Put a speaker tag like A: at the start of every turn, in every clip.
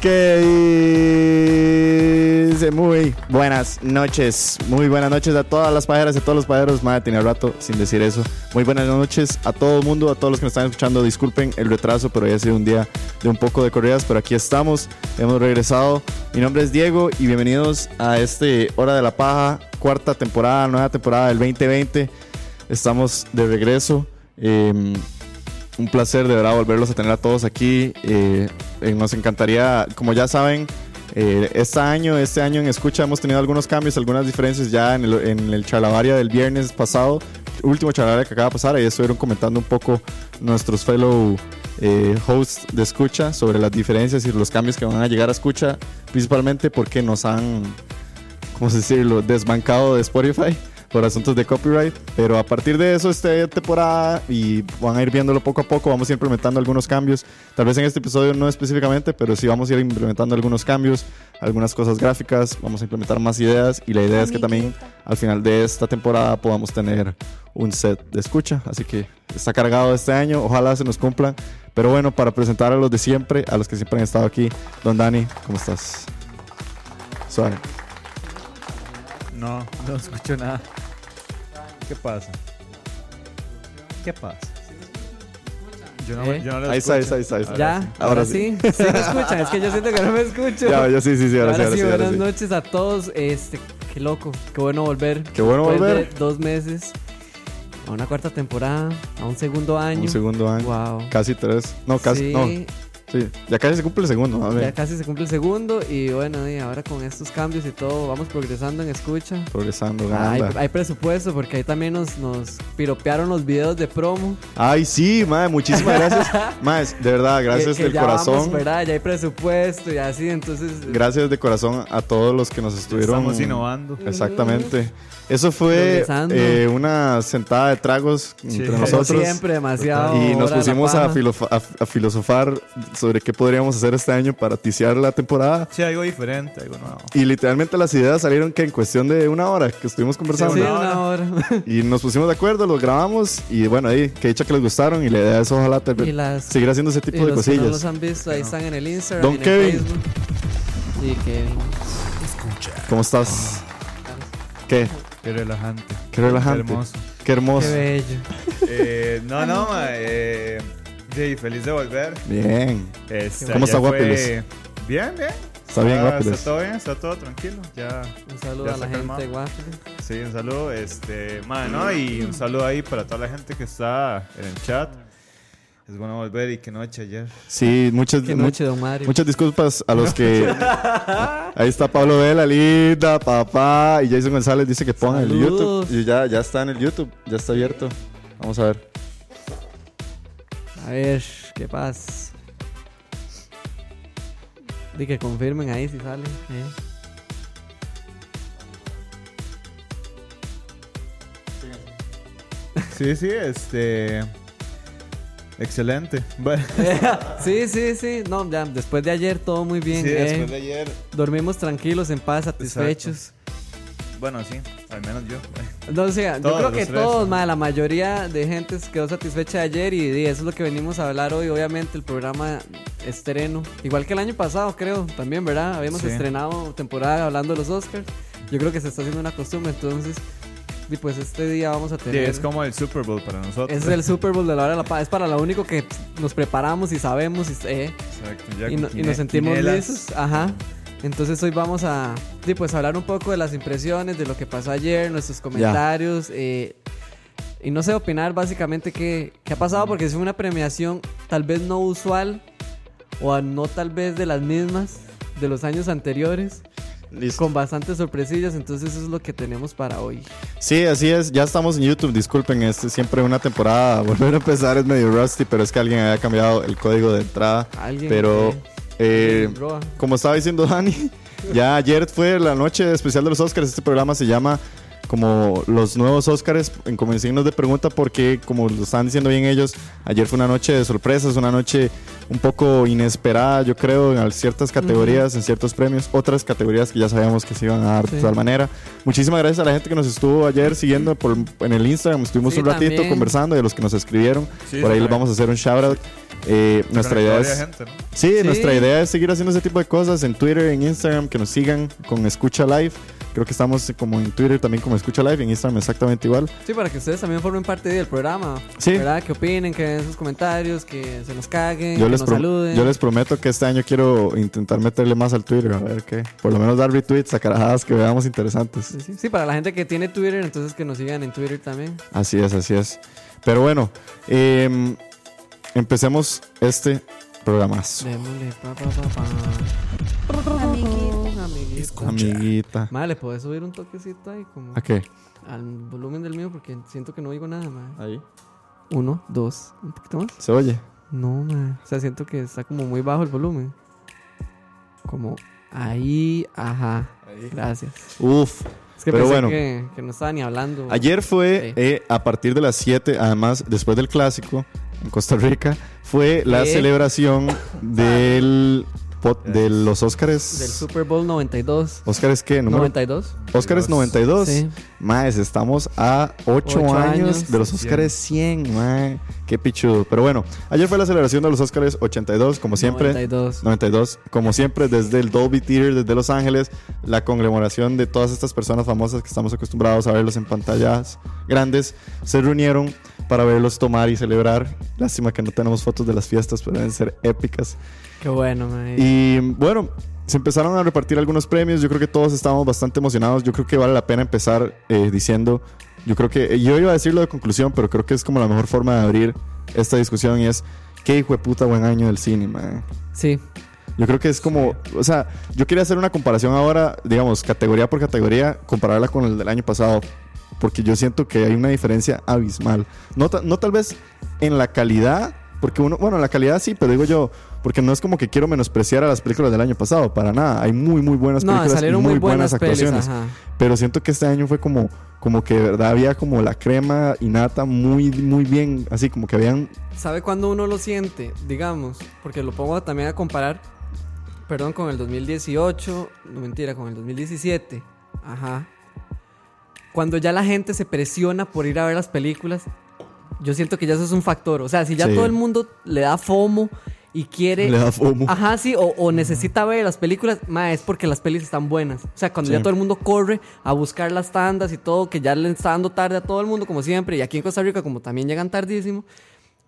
A: Que dice muy buenas noches. Muy buenas noches a todas las pajeras y a todos los pajeros. Madre, tenía rato sin decir eso. Muy buenas noches a todo el mundo, a todos los que nos están escuchando. Disculpen el retraso, pero hoy ha sido un día de un poco de corridas, pero aquí estamos. Hemos regresado. Mi nombre es Diego y bienvenidos a este Hora de la Paja, cuarta temporada, nueva temporada del 2020. Estamos de regreso. Em, un placer de verdad volverlos a tener a todos aquí. Eh, eh, nos encantaría, como ya saben, eh, este año, este año en escucha hemos tenido algunos cambios, algunas diferencias ya en el, en el charlavaria del viernes pasado, último charlavaria que acaba de pasar, ahí estuvieron comentando un poco nuestros fellow eh, hosts de escucha sobre las diferencias y los cambios que van a llegar a escucha, principalmente porque nos han ¿cómo se decirlo? Desbancado de Spotify por asuntos de copyright. Pero a partir de eso, esta temporada, y van a ir viéndolo poco a poco, vamos a ir implementando algunos cambios. Tal vez en este episodio no específicamente, pero sí vamos a ir implementando algunos cambios, algunas cosas gráficas, vamos a implementar más ideas. Y la idea es que también al final de esta temporada podamos tener un set de escucha. Así que está cargado este año, ojalá se nos cumplan. Pero bueno, para presentar a los de siempre, a los que siempre han estado aquí, don Dani, ¿cómo estás? Suave.
B: No, no escucho nada. ¿Qué pasa? ¿Qué pasa? Yo no,
C: ¿Eh?
B: yo no lo
A: Ahí está, ahí
B: escucho.
A: está, ahí está. ahí está.
C: Ya,
A: Ahora
C: ahora,
A: sí.
C: sí. sí. me escuchan, es que yo siento que no me escucho.
A: Ya, ya sí, sí, sí, ahora,
C: ahora, sí,
A: ahora
C: buenas
A: sí.
C: noches a todos. Este, qué loco, qué bueno volver.
A: Qué bueno
C: Después de
A: volver.
C: dos meses, a una cuarta temporada, a un segundo año.
A: Un segundo año.
C: Wow.
A: Casi tres. No, casi.
C: Sí,
A: No, sí. Ya casi se cumple el segundo. más bien.
C: ya casi se cumple el segundo y bueno, y ahora con estos cambios y todo, vamos progresando en escucha.
A: Progresando,
C: Ah, Hay,
A: ganando. Ay,
C: hay presupuesto porque ahí también nos, nos piropearon los videos de promo.
A: sí, madre, muchísimas gracias. Madre, de verdad, gracias
C: que- que
A: del
C: ya
A: corazón.
C: vamos, ¿verdad? Ya hay presupuesto y así, entonces...
A: gracias de corazón a todos los que nos estuvieron.
B: Estamos innovando.
A: Exactamente. Eso fue
C: Progresando.
A: eh, una sentada de tragos
B: Sí.
A: entre
B: Como
C: como
A: nosotros.
C: siempre, demasiado.
A: Y nos
C: hora de la
A: pusimos a,
C: paja.
A: filofa- a- a filosofar sobre qué podríamos hacer este año para ticiar la temporada.
B: Sí, algo diferente, algo nuevo.
A: Y literalmente las ideas salieron que en cuestión de una hora que estuvimos conversando.
C: Sí,
B: una
C: una hora.
A: Y nos pusimos de acuerdo, los grabamos y bueno, ahí, que dicha que les gustaron y la idea es ojalá te-
C: Y las-
A: seguir haciendo ese
C: Y
A: tipo de
C: los que no los
A: cosillas.
C: han visto, ahí están en el Instagram.
A: Don
C: y en
A: Kevin.
C: El Facebook. Sí, Kevin.
A: ¿Cómo estás? ¿Qué?
B: Qué relajante.
A: Qué relajante.
B: hermoso.
A: Qué hermoso.
C: Qué bello.
B: Eh, no, no, ma, eh, sí, feliz de volver.
A: Bien.
B: Este,
A: ¿Cómo
B: ya
A: está
B: fue-
A: Guapiles?
B: Bien, bien.
A: Está bien,
B: Ah,
A: Guapiles.
B: Está todo bien, está todo tranquilo. Ya,
C: Un saludo
B: Ya
C: a la
B: está
C: gente
B: calmado.
C: guapa.
B: sí, un saludo. Este, ma, ¿no? Y un saludo ahí para toda la gente que está en el chat. Es bueno volver y qué noche ayer.
A: Sí, muchas,
C: Qué
A: mu-
C: noche, don Mario.
A: muchas disculpas a los que... Ahí está Pablo Vela, linda, papá. Y Jason González dice que pongan el
C: Saludos.
A: YouTube. Y ya, ya está en el YouTube, ya está abierto. Vamos a ver.
C: A ver, qué pasa. Di que confirmen ahí si sale. ¿eh?
B: Sí, sí, este. Excelente. Bueno,
C: sí, sí, sí. No, ya, después de ayer todo muy bien.
B: sí,
C: ¿eh?
B: después de ayer.
C: Dormimos tranquilos, en paz, satisfechos.
B: Bueno, sí, al menos yo.
C: No, o sea, yo
B: Todos
C: creo
B: los
C: que
B: tres,
C: todos,
B: ¿no?
C: ma, la mayoría de gente se quedó satisfecha de ayer y, di, eso es lo que venimos a hablar hoy. Obviamente el programa estreno, igual que el año pasado creo, también, ¿verdad? Habíamos
B: Sí.
C: estrenado temporada hablando de los Oscars. Yo creo que se está haciendo una costumbre, entonces, y pues este día vamos a
B: Sí,
C: tener...
B: es como el Super Bowl para nosotros.
C: es el Super Bowl de la hora de la paz, es para lo único que nos preparamos y sabemos y, eh,
B: Exacto, ya
C: y,
B: con
C: no- y
B: quine-
C: nos sentimos
B: quinielas.
C: listos. Ajá. Entonces hoy vamos a sí, pues, hablar un poco de las impresiones, de lo que pasó ayer, nuestros comentarios. eh, y no sé, opinar básicamente qué, qué ha pasado, porque es una premiación tal vez no usual o a- no tal vez de las mismas de los años anteriores.
A: Listo.
C: Con bastantes sorpresillas, entonces eso es lo que tenemos para hoy.
A: Sí, así es. Ya estamos en YouTube. Disculpen, este siempre una temporada. Volver a empezar es medio rusty, pero es que alguien había cambiado el código de entrada.
C: Alguien,
A: Pero, eh,
C: Alguien, Roa.
A: como estaba diciendo Dani, ya ayer fue la noche especial de los Oscars. Este programa se llama como los nuevos Oscars en como en signos de pregunta porque como lo están diciendo bien ellos, ayer fue una noche de sorpresas, una noche un poco inesperada, yo creo, en ciertas categorías, en ciertos premios, otras categorías que ya sabíamos que se iban a dar de
C: Sí.
A: tal manera. Muchísimas gracias a la gente que nos estuvo ayer siguiendo por, en el Instagram, estuvimos
C: Sí,
A: un ratito
C: también.
A: conversando y a los que nos escribieron,
B: Sí,
A: por ahí les
B: también.
A: vamos a hacer un shout out. Eh, nuestra idea
B: Conectadora de
A: es
B: gente, ¿no?
A: Sí,
C: Sí.
A: nuestra idea es seguir haciendo ese tipo de cosas en Twitter, en Instagram, que nos sigan con Escucha Live. Creo que estamos como en Twitter también como Escucha Live, en Instagram exactamente igual.
C: Sí, para que ustedes también formen parte del programa.
A: Sí.
C: ¿Verdad? Que opinen, que den sus comentarios, que se nos caguen,
A: Yo
C: que
A: les,
C: nos
A: pro-
C: saluden.
A: yo les prometo que este año quiero intentar meterle más al Twitter, a ver qué. Por lo menos dar retweets a carajadas que veamos interesantes.
C: Sí, sí. Sí, para la gente que tiene Twitter, entonces que nos sigan en Twitter también.
A: Así es, así es. Pero bueno, em, empecemos este programa.
C: Démosle, pa, pa, pa, pa.
D: Amiguito.
C: Amiguito.
A: Amiguita.
C: Madre, ¿le podés subir un toquecito ahí como
A: ¿A qué?
C: al volumen del mío? Porque siento que no oigo nada, madre.
A: Ahí.
C: Uno, dos, un poquito más.
A: ¿Se oye?
C: No, madre. O sea, siento que está como muy bajo el volumen. Como ahí, ajá. Gracias.
A: Uf.
C: Es que
A: Pero
C: pensé
A: bueno.
C: que, que no estaba ni hablando.
A: Ayer fue
C: Sí.
A: eh, a partir de las 7, además, después del clásico en Costa Rica, fue la
C: Sí.
A: celebración del pot- de los
C: Del
A: Óscares.
C: Super Bowl 92.
A: ¿Óscares qué? ¿Número?
C: 92.
A: Óscares
B: Dios.
A: 92.
C: Sí.
A: Maes, estamos a 8
C: Ocho
A: años,
C: años.
A: de los Óscares 100, mae. Qué pichudo. Pero bueno, ayer fue la celebración de los Óscares 82, como siempre.
C: 92.
A: 92, como siempre, desde el Dolby Theater, desde Los Ángeles, la conmemoración de todas estas personas famosas que estamos acostumbrados a verlos en pantallas grandes, se reunieron para verlos tomar y celebrar. Lástima que no tenemos fotos de las fiestas, pero deben ser épicas.
C: Qué bueno, man.
A: Y bueno, se empezaron a repartir algunos premios. Yo creo que todos estábamos bastante emocionados. Yo creo que vale la pena empezar eh, diciendo. Yo creo que. Yo iba a decirlo de conclusión, pero creo que es como la mejor forma de abrir esta discusión y es. Qué hijo de puta buen año del cine, man.
C: Sí.
A: Yo creo que es como, o sea, yo quería hacer una comparación ahora, digamos, categoría por categoría, compararla con el del año pasado, porque yo siento que hay una diferencia abismal. No, ta- no tal vez en la calidad, porque uno, bueno, en la calidad sí, pero digo yo, porque no es como que quiero menospreciar a las películas del año pasado, para nada. Hay muy, muy buenas
C: No,
A: películas y
C: salieron
A: muy,
C: muy
A: buenas,
C: buenas, pelis,
A: actuaciones.
C: ajá.
A: Pero siento que este año fue como, como que de verdad había como la crema y nata muy, muy bien, así como que habían
C: ¿Sabe cuándo uno lo siente? Digamos, porque lo pongo también a comparar, perdón, con el 2018, no mentira, con el 2017. Ajá. Cuando ya la gente se presiona por ir a ver las películas, yo siento que ya eso es un factor. O sea, si ya
A: Sí.
C: todo el mundo le da FOMO y quiere...
A: Le da FOMO.
C: Ajá, sí, o, o necesita ver las películas, ma, es porque las pelis están buenas. O sea, cuando
A: Sí.
C: ya todo el mundo corre a buscar las tandas y todo, que ya le está dando tarde a todo el mundo, como siempre, y aquí en Costa Rica, como también llegan tardísimo,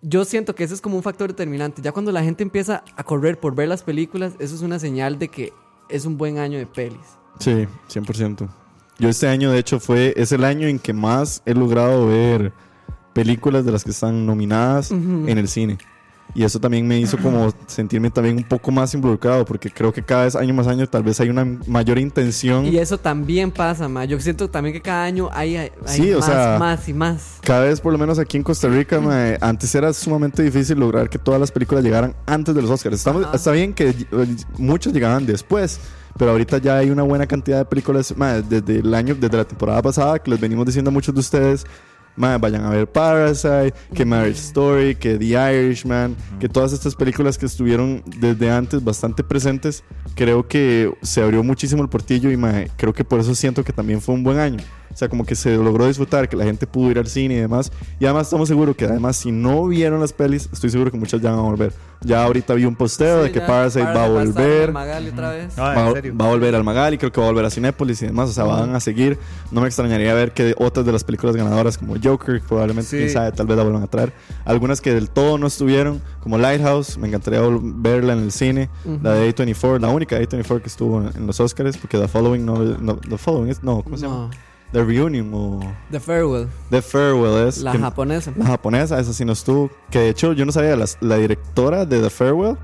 C: yo siento que ese es como un factor determinante. Ya cuando la gente empieza a correr por ver las películas, eso es una señal de que es un buen año de pelis.
A: Sí, 100%. Yo este año, de hecho, fue, es el año en que más he logrado ver películas de las que están nominadas en el cine. Y eso también me hizo como sentirme también un poco más involucrado, porque creo que cada vez, año más año, tal vez hay una mayor intención.
C: Y eso también pasa, ma. Yo siento también que cada año hay, hay
A: Sí, o
C: más,
A: sea,
C: más y más.
A: Cada vez, por lo menos aquí en Costa Rica, mae, antes era sumamente difícil lograr que todas las películas llegaran antes de los Oscars. Estamos,
C: Ajá.
A: está bien que eh, muchas llegaban después, pero ahorita ya hay una buena cantidad de películas mae, desde el año, desde la temporada pasada, que les venimos diciendo a muchos de ustedes. mae, vayan a ver Parasite, que Marriage Story, que The Irishman, que todas estas películas que estuvieron desde antes bastante presentes, creo que se abrió muchísimo el portillo y mae, creo que por eso siento que también fue un buen año. O sea, como que se logró disfrutar, que la gente pudo ir al cine y demás. Y además estamos seguros que además si no vieron las pelis, estoy seguro que muchas ya van a volver. Ya ahorita vi un posteo de
C: Sí,
A: que
C: ya,
A: Parasite va a
C: estar en
A: volver.
C: Magali otra vez.
B: Ah,
A: Va,
B: en serio.
A: va a volver al Magali, creo que va a volver a Cinépolis y demás. O sea, van a seguir. No me extrañaría ver que otras de las películas ganadoras como Joker, probablemente,
B: Sí.
A: quién sabe, tal vez la vuelvan a traer. Algunas que del todo no estuvieron, como Lighthouse, me encantaría vol- verla en el cine. La de A24, la única de A24 que estuvo en, en los Oscars, porque The Following no, no The Following es, no, ¿cómo se llama?
C: No.
A: The Reunion o
C: The Farewell,
A: The Farewell es.
C: la
A: que-
C: japonesa.
A: la japonesa, esa sí no estuvo. Que de hecho yo no sabía, las- la, directora de The Farewell,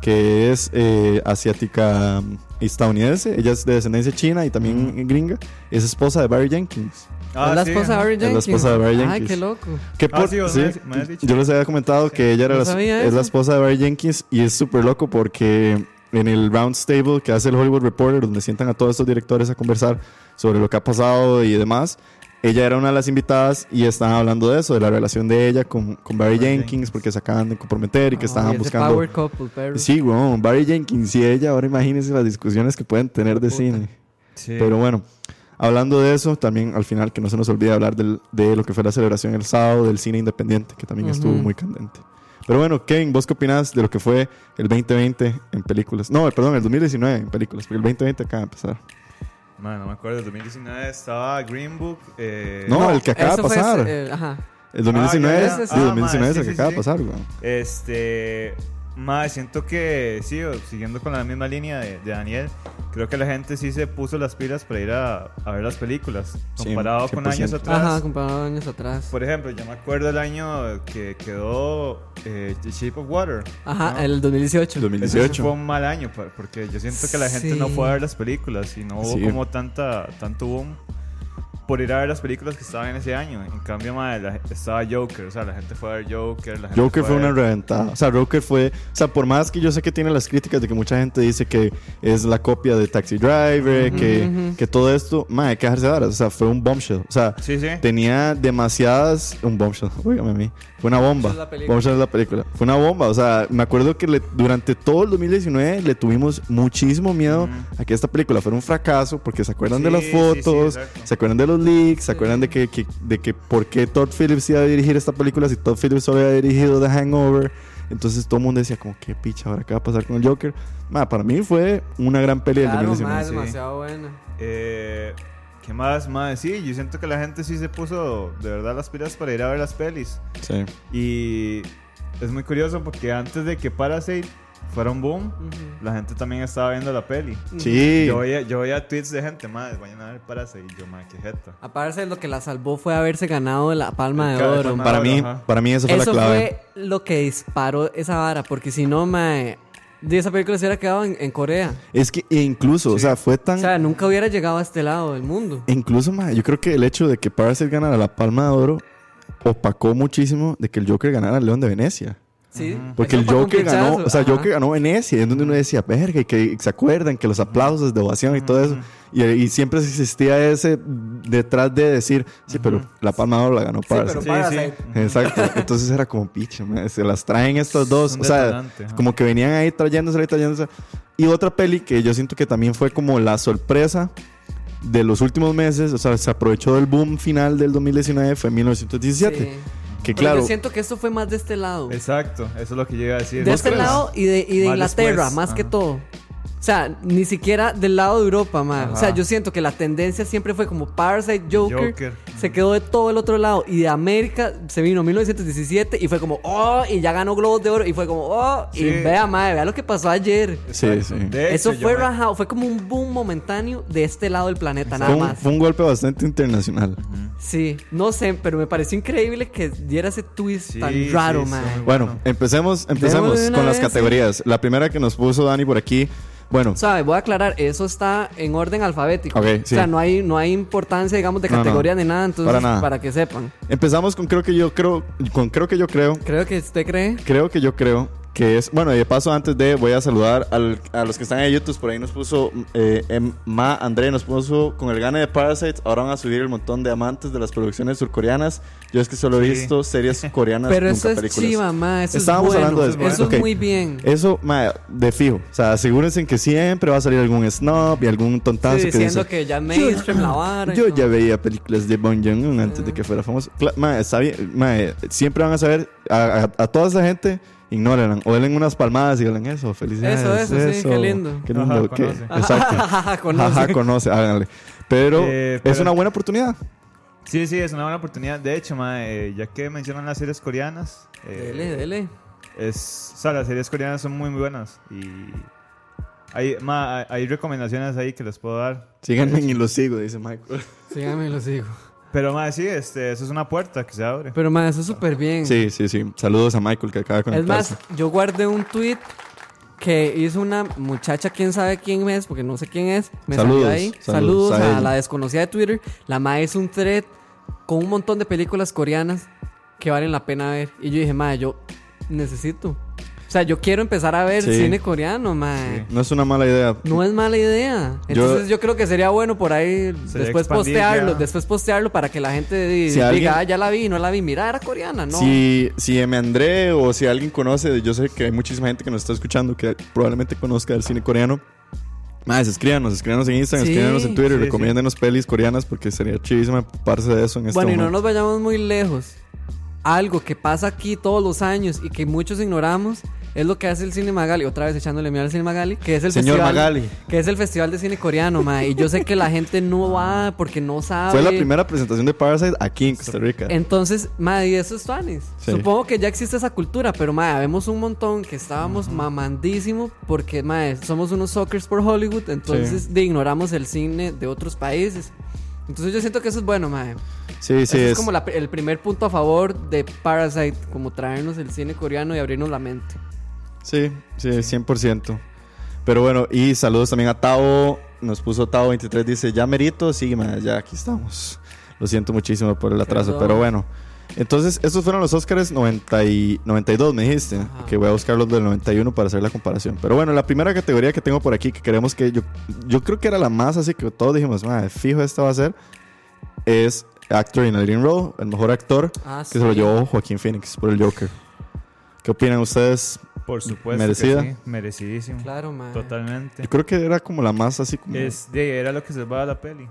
A: que es eh, asiática mm, estadounidense, ella es de descendencia china y también gringa, es esposa de Barry Jenkins.
C: es la esposa de Barry
A: Es la
C: Jenkins.
A: esposa de Barry
C: Ay,
A: Jenkins.
C: qué loco.
A: Que
B: Ah, sí, vos me habías- me habías dicho.
A: yo les había comentado que ella era
C: No
A: la-
C: sabía
A: es la
C: eso.
A: esposa de Barry Jenkins y es súper loco porque en el round table que hace el Hollywood Reporter, donde sientan a todos estos directores a conversar sobre lo que ha pasado y demás, ella era una de las invitadas y estaban hablando de eso, de la relación de ella con, con Barry
B: Barry
A: Jenkins, porque se acaban de comprometer y que
C: Ay,
A: estaban
C: Ah, ese
A: buscando...
C: Power couple, perro.
A: Sí, weón, Barry Jenkins y ella, ahora imagínense las discusiones que pueden tener de
C: Puta.
A: cine.
B: Sí.
A: Pero bueno, hablando de eso, también al final que no se nos olvide hablar del- de lo que fue la celebración el sábado del cine independiente, que también estuvo
C: Ujú.
A: muy candente. Pero bueno, Kevin, ¿vos qué opinás de lo que fue el 2020 en películas? No, perdón, el 2019 en películas, porque el 2020 acaba de empezar.
B: Man, no me acuerdo, el 2019 estaba Green Book. eh,
A: No, el que acaba de
C: Eso fue,
A: pasar.
C: eh, ajá.
A: El 2019,
B: ya,
C: ya.
A: sí,
C: Ah,
A: el 2019 es
B: madre,
A: el que
B: sí, sí,
A: acaba
B: sí.
A: de pasar, güey.
B: Este. Más, siento que sí, o- siguiendo con la misma línea de, de Daniel, creo que la gente sí se puso las pilas para ir a, a ver las películas.
A: Sí,
B: Comparado con años
A: 100%.
B: atrás.
C: Ajá, comparado años atrás.
B: Por ejemplo, yo me acuerdo el año que quedó eh, The Shape of Water.
C: Ajá,
B: ¿no?
C: el 2018.
B: Ese
A: 2018.
B: fue un mal año pa- porque yo siento que la gente
C: Sí.
B: no fue a ver las películas y no hubo
A: Sí.
B: como tanta, tanto boom por ir a ver las películas que estaban en ese año. En cambio, madre, la- estaba Joker, o sea, la gente fue a ver Joker. La gente
A: Joker fue
B: a
A: una
B: ver-
A: reventada. O sea, Joker fue. O sea, por más que yo sé que tiene las críticas de que mucha gente dice que es la copia de Taxi Driver, que,
C: ujú.
A: que todo esto. Madre, que dejarse de varas. O sea, fue un bombshell. O sea,
B: Sí, sí.
A: tenía demasiadas. Un bombshell, óigame a mí. Fue una bomba.
C: Bombshell es la película.
A: Bombshell es la película. Fue una bomba. O sea, me acuerdo que le- durante todo el 2019 le tuvimos muchísimo miedo a que esta película fuera un fracaso porque se acuerdan de
B: Sí,
A: las
B: sí, sí,
A: fotos,
B: exacto.
A: se acuerdan de los leaks, se acuerdan de que, que- de que por qué Todd Phillips iba a dirigir esta película si Todd Phillips solo había dirigido The Hangover. Entonces todo el mundo decía como, qué picha, ahora qué va a pasar con el Joker. Ma, para mí fue una gran peli del
C: Claro,
A: 2019.
C: más,
B: sí.
C: demasiado buena.
B: Eh, ¿Qué más, madre? Sí, yo siento que la gente sí se puso de verdad las pilas para ir a ver las pelis.
A: Sí.
B: Y es muy curioso porque antes de que Parasite fuera un boom,
C: Ujú.
B: la gente también estaba viendo la peli.
A: Sí.
B: Mm. Yo veía, yo veía tweets de gente, madre, vayan a ver Parasite. Y yo, madre, qué jeta.
C: Aparte, lo que la salvó fue haberse ganado la palma de
B: Claro,
C: oro.
B: palma
A: Para mí,
B: Ajá.
A: para mí eso fue
C: Eso
A: la clave.
C: fue lo que disparó esa vara, porque si no, mae, de esa película se hubiera quedado en, en Corea.
A: Es que e incluso, o sea, fue tan...
C: O sea, nunca hubiera llegado a este lado del mundo.
A: E Incluso, ma, yo creo que el hecho de que Parasite ganara la Palma de Oro opacó muchísimo de que el Joker ganara el León de Venecia.
C: Sí.
A: Porque
C: eso
A: el
C: fue un
A: Joker ganó,
C: pinchazo,
A: o sea,
C: ajá.
A: Joker ganó Venecia, y es donde uno decía, verga, y que se acuerdan que los aplausos de ovación y todo eso. Y, y siempre existía ese detrás de decir, sí, pero la Palma de Oro la ganó
C: Sí, pero
A: Parasite.
C: Parasite.
A: Exacto, entonces era como picha, ma, se las traen estos dos,
B: un
A: o sea,
B: detonante, ajá.
A: como que venían ahí trayéndose, trayéndose. Y otra peli que yo siento que también fue como la sorpresa de los últimos meses, o sea, se aprovechó del boom final del 2019, fue en 1917.
C: Sí.
A: Que
C: Pero
A: claro,
C: Yo siento que esto fue más de este lado.
B: Exacto, eso es lo que yo iba a decir.
C: De este lado y de, y de
B: Más
C: Inglaterra,
B: después, Ah.
C: más que
B: ajá.
C: todo. O sea, ni siquiera del lado de Europa, más. O sea,
B: Ajá.
C: yo siento que la tendencia siempre fue como Parasite, Joker,
B: Joker.
C: Se quedó de todo el otro lado. Y de América se vino 1917 y fue como, oh, y ya ganó Globos de Oro. Y fue como, oh,
B: Sí.
C: y vea, madre, vea lo que pasó ayer.
A: Sí, sí.
B: De
C: Eso
B: hecho, yo
C: fue
B: me-
C: rajado, fue como un boom momentáneo de este lado del planeta,
A: fue
C: nada
A: un,
C: más.
A: fue un golpe bastante internacional.
C: Sí, no sé, pero me pareció increíble que diera ese twist
B: Sí, sí,
C: tan raro,
B: sí,
C: madre.
B: muy
A: Bueno, empecemos, empecemos
C: Démosle una
A: con las
C: vez,
A: categorías. La primera que nos puso Dani por aquí, bueno,
C: Sabe, voy a aclarar, eso está en orden alfabético.
A: Ok, sí.
C: O sea, no hay, no hay importancia, digamos, de
A: No, no.
C: categoría ni nada, entonces
A: Para
C: para,
A: nada.
C: que sepan.
A: empezamos con creo que yo creo, con creo que yo creo,
C: Creo que usted cree.
A: creo que yo creo que es, bueno, y de paso antes de, voy a saludar al- a los que están en YouTube, por ahí nos puso eh, em- Ma André, nos puso con el gane de Parasites, ahora van a subir el montón de amantes de las producciones surcoreanas. Yo es que solo he
B: Sí.
A: visto series coreanas,
C: Pero
A: nunca
C: eso es
A: películas.
C: chiva, ma, eso
A: Estábamos
C: es bueno.
A: hablando de
C: eso.
B: eso,
C: es
A: ok.
C: muy bien.
A: Eso, ma, de fijo. O sea, asegúrense que siempre va a salir algún snob y algún tontazo
C: Estoy
A: que
C: diciendo
A: dice,
C: que ya mainstream la vara. y
A: Yo
C: todo.
A: ya veía películas de Bong Joon-un antes de que fuera famoso. Cla- ma, está bien, ma, siempre van a saber, a, a- a toda esa gente, ignoran o denle unas palmadas y digan eso, felicidades.
C: Eso, eso, sí, qué lindo.
A: Qué lindo,
B: Ajá,
A: qué-
B: conoce.
A: exacto.
C: Ajá, conoce.
A: Ajá, conoce, háganle. Pero
B: Eh,
A: es
B: pero-
A: una buena oportunidad.
B: Sí, sí, es una buena oportunidad. De hecho, mae, eh, ya que mencionan las series coreanas, eh,
C: Dele, dele.
B: es, o sea, las series coreanas son muy, muy buenas. Y hay, ma, hay- hay recomendaciones ahí que les puedo dar.
A: Síganme y los sigo, dice Michael.
C: Síganme, lo sigo.
B: Pero más sí, este, eso es una puerta que se abre.
C: Pero, man, eso es súper bien.
A: Sí, sí, sí. Saludos a Michael que acaba de
C: Es
A: conectarse.
C: más, yo guardé un tweet que hizo una muchacha, quién sabe quién es, porque no sé quién es. Me
A: Saludos,
C: salió ahí.
A: saludos
C: Saludos,
A: a
C: a,
A: ella.
C: la desconocida de Twitter. La ma es un thread con un montón de películas coreanas que valen la pena ver. Y yo dije, ma, yo necesito. O sea, yo quiero empezar a ver
A: Sí.
C: cine coreano, ma.
A: No es una mala idea.
C: No es mala idea.
A: Yo-
C: Entonces yo, creo que sería bueno por ahí
B: Sería
C: después
B: expandir
C: postearlo,
B: ya.
C: después postearlo para que la gente di-
A: Si
C: diga,
A: alguien-
C: "Ah, ya la vi, no la vi, mira, era coreana, no.
A: Si, si me André o si alguien conoce, yo sé que hay muchísima gente que nos está escuchando que probablemente conozca el cine coreano. Más, escríbanos, escríbanos en Instagram,
C: Sí.
A: escríbanos en Twitter,
B: Sí, sí.
A: recomiéndenos pelis coreanas porque sería chivísima ocuparse de eso en este
C: Bueno, y no
A: momento.
C: nos vayamos muy lejos. Algo que pasa aquí todos los años y que muchos ignoramos es lo que hace el Cine Magali, otra vez echándole miedo al Cine Magali, que es el
A: Señor
C: festival
A: Magali.
C: que es el festival de cine coreano, ma, y yo sé que la gente no va porque no sabe.
A: Fue la primera presentación de Parasite aquí en Costa Rica.
C: Entonces, ma, y eso es tuanis.
A: Sí.
C: Supongo que ya existe esa cultura, pero ma, vemos un montón que estábamos mamandísimo porque ma, somos unos suckers por Hollywood, entonces de- ignoramos el cine de otros países. Entonces yo siento que eso es bueno, ma.
A: Sí, sí,
C: Ese es,
A: es-
C: como la- el primer punto a favor de Parasite, como traernos el cine coreano y abrirnos la mente.
A: Sí, sí, 100%. Pero bueno, y saludos también a Tavo. Nos puso Tavo23, dice, ya merito, sí, ma, ya aquí estamos. Lo siento muchísimo por el atraso,
C: Perdón.
A: pero bueno. Entonces, estos fueron los Oscars 90 y 92, me dijiste.
C: Ajá.
A: Que voy a buscar los del 91 para hacer la comparación. Pero bueno, la primera categoría que tengo por aquí, que queremos que yo, yo creo que era la más, así que todos dijimos, madre, fijo, esta va a ser, es Actor in a Leading Role, el mejor actor,
C: Ah,
A: que se lo
C: sí.
A: llevó Joaquín Phoenix por el Joker. ¿Qué opinan ustedes?
B: Por supuesto.
A: Merecida.
B: Que sí, merecidísimo.
C: Claro, ma.
B: Totalmente.
A: Yo creo que era como la más así como.
B: Es, de, era lo que salvaba la peli.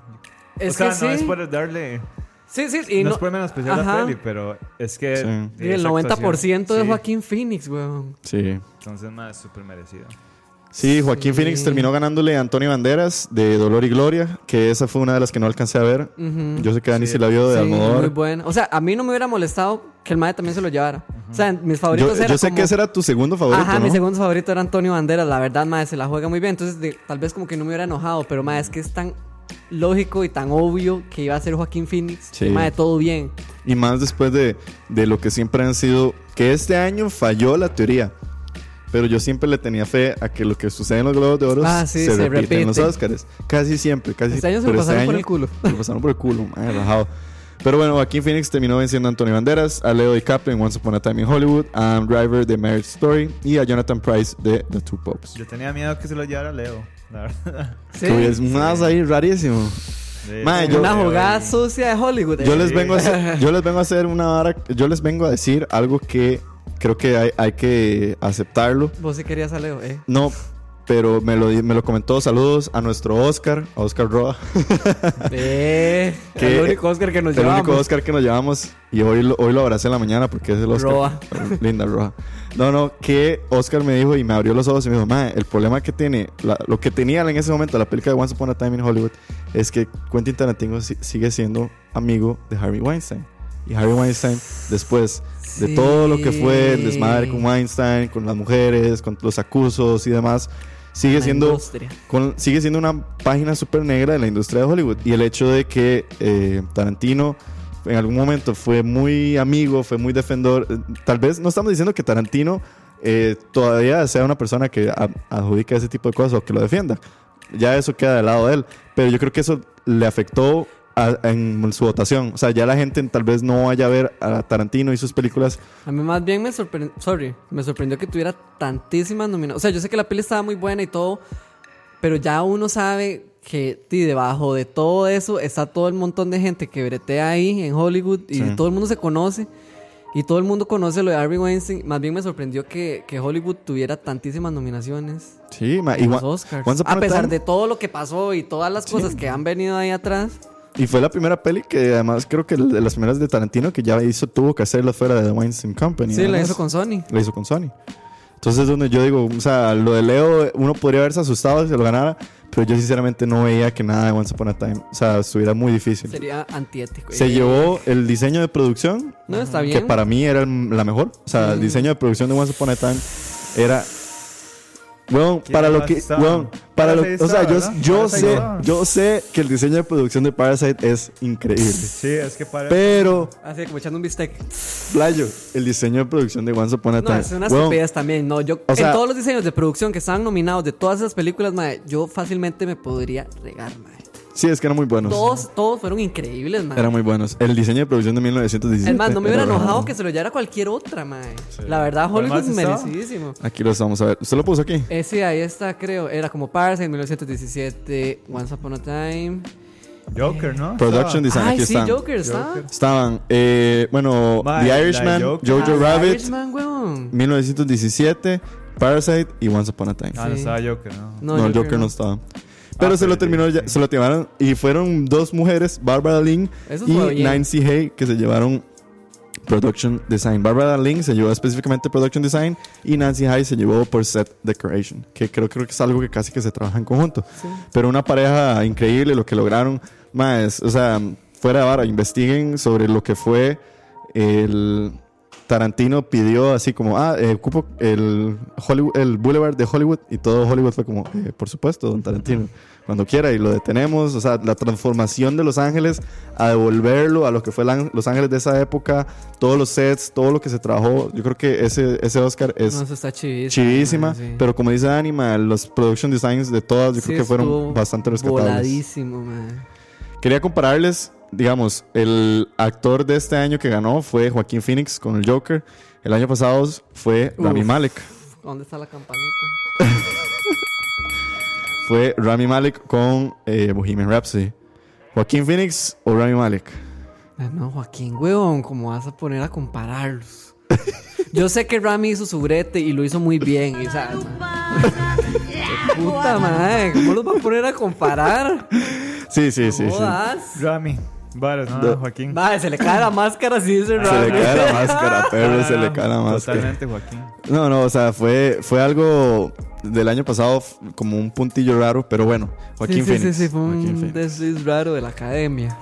C: Es
B: o sea,
C: que sí.
B: no es por darle.
C: Sí, sí, y
B: no,
C: no-
B: es por menospreciar
C: Ajá.
B: la peli, pero es que.
A: Sí.
B: de
C: Y el
B: esa
C: 90% de
B: actuación, sí.
C: Joaquín Phoenix, weón.
A: Sí.
B: Entonces, más súper merecida.
A: Sí, Joaquín
C: Sí.
A: Phoenix terminó ganándole a Antonio Banderas de Dolor y Gloria, que esa fue una de las que no alcancé a ver.
C: Ujú.
A: Yo sé que Dani sí,
B: Sí.
A: la vio de
C: Sí, muy
A: Almodóvar.
C: bueno. O sea, a mí no me hubiera molestado que el Mae también se lo llevara. O sea, mis
A: Yo,
C: favoritos
A: yo
C: eran.
A: sé
C: como-
A: que ese era tu segundo favorito,
C: Ajá,
A: ¿no?
C: mi segundo favorito era Antonio Banderas. La verdad, Mae, se la juega muy bien. Entonces, de- tal vez como que no me hubiera enojado, pero Mae, es que es tan lógico y tan obvio que iba a ser Joaquín Phoenix.
A: Sí.
C: Mae, todo bien.
A: Y más después de, de lo que siempre han sido, que este año falló la teoría. Pero yo siempre le tenía fe a que lo que sucede en los Globos de Oro
C: Ah, sí,
A: se,
C: se
A: repite, en
C: repite.
A: los Oscars. Casi siempre, casi
C: Este año se lo
A: pero
C: pasaron por el culo.
A: Se lo pasaron por el culo, madre, rajado. Pero bueno, Joaquín Phoenix terminó venciendo a Antonio Banderas, a Leo DiCaprio en Once Upon a Time in Hollywood, a Adam Driver de Marriage Story y a Jonathan Price de The Two Popes.
B: Yo tenía miedo que se lo llevara Leo, la verdad.
C: Sí.
A: Que es más ahí rarísimo.
B: De-
A: Mae, yo-
C: Una jugada sucia de Hollywood.
A: Yo
C: eh.
A: les vengo a hacer, yo les vengo a hacer una vara, yo les vengo a decir algo que creo que hay, hay que aceptarlo.
C: Vos sí querías a Leo, eh.
A: No, pero me lo, di- me lo comentó. Saludos a nuestro Oscar, a Oscar Roa.
C: Eh,
A: Que-
C: el único Oscar que nos
A: el único
C: llevamos.
A: Oscar que nos llevamos. Y hoy lo, hoy lo abracé en la mañana porque es el Oscar.
C: Roa.
A: Linda Roa. No, no, que Oscar me dijo y me abrió los ojos y me dijo, "Mae, el problema que tiene, la- lo que tenía en ese momento la película de Once Upon a Time in Hollywood es que Quentin Tarantino si- sigue siendo amigo de Harvey Weinstein. Y Harvey Weinstein, después de
C: Sí.
A: todo lo que fue el desmadre con Weinstein, con las mujeres, con los acusos y demás, sigue
C: La
A: siendo
C: industria.
A: con- sigue siendo una página súper negra de la industria de Hollywood. Y el hecho de que eh, Tarantino en algún momento fue muy amigo, fue muy defensor. eh, Tal vez no estamos diciendo que Tarantino eh, todavía sea una persona que a- adjudica ese tipo de cosas o que lo defienda. Ya eso queda del lado de él. Pero yo creo que eso le afectó a- en su votación. O sea, ya la gente tal vez no vaya a ver a Tarantino y sus películas.
C: A mí más bien me sorprendió, sorry, me sorprendió que tuviera tantísimas nominaciones. O sea, yo sé que la peli estaba muy buena y todo, pero ya uno sabe que ti, debajo de todo eso está todo el montón de gente que bretea ahí en Hollywood y
A: Sí.
C: todo el mundo se conoce. Y todo el mundo conoce lo de Harvey Weinstein. Más bien me sorprendió que, que Hollywood tuviera tantísimas nominaciones
A: Sí, ma,
C: en
A: y
C: los
A: Wa-
C: Oscars.
A: Once Upon
C: A
A: a
C: pesar
A: Time-
C: de todo lo que pasó y todas las
A: Sí.
C: cosas que han venido ahí atrás.
A: Y fue la primera peli que además creo que de las primeras de Tarantino que ya hizo, tuvo que hacerla fuera de The Weinstein Company.
C: Sí,
A: ¿no?
C: la hizo con Sony.
A: La hizo con Sony. Entonces es donde yo digo, o sea, lo de Leo, uno podría haberse asustado si se lo ganara, Pero yo sinceramente no veía que nada de Once Upon a Time, o sea, estuviera muy difícil.
C: Sería antiético.
A: Se
C: Eh,
A: llevó el diseño de producción,
C: No, está bien.
A: que para mí era el- la mejor. O sea, el diseño de producción de Once Upon a Time era. Weón,
B: ¿Qué
A: para lo que.
B: pasa?
A: weón, para lo,
B: Parasite
A: o sea, yo,
B: está, ¿verdad?
A: yo,
B: Parasite
A: sé,
B: está.
A: yo sé que el diseño de producción de Parasite es increíble.
B: Sí, es que para.
A: Pero,
C: Así Ah, como echando un bistec.
A: Playo, el diseño de producción de Once Upon a
C: No,
A: Time.
C: es unas
A: weón,
C: estupidez también. No, yo
A: O sea-
C: en todos los diseños de producción que estaban nominados de todas esas películas, mae, yo fácilmente me podría regar, mae.
A: sí, es que eran muy buenos.
C: Todos, todos fueron increíbles, mae.
A: Eran muy buenos. El diseño de producción de 1917.
C: Es más, no me hubiera
A: era-
C: enojado que se lo llevara cualquier otra, mae. La verdad,
B: ¿Cuál más
C: Hollywood
B: estaba?
C: merecidísimo.
A: Aquí los vamos a ver. ¿Usted lo puso aquí?
C: Ese ahí está, creo. Era como Parse en 1917, Once Upon a Time.
B: Joker, ¿no?
A: Production Design.
C: Ay,
A: aquí
C: sí,
A: están.
C: Joker está.
B: Joker.
A: Estaban, eh, bueno,
B: Ma, la
A: The Irishman,
B: Joker.
A: Jojo
C: Ah,
A: Rabbit,
C: Irishman, weón.
A: 1917, Parasite y Once Upon a Time.
B: Ah, no estaba Joker, ¿no. Ah,
A: no, el Joker no estaba. Pero se
B: pero
A: lo terminó,
B: sí,
A: ya-
B: sí.
A: se lo llevaron y fueron dos mujeres, Barbara Lynn
C: Eso
A: y
C: fue bien.
A: Nancy Hay, que se llevaron Production Design. Barbara Lynn se llevó específicamente Production Design y Nancy Hay se llevó por Set Decoration, que creo, creo que es algo que casi que se trabaja en conjunto. Pero una pareja increíble, lo que lograron, más, o sea, fuera de vara, investiguen sobre lo que fue el... Tarantino pidió así como, ah, eh, ocupo el, Hollywood, el Boulevard de Hollywood y todo Hollywood fue como, eh, por supuesto, don Tarantino, cuando quiera y lo detenemos, o sea, la transformación de Los Ángeles a devolverlo a lo que fue la- Los Ángeles de esa época, todos los sets, todo lo que se trabajó, yo creo que ese, ese Oscar es
C: No, eso está chivísima.
A: chivísima,
C: mae, sí.
A: pero como dice Anima, los production designs de todas yo
C: Sí,
A: creo que fueron
C: estuvo
A: bastante rescatables.
C: Voladísimo, mae.
A: Quería compararles, digamos, el actor de este año que ganó fue Joaquín Phoenix con el Joker. El año pasado fue Rami
C: Uf.
A: Malek.
C: ¿Dónde está la campanita?
A: Fue Rami Malek con eh, Bohemian Rhapsody. Joaquín Phoenix o Rami Malek.
C: Ah, no, Joaquín, weón, ¿cómo vas a poner a compararlos? Yo sé que Rami hizo su brete y lo hizo muy bien. y, o sea, ma- puta madre, ¿cómo los va a poner a comparar?
A: Sí, sí, sí. sí.
C: Jodas.
B: Rami. Vale, no,
A: No.
B: Joaquín.
C: Madre, se le cae la máscara si dice
A: Se le
C: Rami.
A: cae la máscara,
B: No,
A: perro,
B: no,
A: se le
B: no,
A: cae la máscara.
B: Totalmente, Joaquín.
A: No, no, o sea, fue, fue algo del año pasado f- como un puntillo raro, pero bueno, Joaquín
C: sí,
A: Phoenix.
C: sí, sí, sí, fue
A: Joaquín
C: un
A: Phoenix.
C: desliz raro de la academia.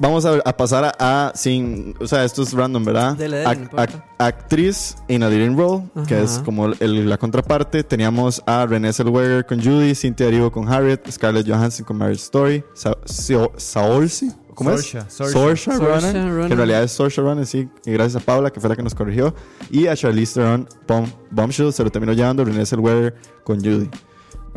A: Vamos a, a pasar a, a- sin, o sea, esto es random, ¿verdad?
C: Dele, dele, no importa.
A: actriz in a leading role, que
C: Ajá.
A: es como el- la contraparte. Teníamos a Renée Zellweger con Judy, Cynthia Erivo con Harriet, Scarlett Johansson con Marriage Story, Sa Sio- Saoirse, ¿cómo
B: Saoirse,
A: es?
B: Saoirse.
A: Saoirse Ronan,
C: Saoirse Ronan.
A: que en realidad es Saoirse Ronan, sí, y gracias a Paula que fue la que nos corrigió, y a Charlize Theron Bum- Bombshell se lo terminó llevando Renée Zellweger con Judy.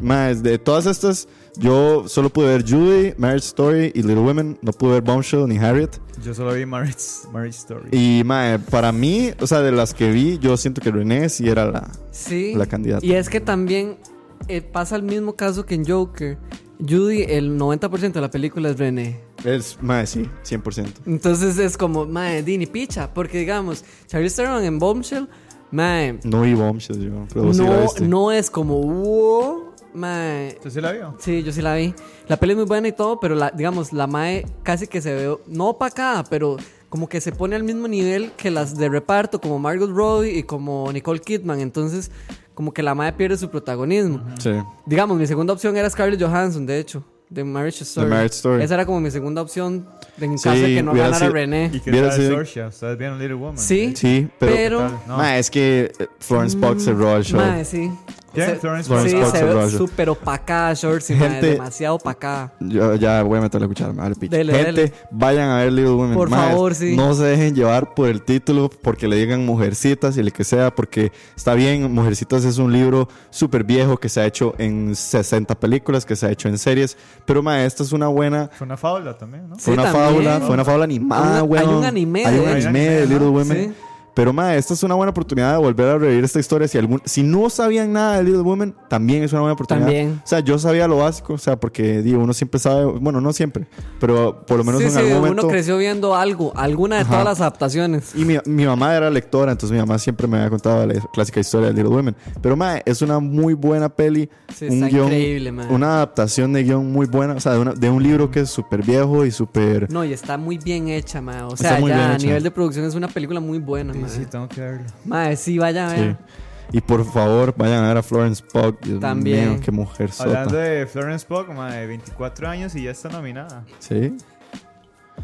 A: Más de todas estas, yo solo pude ver Judy, Marriage Story y Little Women. No pude ver Bombshell ni Harriet.
B: Yo solo vi Marriage, Marriage Story.
A: Y mae, para mí, o sea, de las que vi, yo siento que René sí era la.
C: Sí.
A: La candidata.
C: Y es que también eh, pasa el mismo caso que en Joker. Judy, el 90% de la película es René.
A: Es, mae, sí, 100%.
C: Entonces es como, mae, Dini picha. Porque digamos, Charlize Theron en Bombshell, mae,
A: No vi Bombshell, yo. Pero vos sí la
C: no,
A: viste.
C: no es como, wow, mae.
B: ¿Usted sí la vio?
C: Sí, yo sí la vi. La peli es muy buena y todo, pero la, digamos, la mae casi que se ve, no opacada, pero como que se pone al mismo nivel que las de reparto, como Margot Robbie y como Nicole Kidman. Entonces, como que la mae pierde su protagonismo.
A: Sí.
C: Digamos, mi segunda opción era Scarlett Johansson, de hecho, de Marriage Story.
A: Marriage Story.
C: Esa era como mi segunda opción, de en
A: Sí,
C: caso de que no
A: hubiera
C: ganara
A: sido-
C: René.
B: ¿Y qué
A: Hubiera
B: tal
A: sido-
B: Sorcia? ¿Ustedes vieron Little Woman?
C: Sí,
A: Sí, pero.
C: pero.
B: ¿Qué tal? No.
A: Mae, es que eh, Florence Pugh se robó el show.
C: Mae, sí.
B: ¿Quién?
C: Se-
B: Florence
A: Pugh. Florence
C: sí, se
A: Pugh se
C: ve
A: roba.
C: súper opacada, Shorts. y, mae,
A: Gente-
C: demasiado opacada.
A: Yo ya voy a meter la cuchara, me vale picha.
C: Dele,
A: Gente,
C: dele.
A: vayan a ver Little Women.
C: Por favor, sí.
A: No se dejen llevar por el título, porque le digan mujercitas y lo que sea, porque está bien, Mujercitas es un libro súper viejo que se ha hecho en 60 películas, que se ha hecho en series, pero ma, esta es una buena...
B: Fue una fábula también, ¿no?
A: Fue
C: Sí,
A: una
C: también.
A: fábula, fue una fábula animada,
C: Hay un-
A: weón.
C: hay un anime
A: Hay
C: de
A: un
C: eso.
A: anime de Little
C: Ajá,
A: Women.
C: sí.
A: Pero ma, esta es una buena oportunidad de volver a revivir esta historia. Si, algún, si no sabían nada de Little Women, también es una buena oportunidad.
C: También.
A: O sea, yo sabía lo básico, o sea, porque digo, uno siempre sabe, bueno, no siempre, pero por lo menos
C: Sí,
A: en
C: sí,
A: algún
C: uno
A: momento.
C: creció viendo algo, alguna de todas las adaptaciones.
A: Y mi, mi mamá era lectora, entonces mi mamá siempre me había contado la clásica historia de Little Women. Pero ma, es una muy buena peli,
C: Sí,
A: un
C: está
A: guión,
C: increíble, ma.
A: una adaptación de guión muy buena, o sea, de, una- de un libro que es súper viejo y súper
C: No, y está muy bien hecha, mae. O
A: Está
C: sea,
A: muy bien
C: ya a
A: hecha.
C: nivel de producción es una película muy buena, mae.
B: Sí, sí, tengo que verlo.
C: Mae, sí, vaya a ver.
A: Sí. Y por favor, vayan a ver a Florence Pugh. Dios
C: También.
A: mío, qué mujer sota.
B: Hablando de Florence Pugh, mae, 24 años y ya está nominada.
A: Sí.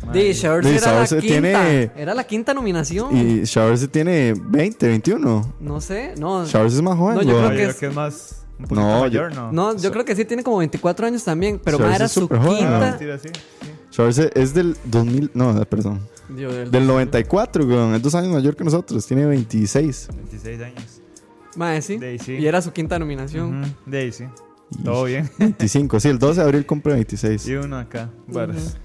B: Mae,
C: Di, Shaur
A: Di,
C: era la
A: Shaur se
C: quinta.
A: tiene-
C: Era la quinta nominación.
A: Y Showers tiene 20, 21.
C: No sé, no.
A: Showers es más joven.
C: No, yo
A: weón.
B: no,
C: creo
B: yo creo
C: que es-
B: que es más. Un poquito
A: No,
B: mayor,
A: yo-
B: ¿no?
C: No, yo creo que sí tiene como 24 años también, pero
A: Shaur
C: más
A: es
C: era su
A: súper joven,
B: Ah,
C: quinta.
B: mentira, sí, sí.
A: Shaurce es del 2000, no, eh, perdón.
C: Dios, el-
A: Del 94, weón. Es dos años mayor que nosotros. Tiene 26.
B: 26 años.
C: Mae, ¿eh, sí.
B: Di, sí.
C: Y era su quinta nominación.
B: Ujú, De ahí sí. Todo bien.
A: 25. Sí, el 12 de abril cumple 26.
B: Y uno acá. Varas.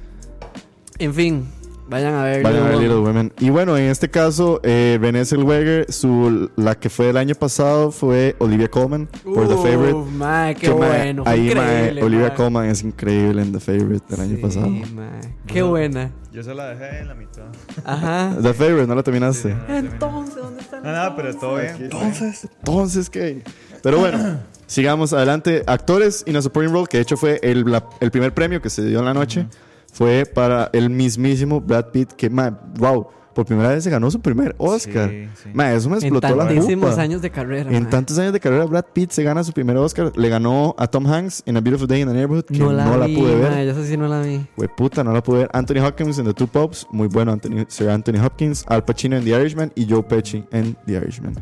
C: En fin, vayan a ver.
A: Vayan a ver
C: Little
A: Little
C: Women.
A: Women. Y bueno, en este caso, eh, Renée Zellweger, su, la que fue el año pasado fue Olivia Colman por The
C: Uf,
A: Favorite.
C: Mae,
A: Que,
C: qué
A: mae,
C: bueno. fue
A: Ahí, mae,
C: increíble,
A: Olivia
C: mae.
A: Colman es increíble en The Favorite del año
C: Sí,
A: pasado.
C: mae, Qué buena.
B: Yo se la dejé en la mitad.
C: Ajá.
A: The Favorite, no la terminaste.
B: Sí, no,
C: Entonces, ¿dónde están?
B: Ah, No, no, pero todo bien.
A: Entonces, entonces, ¿qué? Pero bueno, sigamos adelante. Actores in a supporting role, que de hecho fue el, la- el primer premio que se dio en la noche, fue para el mismísimo Brad Pitt, que, ma, wow, por primera vez se ganó su primer Oscar.
B: Sí, sí.
A: Ma, eso me
C: En
A: explotó la
C: tantísimos
A: jupa.
C: años de carrera.
A: En
C: mae.
A: tantos años de carrera, Brad Pitt se gana su primer Oscar. Le ganó a Tom Hanks en A Beautiful Day in the Neighborhood, que
C: No la, vi,
A: pude ver.
C: mae, yo sé si no la vi.
A: Güey, puta, no la pude ver. Anthony Hopkins en The Two Pops, muy bueno Anthony, Sir Anthony Hopkins. Al Pacino en The Irishman y Joe Pesci en The Irishman.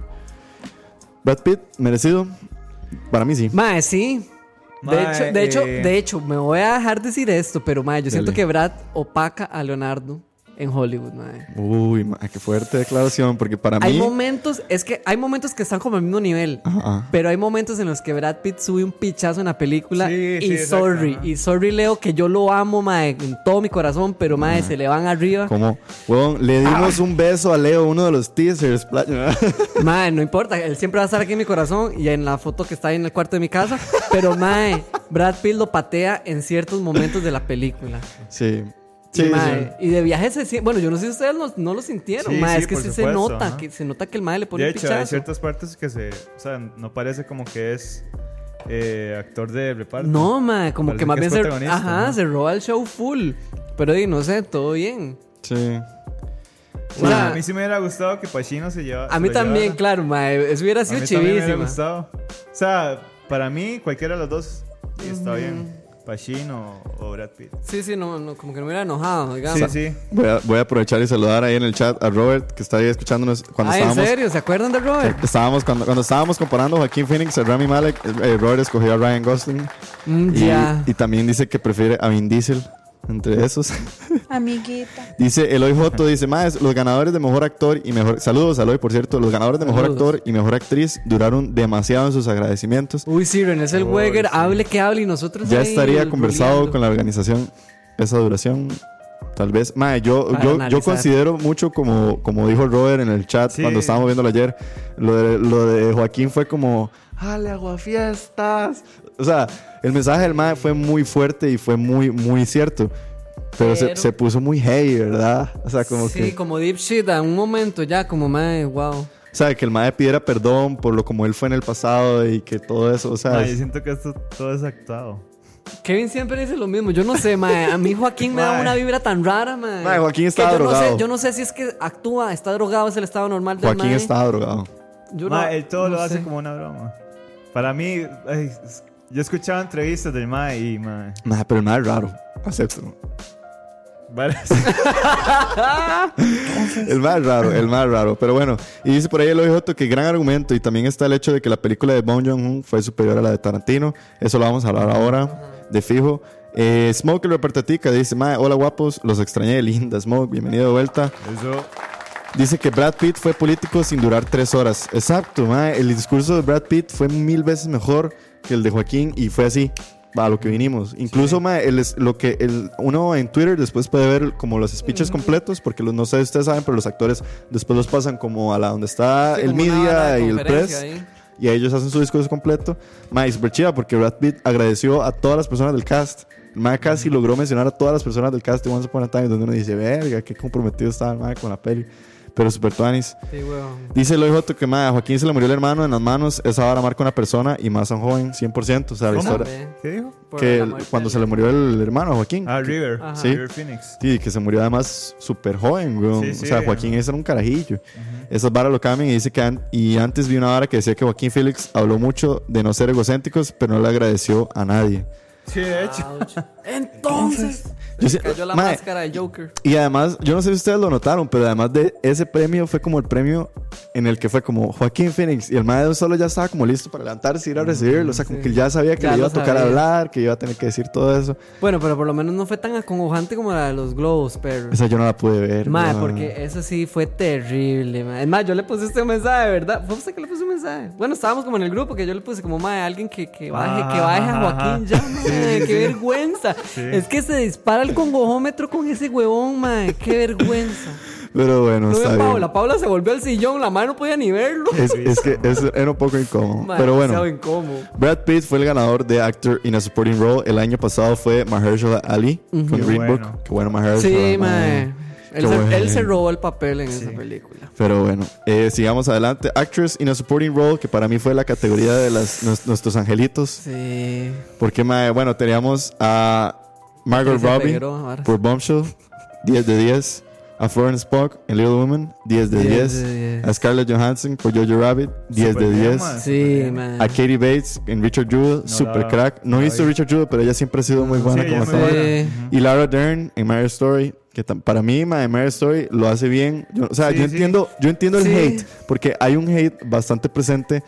A: Brad Pitt, merecido. Para mí sí.
C: Mae, ¿eh, sí. De
B: Mae,
C: hecho, de, hecho,
B: eh,
C: de hecho, me voy a dejar decir esto, pero mae, yo siento
A: Dale.
C: que Brad opaca a Leonardo en Hollywood, mae.
A: Uy, ma, qué fuerte declaración, porque para
C: Hay
A: mí.
C: momentos, es que hay momentos que están como al mismo nivel,
A: Ajá.
C: pero hay momentos en los que Brad Pitt sube un pichazo en la película
B: Sí,
C: y
B: sí, exacto,
C: sorry,
B: ajá.
C: y sorry Leo que yo lo amo, mae, con todo mi corazón, pero mae, se le van arriba.
A: Como, weón, le dimos un beso a Leo, uno de los teasers. pla-
C: Mae, no importa, él siempre va a estar aquí en mi corazón y en la foto que está ahí en el cuarto de mi casa. Pero mae, Brad Pitt lo patea en ciertos momentos de la película.
A: sí.
C: Sí,
A: Sí,
C: mae, Y de viaje se siente. Bueno, yo no sé si ustedes lo- no lo sintieron,
B: Sí,
C: mae.
B: sí,
C: es que
B: por
C: sí se
B: supuesto,
C: nota,
B: ajá.
C: que se nota que el mae le pone
B: De
C: un
B: hecho, hay
C: pichazo.
B: ciertas partes que se. O sea, no parece como que es eh, actor de reparto.
C: No, mae, como
B: Parece
C: que más
B: que
C: bien
B: es
C: se,
B: protagonista,
C: ajá,
B: ¿no?
C: se roba el show full. Pero di, no sé, todo bien.
A: sí. Sí.
C: O sea,
B: a mí sí me hubiera gustado que Pacino se llevara.
C: a mí también, claro, mae. Eso hubiera
B: A
C: sido
B: mí también me hubiera
C: chivísimo.
B: gustado. O sea, para mí, cualquiera de los dos está bien. Pacino o Brad Pitt.
C: Sí, sí, no, no, como que no me hubiera enojado, digamos.
B: Sí, sí.
A: Voy a, voy a aprovechar y saludar ahí en el chat a Robert, que está ahí escuchándonos cuando
C: Ah, ¿en
A: estábamos eh,
C: serio? ¿Se acuerdan de Robert?
A: Estábamos cuando, cuando estábamos comparando a Joaquín Phoenix a Rami Malek, eh, Robert escogió a Ryan Gosling
C: Mm,
A: y,
C: ya.
A: y también dice que prefiere a Vin Diesel entre esos.
D: Amiguita.
A: dice Eloy Joto dice, "Más los ganadores de mejor actor y mejor saludos Eloy, por cierto, los ganadores de mejor
C: Saludos.
A: actor y mejor actriz duraron demasiado en sus agradecimientos.
C: Uy, sí, René es el
B: Uy,
C: Weger,
B: sí.
C: hable que hable y nosotros.
A: Ya
C: ahí
A: estaría conversado
C: ruleando.
A: con la organización esa duración. Tal vez, mae, yo,
C: Para
A: yo, yo
C: analizar.
A: considero mucho como, como dijo Robert en el chat
B: Sí.
A: cuando estábamos viéndolo ayer, lo de, lo de Joaquín fue como, ¡Ale, aguafiestas! O sea, el mensaje del mae fue muy fuerte y fue muy, muy cierto. Pero, se,
C: Pero-
A: se puso muy heavy, ¿verdad? O sea, como
C: sí,
A: que...
C: como deep shit, a un momento ya, como madre, wow.
A: O sea, que el mae pidiera perdón por lo como él fue en el pasado y que todo eso, o sea...
B: Ay,
A: Ah, es-
B: yo siento que esto todo es actuado.
C: Kevin siempre dice lo mismo, yo no sé, mae. A mí Joaquín me da
B: Mae.
C: una vibra tan rara, mae.
A: Mae, Joaquín
C: Que
A: está
C: yo No
A: drogado.
C: sé, yo no sé si es que actúa, está drogado, es el estado normal del
A: Joaquín
C: mae.
A: estaba drogado.
C: Yo no-
B: Ma, él todo
C: no
B: lo hace
C: sé.
B: como una broma. Para mí, ay, es- yo escuchaba entrevistas del Mae y Mae.
A: Mae, pero el mae es raro. Acepto.
B: varas.
A: El más raro, el más raro. Pero bueno, y dice por ahí el Joto que gran argumento. Y también está el hecho de que la película de Bong Joon-ho fue superior a la de Tarantino. Eso lo vamos a hablar ahora, de fijo. Eh, Smoke el repartatica dice: "Mae, Hola guapos, los extrañé, linda Smoke, bienvenido de vuelta.
B: Eso,
A: Dice que Brad Pitt fue político sin durar tres horas. Exacto, mae. El discurso de Brad Pitt fue mil veces mejor que el de Joaquín y fue así. A lo que vinimos. Incluso, mae, el es- lo que el- uno en Twitter después puede ver como los speeches completos, porque los, no sé si ustedes saben, pero los actores después los pasan como a la donde está
C: Sí,
A: el
C: como una vara
A: media
C: de
A: y el
C: conferencia
A: press.
C: ahí.
A: Y ellos hacen su discurso completo. Mae, y súper chida porque Brad Pitt agradeció a todas las personas del cast. El Mae casi logró mencionar a todas las personas del cast de Once Upon a Time, donde uno dice, verga, qué comprometido estaba el Mae con la peli. pero super tuanis.
C: Sí, weón.
A: Dice el OIJ que ma, a Joaquín se le murió el hermano en las manos. Esa vara marca una persona y más a un joven, 100%. O sea, la
B: ¿Cómo?
A: historia.
C: Ve,
B: ¿Qué dijo?
C: por
A: Que
C: la
A: el-
C: muerte
A: cuando
C: de-
A: se le murió el hermano a Joaquín.
B: Ah,
A: que-
B: River.
C: Ajá.
A: Sí.
B: River Phoenix.
A: Sí, que se murió además súper joven, weón.
B: Sí, sí.
A: O sea, Joaquín ese era un carajillo. Esas varas lo cambian y dice que... an- y antes vi una vara que decía que Joaquín Félix habló mucho de no ser egocéntricos, pero no le agradeció a nadie.
B: Sí, de hecho.
C: Ouch. Entonces,
A: Yo
C: se
A: sé-
C: cayó la
A: Mae,
C: máscara de Joker.
A: Y además, yo no sé si ustedes lo notaron, pero además de ese premio fue como el premio en el que fue como Joaquín Phoenix y el madre solo ya estaba como listo para levantarse y ir a recibirlo. O sea, como
C: Sí.
A: que ya sabía que
C: Ya
A: le iba
C: lo
A: a tocar
C: sabía.
A: hablar, que iba a tener que decir todo eso.
C: Bueno, pero por lo menos no fue tan acongojante como la de los globos, pero.
A: Esa yo no la pude ver.
C: Mae,
A: weón.
C: porque eso sí fue terrible, mae. Es más, yo le puse este mensaje, ¿verdad? Fue usted que le puse un mensaje. Bueno, estábamos como en el grupo que yo le puse como, mae, alguien que, que baje, que baje a Joaquín ya, mae. Qué vergüenza. Es que se dispara el congojómetro con ese huevón, mae. Qué vergüenza.
A: Pero bueno,
C: No veo
A: está
C: a
A: bien.
C: Paula. Paula se volvió al sillón, la mae no podía ni verlo.
A: Es, es que eso era un poco incómodo.
C: Mae,
A: pero bueno.
C: demasiado incómodo.
A: Brad Pitt fue el ganador de Actor in a Supporting Role. El año pasado fue Mahershala Ali con
B: Qué
A: Green Book.
B: bueno.
A: Qué bueno Mahershala.
C: Sí,
A: mae.
C: mae.
A: Qué
C: Él, se, él
A: bueno.
C: se robó el papel en esa película.
A: Pero bueno, eh, sigamos adelante. Actress in a Supporting Role, que para mí fue la categoría de las, nos- nuestros angelitos.
C: Sí.
A: Porque, mae, bueno, teníamos a Margot
C: Se
A: Robbie
C: pegó, ahora.
A: por Bombshell, 10 de 10. A Florence Pugh en Little Woman, 10 de 10.
C: 10 de 10.
A: A Scarlett Johansson por Jojo Rabbit, 10 de
B: Superman,
A: 10.
B: mae.
C: Sí, mae.
A: A Katie Bates en Richard Jewell, super
B: la-
A: crack. No
B: la
A: hizo
B: vi.
A: Richard Jewell, pero ella siempre ha sido muy buena
B: Sí,
A: como
B: ella es muy
A: actriz.
C: Sí.
B: buena. Ujú.
A: Y Lara Dern en Marriage Story, que tam- para mí, ma, de Marriage Story lo hace bien. Yo- o sea,
B: Sí,
A: yo
B: sí.
A: entiendo, yo entiendo el
C: Sí.
A: hate, porque hay un hate bastante presente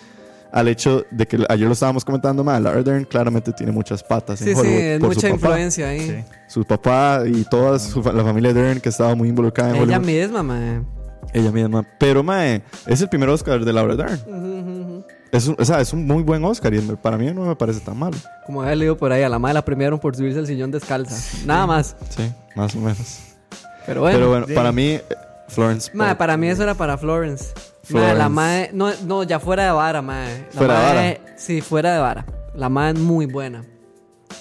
A: al hecho de que ayer lo estábamos comentando, ma, Lara Dern claramente tiene muchas patas
C: Sí,
A: en
C: sí,
A: Hollywood
C: es
A: por su
C: mucha
A: papá.
C: influencia ahí.
B: Sí.
A: Su papá y toda su fa- la familia Dern que estaba muy involucrada en
C: Ella
A: Hollywood.
C: misma, mae.
A: Ella misma. Pero, ma, eh, es el primer Oscar de Laura Dern. Es un, o sea, es un muy buen Oscar y para mí no me parece tan malo.
C: Como había leído por ahí, a la madre la premiaron por subirse al sillón descalza. Nada más.
A: Sí, más o menos.
C: Pero bueno.
A: Pero bueno,
B: sí.
A: para mí, eh, Florence.
C: Mae,
A: Pugh.
C: para mí eso era para Florence. Mae,
A: Florence.
C: la madre. No, no, ya fuera de vara, mae. La
A: Fuera de
C: mae- Sí, fuera de vara. La madre es muy buena.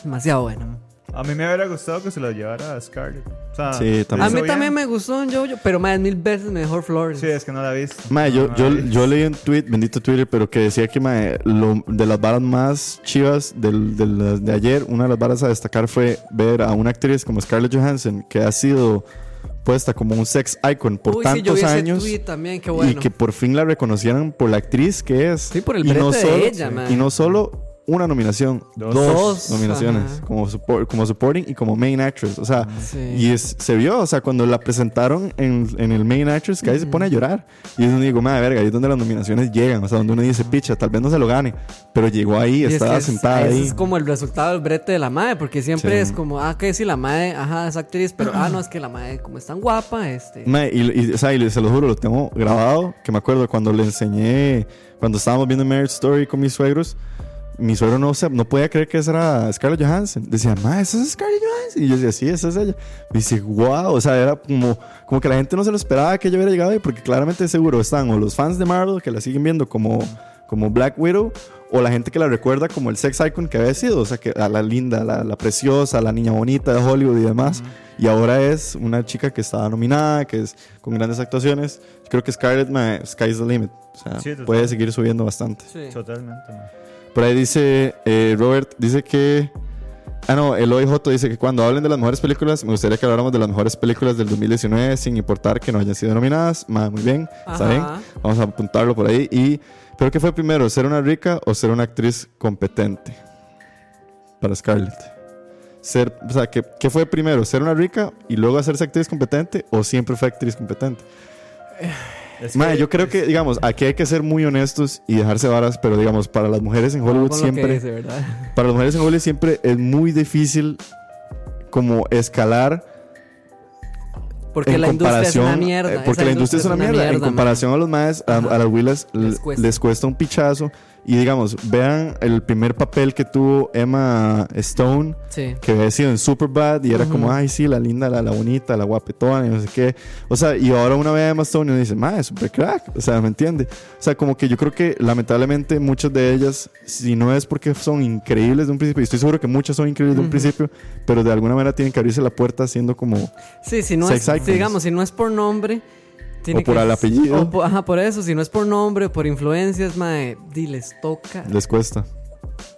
C: Demasiado buena.
B: A mí me hubiera gustado que se lo llevara a Scarlett. O sea,
A: Sí,
B: lo
A: también.
C: A
B: hizo
C: mí
B: bien.
C: también me gustó un yo pero mae, es mil veces mejor Florence.
B: Sí, es que no la he visto.
A: Mae, yo,
B: No
A: yo,
B: la he visto.
A: yo leí un tweet, bendito Twitter, pero que decía que mae, lo- de las varas más chivas del- de, las de ayer, una de las varas a destacar fue ver a una actriz como Scarlett Johansson, que ha sido puesta como un sex icon por
C: Uy, sí, yo
A: tantos
C: vi ese
A: años.
C: tweet también, qué bueno.
A: Y que por fin la reconocieran por la actriz que es.
C: Sí, por el
A: y
C: brete de ella, mae.
A: Y no solo una nominación, dos,
B: Dos.
C: Dos,
A: nominaciones
C: ajá.
A: como, support- como supporting y como main actress. O sea,
C: Sí.
A: y es- se vio, o sea, cuando la presentaron en, en el main actress, que ahí se pone a llorar. Y es donde digo, madre verga, ahí es donde las nominaciones llegan. O sea, donde uno dice, picha, tal vez no se lo gane, pero llegó ahí,
C: Y es
A: estaba
C: que es-
A: sentada
C: eso
A: ahí.
C: Es como el resultado del brete de la madre, porque siempre
A: Sí.
C: es como, ah, que si la madre, ajá, es actriz, pero ah, no, es que la madre, como es tan guapa, este.
A: Mae, y, y, o sea, y se lo juro, lo tengo grabado, que me acuerdo cuando le enseñé, cuando estábamos viendo Marriage Story con mis suegros, mi suegro no, se, no podía creer que esa era Scarlett Johansson. Decía, ma, esa es Scarlett Johansson. Y yo decía, sí, esa es ella. Me dice, wow, o sea, era como, como que la gente no se lo esperaba que ella hubiera llegado ahí, porque claramente seguro están o los fans de Marvel que la siguen viendo como, como Black Widow. O la gente que la recuerda como el sex icon que había sido, o sea, que a la linda, la, la preciosa, la niña bonita de Hollywood y demás. Y ahora es una chica que estaba nominada, que es con grandes actuaciones. Yo creo que Scarlett, ma, sky's the limit. O sea,
B: Sí, total.
A: puede seguir subiendo bastante.
C: Sí.
B: Totalmente, mae.
A: Por ahí dice eh, Robert, dice que... Ah, no, el OIJ dice que cuando hablen de las mejores películas, me gustaría que habláramos de las mejores películas del 2019, sin importar que no hayan sido nominadas. Ma, muy bien, está
C: Ajá.
A: bien. Vamos a apuntarlo por ahí. Y, ¿pero qué fue primero, ser una rica o ser una actriz competente? Para Scarlett. Ser, o sea, ¿qué, qué fue primero, ser una rica y luego hacerse actriz competente o siempre fue actriz competente?
B: Es
A: Mae, yo creo que, digamos, aquí hay que ser muy honestos y dejarse varas, pero digamos, para las mujeres en Hollywood
C: Con lo que
A: siempre...
C: dice, ¿verdad?
A: Para las mujeres en Hollywood siempre es muy difícil como escalar
C: Porque
A: en
C: la industria es
A: comparación
C: una mierda.
A: eh,
C: esa
A: porque la industria es una mierda, en
C: mae.
A: comparación a los maes a,
C: Ajá.
A: a las huilas l-
C: Les
A: les
C: cuesta.
A: cuesta. un pichazo y digamos vean el primer papel que tuvo Emma Stone
C: Sí.
A: que había sido en Superbad y era como ay sí la linda la, la bonita la guapetona y no sé qué o sea y ahora una vez Emma Stone y uno dice mae super crack o sea me entiende o sea como que yo creo que lamentablemente muchas de ellas si no es porque son increíbles de un principio y estoy seguro que muchas son increíbles de un principio pero de alguna manera tienen que abrirse la puerta siendo como
C: Sí, si no
A: Sex
C: es,
A: icons.
C: digamos, si no es por nombre, Tiene
A: o por
C: que-
A: al apellido.
C: o po- ajá, por eso. Si no es por nombre, por influencias, mae, di, les toca.
A: Les cuesta.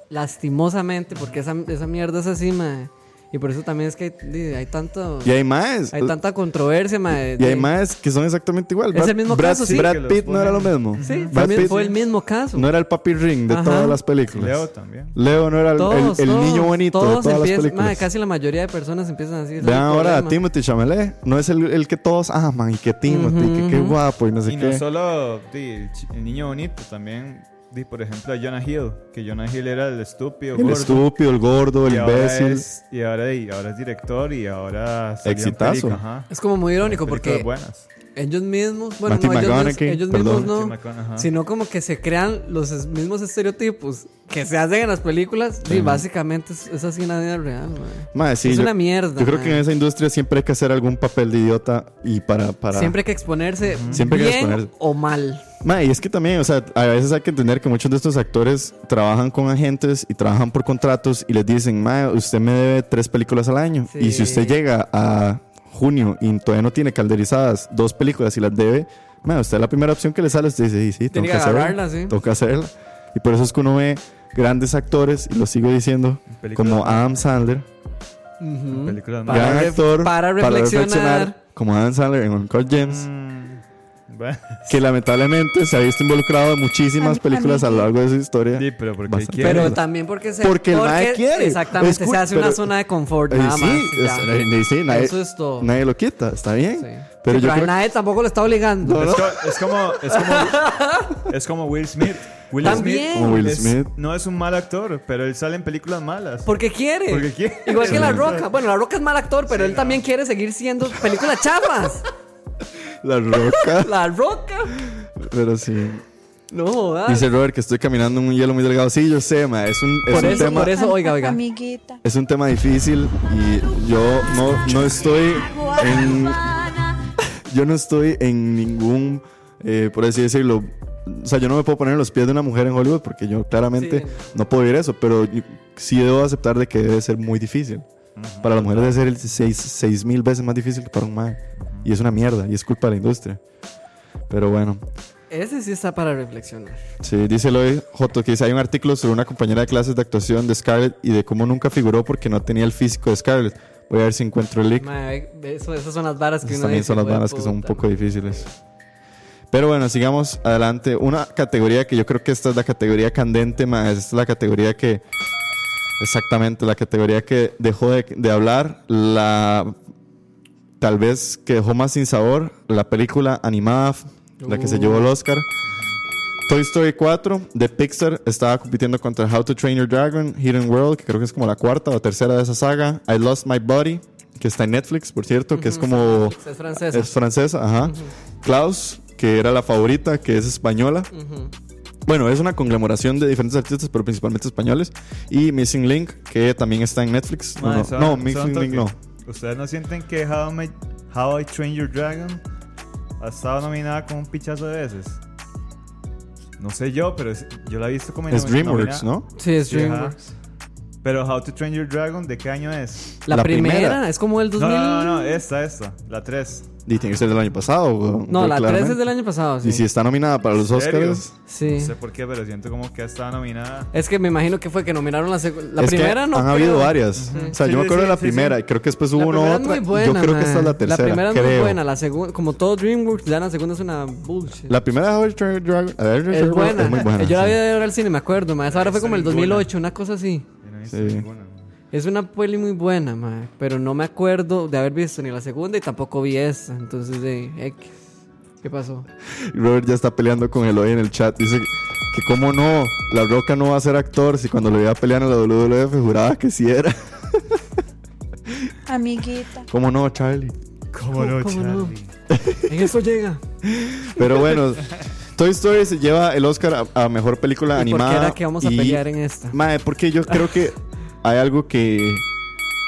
C: Lastimosamente, porque esa, esa mierda es así, mae. Y por eso también es que hay, di, hay tanto.
A: Y hay más.
C: Hay tanta controversia, mae.
A: Y hay
C: di.
A: más que son exactamente igual.
C: Es el mismo
A: Brad,
C: caso, sí.
B: Que
A: Brad
B: los
A: Pitt no era lo
B: ponen-
A: mismo.
C: Sí,
A: Brad
C: también
A: Pitt
C: fue el mismo caso.
A: No era el papi ring de
C: Ajá.
A: todas las películas.
B: Leo también.
A: Leo no era el,
C: Todos,
A: el- el
C: todos,
A: niño bonito de
C: todos
A: todas las
C: empiezan-
A: películas.
C: mae, casi la mayoría de personas empiezan así. ese es
A: Vean
C: el
A: ahora a
C: problema.
A: Timothy Chalamet. No es el, el que todos aman y que Timothy, que qué
C: Ujú.
A: guapo y no sé
B: Y
A: qué.
B: no solo di, el, chi- el niño bonito, también, di, por ejemplo, a Jonah Hill, que Jonah Hill era el estúpido.
A: el
B: gordo,
A: estúpido, el gordo, el
B: y ahora
A: imbécil.
B: es- y, ahora, y ahora es director y ahora. salió en
A: Exitazo.
B: película, ajá.
C: Es como muy irónico
B: Películas
C: porque
B: buenas.
C: ellos mismos, bueno,
A: Matthew
C: no, ellos, mis-
A: McConaughey,
C: ellos
A: perdón.
C: mismos
B: Sí,
C: pues no,
B: Macron, ajá.
C: sino como que se crean los es- mismos estereotipos que se hacen en las películas y básicamente es, es así en la vida real. mae.
A: Mae, sí,
C: es
A: yo-
C: una mierda,
A: Yo creo
C: mae.
A: que en esa industria siempre hay que hacer algún papel de idiota y para. para...
C: Siempre hay que exponerse
A: Siempre hay que
C: bien
A: exponerse.
C: o mal.
A: Mae, y es que también, o sea, a veces hay que entender que muchos de estos actores trabajan con agentes y trabajan por contratos y les dicen, mae, usted me debe tres películas al año.
C: Sí.
A: Y si usted llega a junio y todavía no tiene calderizadas dos películas y las debe, mae, usted es la primera opción que le sale. Usted dice, sí, sí, tengo
C: Tiene
A: que,
C: que
A: hacerla.
C: agarrarla, sí.
A: Tengo que hacerla. Y por eso es que uno ve grandes actores, y lo sigo diciendo,
B: Películas
A: como
B: buenas.
A: Adam Sandler,
C: Ujú.
B: Películas
C: Para
A: gran
C: ref-
A: actor,
C: para reflexionar.
A: como Adam Sandler en Uncut James.
B: Mm, bueno,
A: que lamentablemente se ha visto involucrado en muchísimas películas a lo largo de su historia.
B: sí, pero porque
A: Bastante.
B: quiere.
C: Pero
A: mierda.
C: también porque se
A: Porque el mae quiere.
C: Exactamente,
A: Escu-
C: se hace una
A: pero-
C: zona de confort
A: Eh,
C: nada
A: sí,
C: más. ya.
A: es- eh, sí, nadie,
C: Eso es todo.
A: nadie lo quita, está bien.
C: Sí.
A: Pero
C: Sí,
A: yo
C: a
A: creo
C: nadie tampoco lo está obligando.
B: Es, co- es como, es, como, es como Will Smith. Will
C: También.
B: Smith,
A: Como Will
B: es-
A: Smith.
B: no es un mal actor, pero él sale en películas malas.
C: Porque quiere.
B: Porque quiere.
C: Igual que La
B: Sí.
C: Roca. Bueno, La Roca es mal actor, pero él también quiere seguir siendo películas chafas.
A: que la roca,
C: La Roca.
A: pero sí.
C: No, jodas.
A: Dice Robert que estoy caminando en un hielo muy delgado. Sí, yo sé, ma, es un, es
C: Por
A: un
C: eso,
A: tema
C: por eso, oiga, oiga.
D: Amiguita.
A: es un tema difícil y yo no, no estoy en yo no estoy en ningún eh, por así decirlo o sea, yo no me puedo poner en los pies de una mujer en Hollywood porque yo claramente
C: Sí.
A: no puedo vivir eso, pero yo- sí debo aceptar de que debe ser muy difícil. Para las mujeres debe ser el seis, seis mil veces más difícil que para un man. Y es una mierda, y es culpa de la industria. Pero bueno,
C: Ese sí está para reflexionar.
A: Sí, dice Eloy Joto que dice, hay un artículo sobre una compañera de clases de actuación de Scarlett y de cómo nunca figuró porque no tenía el físico de Scarlett. Voy a ver si encuentro el link.
C: Mae, eh, eso- esas son las varas que
A: Esas
C: uno
A: también
C: dice,
A: son las
C: "Joder,
A: bandas que son un
C: puta".
A: poco difíciles. Pero bueno, sigamos adelante. Una categoría que yo creo que esta es la categoría candente, más es la categoría que... Exactamente, la categoría que dejó de, de hablar, la tal vez que dejó más sin sabor, la película animada, f- la que se
C: Uh.
A: llevó el Oscar. Toy Story 4 de Pixar estaba compitiendo contra How to Train Your Dragon, Hidden World, que creo que es como la cuarta o tercera de esa saga, I Lost My Body, que está en Netflix, por cierto, que es como...
C: Es francesa.
A: Es francesa, ajá. Klaus, que era la favorita, que es española. Bueno, es una conglomeración de diferentes artistas, pero principalmente españoles. Y Missing Link, que también está en
C: Ah,
A: Netflix.
B: Madre,
A: no, no,
B: son-
A: no,
B: son
A: Missing
B: toque.
A: Link no.
B: ¿Ustedes no sienten que How, Me- How I Train Your Dragon ha estado nominada con un pichazo de veces? No sé yo, pero es- yo la he visto como
A: Es
B: nomi-
A: DreamWorks,
B: nominada.
A: ¿no?
C: Sí, es
B: Sí, ajá.
C: DreamWorks.
B: Pero How to Train Your Dragon, ¿de qué año es?
C: La,
A: La
C: primera,
A: primera.
C: es como el 2000.
B: No, no, no, no, esta, esta, la 3.
A: Y tiene que ser del año pasado. weón,
C: No, la 3 es
A: claramente.
C: del año pasado. Sí.
A: Y si está nominada para los
B: ¿En serio?
A: Oscars.
C: Sí.
B: No sé por qué, pero siento como que ha estado nominada.
C: Es que me imagino que fue que nominaron la segu- La
A: es que
C: primera no.
A: Han
C: creo.
A: habido varias. O sea,
B: Sí,
A: yo me acuerdo
B: sí,
A: de la
B: sí,
A: primera.
B: sí.
A: Y creo que después hubo
C: La
A: una
C: primera
A: otra.
C: es muy buena.
A: yo creo que
C: mae.
A: esta es la tercera.
C: La primera es muy
A: creo.
C: buena. La segunda, como todo DreamWorks, ya la segunda es una bullshit.
A: La primera de How Train Your Dragon. a ver,
C: es
A: Dragon
C: buena.
A: Es muy buena.
C: Yo la
A: sí.
C: vi de ver al cine, me acuerdo, ma. Esa ahora fue como el
B: Está
C: 2008, una cosa así.
B: Yo no he visto
A: Sí.
B: ninguna.
C: Es una peli muy buena, ma. Pero no me acuerdo de haber visto ni la segunda y tampoco vi esa. Entonces, de X. ¿Qué pasó?
A: Robert ya está peleando con Eloy en el chat. Dice que cómo no, La Roca no va a ser actor si cuando lo veía pelear en la WWF juraba que sí era.
D: Amiguita.
A: ¿Cómo no, Charlie?
B: ¿Cómo no,
C: cómo no?
B: Charlie?
C: En eso llega.
A: Pero bueno, Toy Story se lleva el Oscar a, a mejor película
C: ¿Y por
A: animada.
C: qué era que vamos a
A: y-
C: pelear en esta?
A: Mae, porque yo creo que hay algo que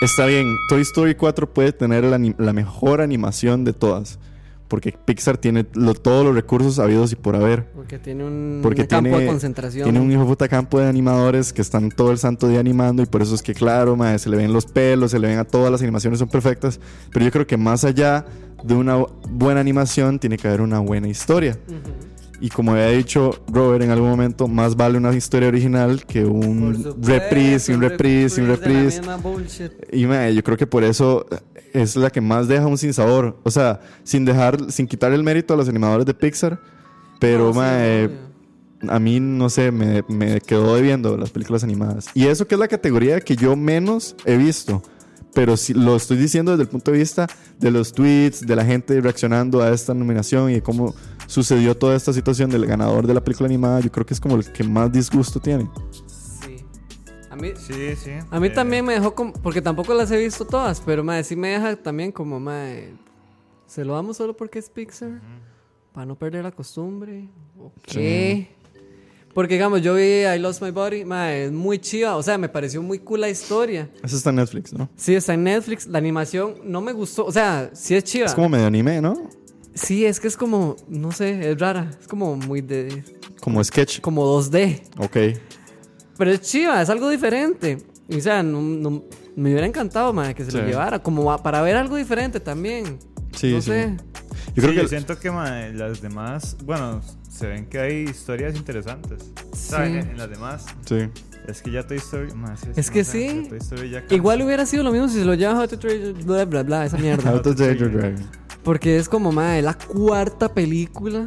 A: está bien. Toy Story 4 puede tener la, ani- la mejor animación de todas. porque Pixar tiene lo- todos los recursos habidos y por haber.
C: Porque tiene un,
A: Porque
C: un campo
A: tiene,
C: de concentración.
A: tiene un hijo de puta campo de animadores que están todo el santo día animando y por eso es que, claro, mae, se le ven los pelos, se le ven a todas las animaciones, son perfectas. Pero yo creo que más allá de una buena animación, tiene que haber una buena historia.
C: Ujú.
A: Y como había dicho Robert en algún momento, más vale una historia original que
C: Por
A: un
C: supuesto,
A: reprise, y un reprise, y un
C: de la
A: reprise.
C: misma bullshit.
A: Y mae, yo creo que por eso es la que más deja un sinsabor. O sea, sin dejar, sin quitar el mérito a los animadores de Pixar. Pero
C: No, sí,
A: mae,
C: obvio.
A: a mí, no sé, me, me quedó debiendo las películas animadas. Y eso que es la categoría que yo menos he visto. Pero sí, lo estoy diciendo desde el punto de vista de los tweets, de la gente reaccionando a esta nominación y de cómo sucedió toda esta situación del ganador de la película animada. Yo creo que es como el que más disgusto tiene.
C: Sí. A mí,
B: Sí, sí.
C: a mí
B: Eh,
C: también me dejó como, porque tampoco las he visto todas, pero mae, sí me deja también como mae, se lo damos solo porque es Pixar, para no perder la costumbre. ¿O qué? Porque digamos, yo vi I Lost My Body, mae, es muy chiva, o sea, me pareció muy cool la historia.
A: Eso está en Netflix, ¿no?
C: Sí, está en Netflix, la animación no me gustó, o sea, sí es chiva.
A: Es como medio anime, ¿no?
C: Sí, es que es como, no sé, es rara, es como muy de
A: Como sketch.
C: como 2D.
A: Ok.
C: Pero es chiva, es algo diferente. Y, O sea, no, no- me hubiera encantado, madre, que se lo
A: Sí.
C: llevara. Como a- para ver algo diferente también.
A: Sí,
C: no
A: sí.
C: sé.
A: Yo creo
B: sí,
A: que
B: yo siento que mae, las demás, bueno, se ven que hay historias interesantes. ¿Saben?
C: Sí.
B: En, en las demás,
A: Sí.
B: es que ya Toy Story. mae,
C: Es que
B: o sea,
C: sí.
B: Toy Story ya cansa.
C: Igual hubiera sido lo mismo si se lo llevaba a bla, bla, bla, esa mierda.
A: How to Date Your
B: Sí.
A: Dragon.
C: Porque es como, madre, la cuarta película.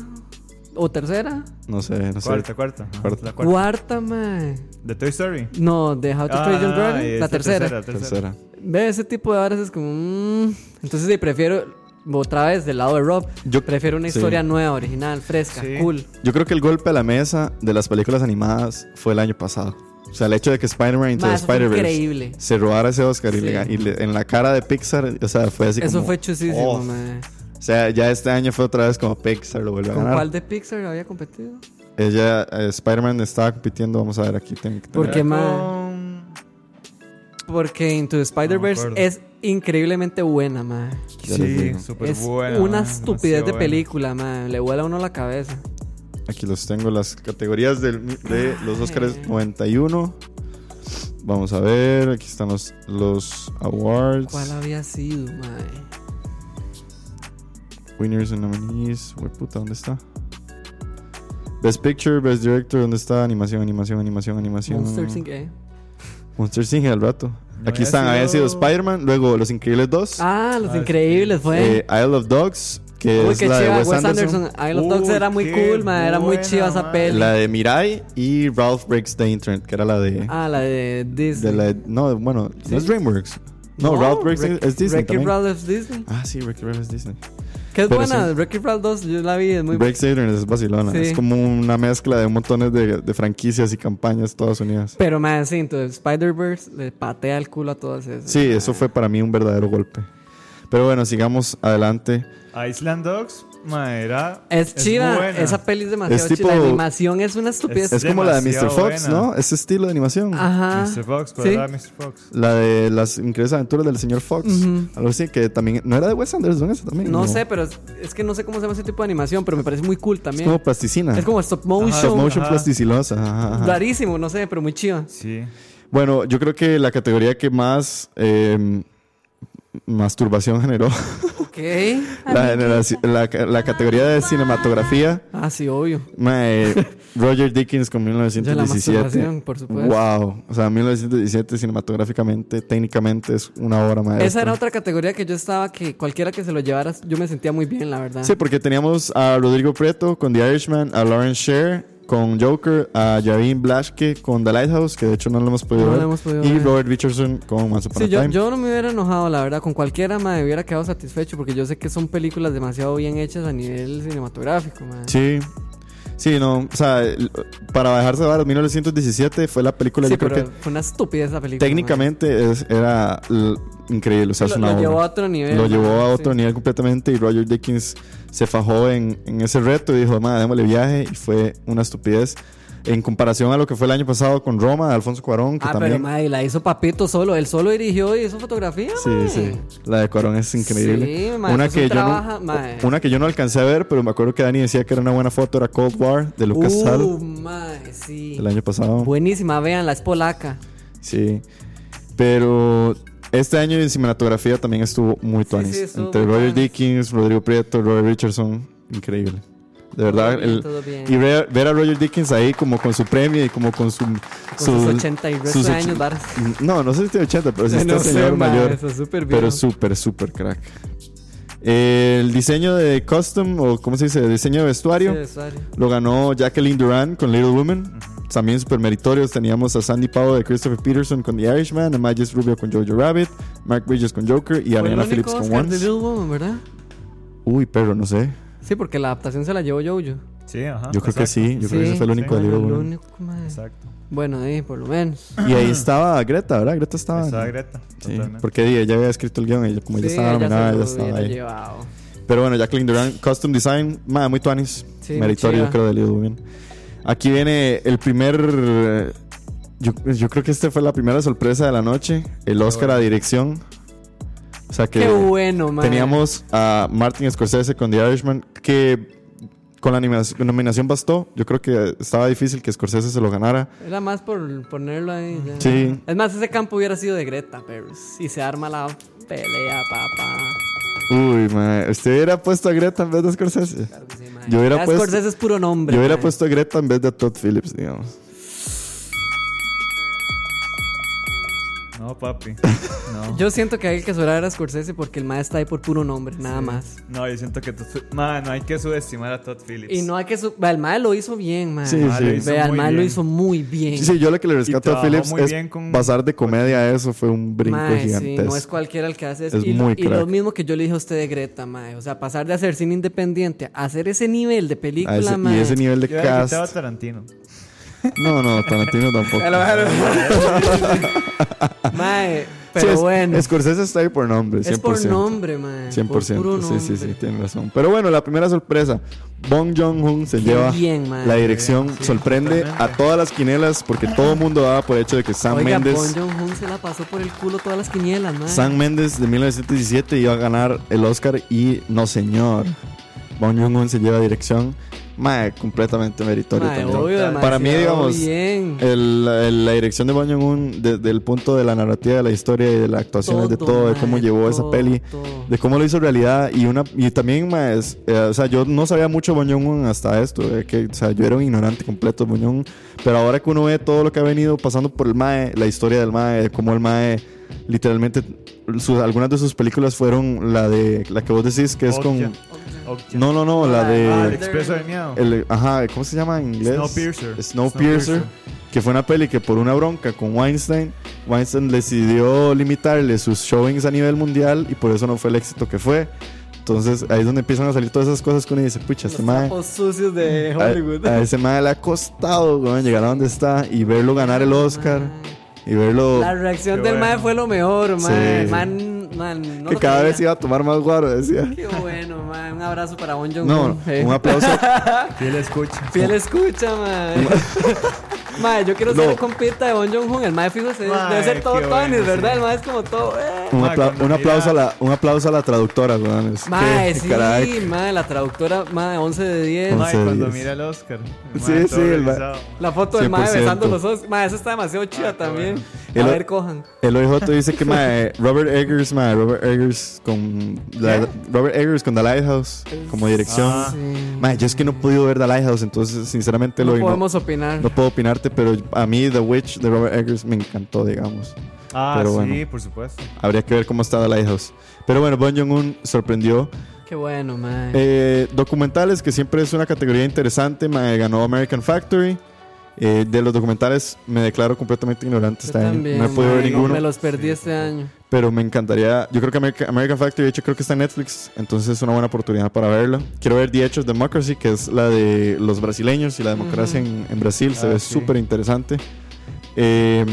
C: ¿O tercera?
A: No sé, no sé.
B: Cuarta, cuarta. ajá,
A: Cuarta.
B: La cuarta.
C: Cuarta, madre.
B: De Toy Story.
C: No, de How to Train Your
B: Ah,
C: Dragon,
B: es
C: la tercera.
A: Tercera.
C: Ve ese tipo de horas es como. mm. Entonces, sí, prefiero. Otra vez del lado de Rob.
A: Yo-
C: Yo prefiero una
A: sí.
C: historia nueva, original, fresca,
B: Sí.
C: cool.
A: Yo creo que el golpe a la mesa de las películas animadas fue el año pasado. O sea, el hecho de que Spider-Man Into
C: Ma,
A: the
C: eso fue
A: Spider-Verse
C: increíble.
A: se robara ese Oscar y,
C: Sí.
A: le, ga- y le- en la cara de Pixar, o sea, fue así
C: Eso
A: como,
C: fue chusísimo,
A: "Oh".
C: mae.
A: O sea, ya este año fue otra vez como Pixar lo vuelve a
C: ¿Con
A: ganar.
C: cuál de Pixar había competido?
A: Ella, eh, Spider-Man estaba compitiendo, vamos a ver aquí. tiene que tener-
C: Porque, mae,
B: Con-
C: porque Into the Spider-Verse
B: No me acuerdo.
C: es increíblemente buena, mae.
A: Ya les
B: Sí,
A: digo.
B: súper
C: es
B: buena.
C: una
B: mae,
C: estupidez
B: demasiado
C: de
B: buena.
C: película, mae. Le vuela a uno la cabeza.
A: Aquí los tengo, las categorías del- de los
C: Eh.
A: Oscars 91. Vamos a ver, aquí están los, los awards.
C: ¿Cuál había sido, mae?
A: Winners and nominees. Güey, puta, ¿dónde está? Best Picture, Best Director, ¿dónde está? Animación, animación, animación, animación.
C: Monsters Inc. eh.
A: Monster Inc. al rato.
B: No
A: Aquí
B: había
A: están, había sido
B: sido-
A: Spider-Man, luego Los Increíbles 2,
C: Ah, Los
B: Ah,
C: Increíbles
A: eh,
C: fue.
A: Isle of Dogs, que
C: Uy,
A: es
C: qué
A: la de
C: chiva.
A: Wes Anderson,
C: I Love Dogs
B: Uy,
C: era muy
B: qué
C: cool, mae. Era muy
B: buena,
C: chiva esa
B: mae.
C: peli.
A: la de Mirai y Ralph Breaks the Internet, que era la de.
C: Ah, la de Disney.
A: de la, no, bueno,
C: Sí.
A: no es Dreamworks. No, Ralph Breaks the-
C: Wreck-
A: es Disney.
C: Wreck-It
A: también.
C: Ralph es Disney.
A: Ah, sí, Wreck-It Ralph es Disney.
C: Que es
A: Pero
C: buena.
A: sí.
C: Wreck-It Ralph 2, yo la vi, es muy
A: Breaks the Internet es Barcelona.
C: Sí.
A: Es como una mezcla de montones de, de franquicias y campañas todas unidas.
C: Pero más sí, entonces Spider-Verse le patea el culo a todas esas.
A: Sí, eso fue para mí un verdadero golpe. Pero bueno, sigamos adelante.
B: Island Dogs, mae, era.
C: Es chiva,
B: buena.
C: esa peli es demasiado
A: Es tipo-
C: chiva. La animación es una estupidez.
A: Es como la de Mr.
B: demasiado
A: Fox,
B: buena.
A: ¿no? Ese estilo de animación.
C: Ajá.
B: Mr. Fox, ¿cuál
C: Sí.
B: era Mr. Fox?
A: La de las increíbles aventuras del señor Fox.
C: Ujú.
A: Algo así que también. No era de Wes Anderson, esa también.
C: No sé, pero es, es que no sé cómo se llama ese tipo de animación, pero me parece muy cool
A: Es
C: también.
A: como plasticina.
C: Es como
B: Ajá,
C: stop
B: stop
C: motion.
A: motion
B: Ajá.
A: plasticilosa. Ajá, ajá.
C: Rarísimo, no sé, pero muy chiva.
B: Sí.
A: Bueno, yo creo que la categoría que más eh, masturbación generó
C: Ok.
A: la, generaci- la, ca- la categoría de cinematografía.
C: Ah, sí, obvio.
A: Mae, Roger Dickens con
C: Ya la
A: 1917.
C: masturbación, por supuesto.
A: Wow, o sea, 1917 cinematográficamente, técnicamente es una obra maestra.
C: Esa era otra categoría que yo estaba que cualquiera que se lo llevara, yo me sentía muy bien, la verdad.
A: Sí, porque teníamos a Rodrigo Prieto con The Irishman, a Lauren Sher con Joker, a Javin Blaschke con The Lighthouse, que de hecho no lo hemos podido
C: No lo
A: ver,
C: hemos podido
A: y
C: ver.
A: Robert Richardson con Once Upon
C: Sí,
A: a
C: yo,
A: Time.
C: yo no me hubiera enojado, la verdad. Con cualquiera me hubiera quedado satisfecho porque yo sé que son películas demasiado bien hechas a nivel cinematográfico, mae.
A: Sí. Sí, no, o sea, el- para bajarse de varas, 1917 fue la película,
C: Sí,
A: yo creo
C: pero
A: que
C: fue una estupidez esa película.
A: técnicamente es- era l- increíble, o sea,
C: mae.
A: es una
C: lo, lo
A: obra.
C: llevó a otro nivel.
A: Lo
C: mae,
A: llevó a
C: sí.
A: otro nivel completamente y Roger Dickens se fajó en, en ese reto y dijo, madre, démosle viaje y fue una estupidez. en comparación a lo que fue el año pasado con Roma, de Alfonso Cuarón, que
C: Ah, pero
A: también...
C: madre, la hizo Papito solo. Él solo dirigió y hizo fotografía.
A: Sí,
C: mae.
A: sí. La de Cuarón es increíble.
C: Sí, mae,
A: una,
C: eso es un
A: que yo
C: trabaja-
A: no,
C: mae.
A: una que yo no alcancé a ver, pero me acuerdo que Dani decía que era una buena foto, era Cold War de Lucas
C: Uh,
A: Sal
C: mae, sí.
A: del año pasado.
C: Buenísima, véanla, es polaca.
A: Sí. Pero este año en cinematografía también estuvo muy tuanis.
C: sí, estuvo
A: Entre
C: muy
A: Roger
C: tuanis.
A: Dickens, Rodrigo Prieto, Robert Richardson. Increíble. De verdad,
C: bien,
A: el-
C: todo bien.
A: y ver, ver a Roger Dickens ahí como con su premio y como con su...
C: sus 80 y resto de años,
A: och-
C: varas.
A: No, no sé si tiene 80, pero sí está
C: No sé,
A: señor
C: mae,
A: mayor.
C: eso es súper
A: Pero
C: viejo.
A: súper, súper crack. El diseño de custom, o ¿cómo se dice? Diseño de vestuario.
C: Sí, usuario.
A: Lo ganó Jacqueline Duran con Little Women. También super meritorios. Teníamos a Sandy Powell de Christopher Peterson con The Irishman, a Magis Rubio con Jojo Rabbit, Mark Bridges con Joker y
C: Fue el
A: Ariana
C: único
A: Phillips con
C: Oscar de
A: Once.
C: Little Woman, ¿verdad?
A: Uy, pero no sé.
C: Sí, porque la adaptación se la llevó Jojo.
B: Sí, ajá.
A: Yo creo que
B: exacto,
A: sí. Yo creo que
C: Sí,
A: ese fue el único de Little
C: Bueno, el
A: Women.
C: único, mae.
B: Exacto.
C: Bueno, ahí, por lo menos.
A: Y ahí estaba Greta, ¿verdad? Greta estaba.
B: Estaba Greta.
A: Sí,
B: totalmente.
A: porque ella había escrito el guión. Ella, como ya
C: Sí,
A: estaba
C: ella se
A: nominada,
C: lo
A: ya estaba
C: hubiera
A: ahí.
C: llevado.
A: Pero bueno, Jacqueline Duran, Custom Design, madre, muy tuanis.
C: Sí,
A: meritorio,
C: muy
A: yo creo, de Little Women. Aquí viene el primer. eh, Yo, yo creo que esta fue la primera sorpresa de la noche. El Oscar a dirección. O sea que
C: Qué bueno, man.
A: teníamos a Martin Scorsese con The Irishman, que con la anima- nominación bastó. Yo creo que estaba difícil que Scorsese se lo ganara.
C: Era más por ponerlo ahí. ya.
A: Sí.
C: Es más, ese campo hubiera sido de Greta, pero si se arma la pelea, papá.
A: Uy, madre. Usted hubiera puesto a Greta en vez de Scorsese.
C: Claro que sí, mae.
A: Yo hubiera
C: Ya
A: puesto-
C: Scorsese es puro nombre.
A: Yo hubiera
C: mae.
A: puesto a Greta en vez de a Todd Phillips, digamos.
B: No, papi. No.
C: Yo siento que hay que sobrar a Scorsese porque el maestro está ahí por puro nombre, nada más.
B: No, yo siento que. Todd- Ma, no hay que subestimar a Todd Phillips.
C: Y no hay que. su- Vea, El mae lo hizo bien, mae.
A: Sí,
B: Ma, lo
A: sí.
B: hizo
C: Vea, el
B: muy
C: mae lo
B: bien.
C: hizo muy bien.
A: Sí, sí, yo lo que le rescato a
B: trabajó
A: Phillips
B: muy
A: es
B: bien con-
A: pasar de comedia a eso, fue un brinco
C: Mae, sí,
A: gigantesco.
C: no es cualquiera el que hace eso.
A: Es
C: y,
A: muy
C: y lo
A: crack.
C: mismo que yo le dije a usted de Greta, mae. O sea, pasar de hacer cine independiente a hacer ese nivel de película,
A: A ese-
C: mae.
A: y ese nivel de
B: Yo hubiera
A: Este cast.
B: quitado a Tarantino.
A: No, no, Tarantino tampoco.
C: Mae,
A: Sí,
C: pero
A: es-
C: bueno. Es,
A: Scorsese está ahí por nombre, 100%.
C: por nombre, mae.
A: 100%.
C: Por puro
A: sí, sí, sí,
C: nombre.
A: tiene razón. Pero bueno, la primera sorpresa. Bong Joon-ho se lleva
C: bien, man.
A: la dirección.
B: Sí,
A: Sorprende a
B: totalmente.
A: todas las quinelas porque todo el mundo daba por hecho de que Sam
C: Oiga,
A: Mendes...
C: Bon Joon-ho se la pasó por el culo todas las quinielas, mae.
A: Sam Mendes de 1917 iba a ganar el Oscar y no señor. Bong Joon-ho se lleva dirección. Mae, completamente meritorio
C: Mae,
A: también.
C: obvio,
A: Para mí,
C: demasiado
A: digamos,
C: bien.
A: el- el- la dirección de Bong Joon-ho desde el punto de la narrativa, de la historia y de las actuaciones, de
C: Todo,
A: todo, de
C: mae,
A: cómo llevó esa
C: todo,
A: peli,
C: todo.
A: de cómo lo hizo realidad y una y también mae, es- eh, o sea, yo no sabía mucho de Bong Joon-ho hasta esto, eh, que o sea, yo era un ignorante completo de Bong Joon-ho, pero ahora que uno ve todo lo que ha venido pasando por el mae, la historia del mae, de cómo el mae literalmente sus- algunas de sus películas fueron la de la que vos decís que es
B: Okja.
A: con
B: Okja.
A: no, no, no, la
B: Ah, el
A: de
B: expreso del miedo.
A: el- ajá, ¿cómo se llama en inglés?
B: Snowpiercer.
A: Snowpiercer,
B: Snowpiercer.
A: que fue una peli que por una bronca con Weinstein, Weinstein decidió limitarle sus showings a nivel mundial y por eso no fue el éxito que fue. Entonces ahí es donde empiezan a salir todas esas cosas que uno dice, pucha,
C: Los
A: este mae, Mm,
C: trapos sucios de Hollywood.
A: a, a ese mae le ha costado weón, llegar a donde está y verlo ganar el Oscar y verlo
C: La reacción
B: Qué
C: del
B: bueno.
C: mae fue lo mejor, mae.
A: Sí.
C: Man, man, no
A: que
C: lo
A: cada
C: creía.
A: vez iba a tomar más guaro, decía.
C: Qué bueno, mae. Un abrazo para Bon Joon.
A: No, un aplauso.
B: Fiel escucha.
C: Fiel escucha, mae. mae, yo quiero
A: No.
C: ser compita de Bon Joon-ho. El mae fijo se-
B: Mae,
C: debe ser todo
B: qué bueno,
C: tonis, ¿verdad?
B: sí.
C: El mae es como todo. eh.
A: Un,
B: Ma,
A: apla-
B: cuando
A: un aplauso a
B: mira-
A: la, un aplauso a la traductora, weón. Es-
C: Mae,
A: qué-
C: sí,
A: carajo.
C: mae, la traductora, mae, 11 de
B: Ma,
C: 10.
A: Once
B: y cuando
A: días.
B: mira el Oscar.
A: Sí, sí, el ma-
C: La foto del mae
A: 100%.
C: besando los ojos. Mae, esa está demasiado chida también.
A: Ah, El
C: a
A: o-
C: ver, cojan.
A: El OIJ dice que mae, Robert Eggers, mae, Robert Eggers con la- Robert Eggers con The Lighthouse como dirección.
B: Ah.
A: Mae, yo es que no he podido ver The Lighthouse, entonces sinceramente
C: No
A: lo igno-
C: podemos opinar.
A: no puedo opinarte, pero a mí The Witch de Robert Eggers me encantó, digamos.
B: Ah,
A: Pero
B: sí,
A: bueno.
B: por supuesto.
A: Habría que ver cómo está The Lighthouse. Pero bueno, Bon Jong-un sorprendió.
C: Qué bueno, mae.
A: Eh, documentales, que siempre es una categoría interesante, mae, ganó American Factory. Eh, de los documentales me declaro completamente ignorante.
C: Yo
A: este año.
C: también,
A: no he podido ver
C: mae,
A: ninguno.
C: Me los perdí este año.
A: Pero me encantaría. Yo creo que America- American Factory, de hecho, creo que está en Netflix. Entonces es una buena oportunidad para verlo. Quiero ver The Edge of Democracy, que es la de los brasileños y la democracia en, en Brasil. Se
B: Ah,
A: ve Em,
B: sí.
A: súper interesante. Eh,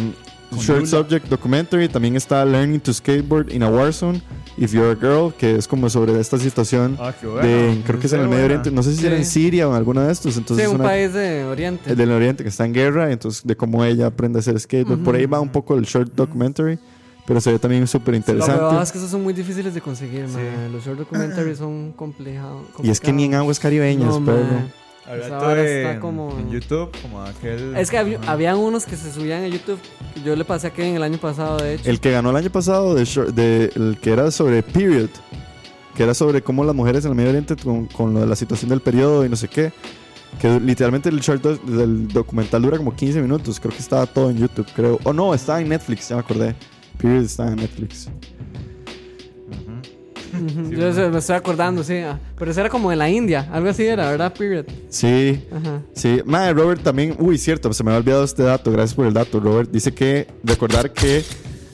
B: Con
A: Short
B: Lula.
A: Subject Documentary. También está Learning to Skateboard in a Warzone. If You're a Girl, que es como sobre esta situación
B: Ah, qué bueno.
A: de, creo que es en el
B: Muy
A: Medio
B: buena.
A: Oriente, no sé si era en
C: Sí.
A: Siria o en alguno de estos, entonces
C: Sí, un
A: una-
C: país de Oriente.
A: el del Oriente que está en guerra, y entonces de cómo ella aprende a hacer skateboard. Por ahí va un poco el short documentary, pero se ve también súper
C: Lo que pasa
A: interesante.
C: es que esos son muy difíciles de conseguir, man. Los short documentaries son complejado- complicados.
A: Y es que ni en aguas caribeñas,
C: No,
A: pero
C: man.
B: Al
C: Esa
B: rato
C: vara
B: en,
C: está como-
B: en YouTube, como aquel.
C: Es que había-
B: Ajá.
C: habían unos que se subían a YouTube. que Yo le pasé a Kevin el año pasado, de hecho.
A: el que ganó el año pasado, de short- de- el que era sobre period, que era sobre cómo las mujeres en el Medio Oriente con, con lo de la situación del periodo y no sé qué, que literalmente el short doc- del documental dura como 15 minutos, creo que estaba todo en YouTube, creo. O no, estaba en Netflix, ya me acordé. Period estaba en Netflix.
B: Ujú.
C: Ujú,
B: sí,
C: Yo se- me estoy acordando, sí. ah, Pero ese era como de la India. Algo así era, ¿verdad? Period.
A: Sí,
C: Ajá.
A: Sí, madre, Robert también. Uy, cierto, se me había olvidado este dato. Gracias por el dato, Robert. Dice que recordar que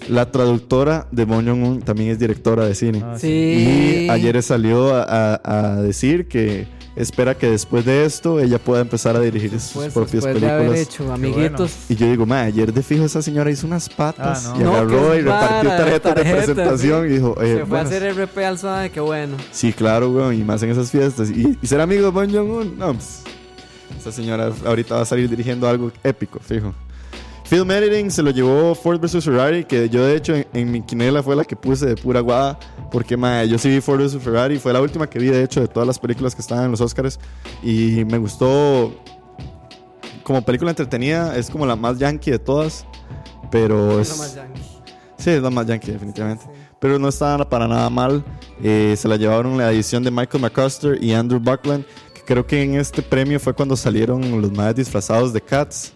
A: la traductora de Moon un también es directora de cine.
B: Ah,
C: Sí.
A: Y ayer salió a, a- a decir que espera que después de esto ella pueda empezar a dirigir sus
C: Pues,
A: propias
C: después de haber
A: películas.
C: hecho amiguitos.
A: Y yo digo, madre, ayer de fijo esa señora hizo unas patas
B: Ah, no.
A: y
C: No,
A: agarró
C: qué
A: y repartió
C: vara,
A: tarjetas de
C: tarjetas,
A: presentación y dijo,
C: Se
A: eh,
C: fue
A: buenas.
C: a hacer RP al suave, qué bueno.
A: Sí, claro, weón, y más en esas fiestas. Y, y ser amigo de Bon Jong-un, no, pues, Esa señora ahorita va a salir dirigiendo algo épico, fijo. Film Editing se lo llevó Ford vs. Ferrari, que yo de hecho en, en mi quinela fue la que puse de pura guada, porque mae, yo sí vi Ford vs. Ferrari, fue la última que vi de hecho de todas las películas que estaban en los Oscars, y me gustó como película entretenida, es como la más yankee de todas, pero
C: Es lo más
A: es...
C: yankee.
A: Sí, es la más yankee definitivamente
C: Sí.
A: pero no estaba para nada mal. Eh, se la llevaron la edición de Michael McCuster y Andrew Buckland, que creo que en este premio fue cuando salieron los más disfrazados de Cats.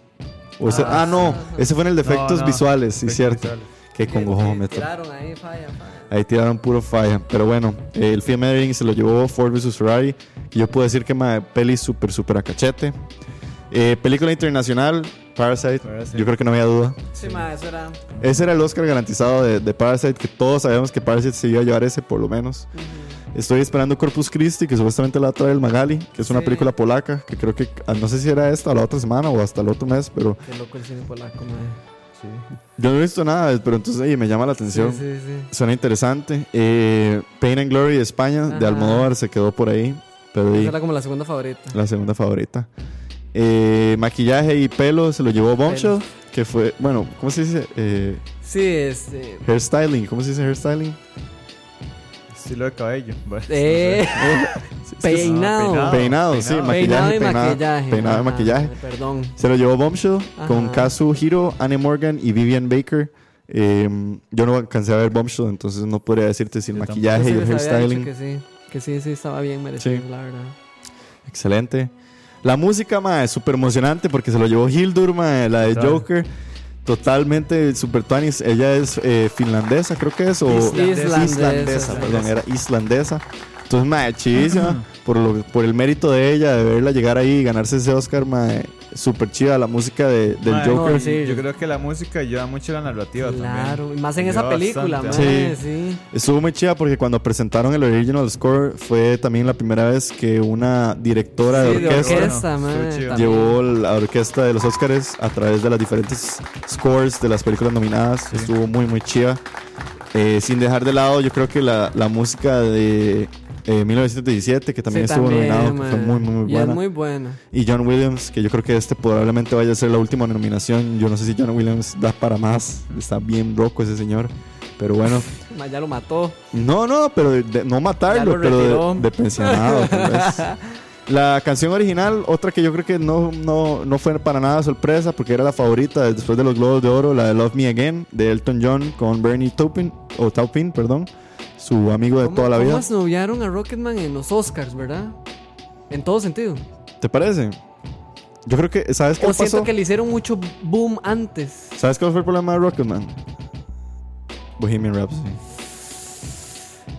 A: O ese- ah,
C: Ah,
A: no,
C: sí.
A: ese fue en el de efectos
B: No, no.
A: visuales, sí,
B: Efectos
A: cierto.
B: visuales.
A: Qué congojómetro.
C: Tiraron ahí, falla, falla.
A: Ahí tiraron puro falla. Pero bueno, eh, el film editing se lo llevó Ford vs. Ferrari. Y yo puedo decir que ma, peli súper, súper a cachete. Eh, película internacional, Parasite.
B: Parasite.
A: Yo creo que no había duda.
C: Sí, ma, eso era.
A: Ese era el Oscar garantizado de, de Parasite, que todos sabíamos que Parasite se iba a llevar ese, por lo menos. Estoy esperando Corpus Christi, que supuestamente la trae el Magali, que es una
C: Sí.
A: película polaca, que creo que ah, no sé si era esta o la otra semana o hasta el otro mes, pero
C: Qué loco el cine polaco, ma.
A: yo no he visto nada, pero entonces ey, me llama la
C: Sí,
A: atención.
C: sí, sí.
A: Suena interesante. Eh, Pain and Glory de España, de
C: Ajá.
A: Almodóvar, se quedó por ahí, pero ey,
C: Esa era como la segunda favorita.
A: la segunda favorita. Eh, maquillaje y pelo se lo llevó Bombshell, que fue, bueno, ¿cómo se dice? Eh,
C: Sí, este.
A: hairstyling, ¿cómo se dice hairstyling?
B: Estilo de cabello. pues, Bueno,
C: Eh, peinado.
B: No,
A: Peinado, sí,
B: peinado.
A: maquillaje,
C: Peinado y
A: peinado,
C: maquillaje.
A: peinado y
C: Ajá,
A: maquillaje.
C: Perdón.
A: Se lo llevó Bombshell con
C: Ajá.
A: Kazuhiro, Anne Morgan y Vivian Baker. Eh, yo no alcancé a ver Bombshell, entonces no podría decirte si el
B: Yo tampoco.
C: Yo
A: maquillaje
C: sí
A: y el
C: les había dicho
A: hairstyling.
C: que sí. Que sí, sí, estaba bien merecido, la verdad.
A: Excelente. La música, ma, es súper emocionante porque se lo llevó Hildur, ma, la de
B: Total.
A: Joker. Totalmente super tuanis. Ella es eh, finlandesa, creo que es. O
C: Islandesa.
A: islandesa, perdón, era islandesa. Entonces, ma, chidísima. por, lo- por el mérito de ella, de verla llegar ahí y ganarse ese Oscar, ma, súper chida. La música de, del
B: Mae,
A: Joker.
C: no,
B: sí,
C: sí.
B: Yo creo que la música ayuda mucho a la narrativa
C: Claro,
B: también.
C: y más en esa
B: Ayuda
C: película,
B: bastante,
C: madre,
A: Sí.
C: sí.
A: Estuvo muy chida porque cuando presentaron el original score fue también la primera vez que una directora
C: Sí,
A: de
C: de
A: orquesta
C: orquesta,
B: Estuvo
C: madre,
B: chido.
C: también.
A: llevó la orquesta de los Oscars a través de las diferentes scores de las películas nominadas.
B: Sí.
A: Estuvo muy, muy chida. Eh, sin dejar de lado, yo creo que la, la música de eh, 1917, que también
C: Sí,
A: estuvo
C: también,
A: nominado, que fue
C: madre.
A: muy, muy, muy
C: Y
A: buena.
C: es muy buena.
A: Y John Williams, que yo creo que este probablemente vaya a ser la última nominación. Yo no sé si John Williams da para más. Está bien loco ese señor. Pero bueno.
C: Ma, ya lo mató.
A: No, no, pero de, de- no
C: Ya
A: matarlo,
C: lo
A: pero
C: retiró.
A: de, de pensionado. tal vez. La canción original, otra que yo creo que no, no, no fue para nada sorpresa, porque era la favorita después de los Globos de Oro, la de Love Me Again, de Elton John con Bernie Taupin, o Taupin, perdón, su amigo de
C: ¿Cómo-
A: toda la vida.
C: ¿Cómo snobearon a Rocketman en los Oscars, verdad? En todo sentido.
A: ¿Te parece? Yo creo que, ¿sabes qué
C: O
A: le
C: siento
A: pasó?
C: que le hicieron mucho boom antes.
A: ¿Sabes cuál fue el problema de Rocketman? Bohemian Rhapsody.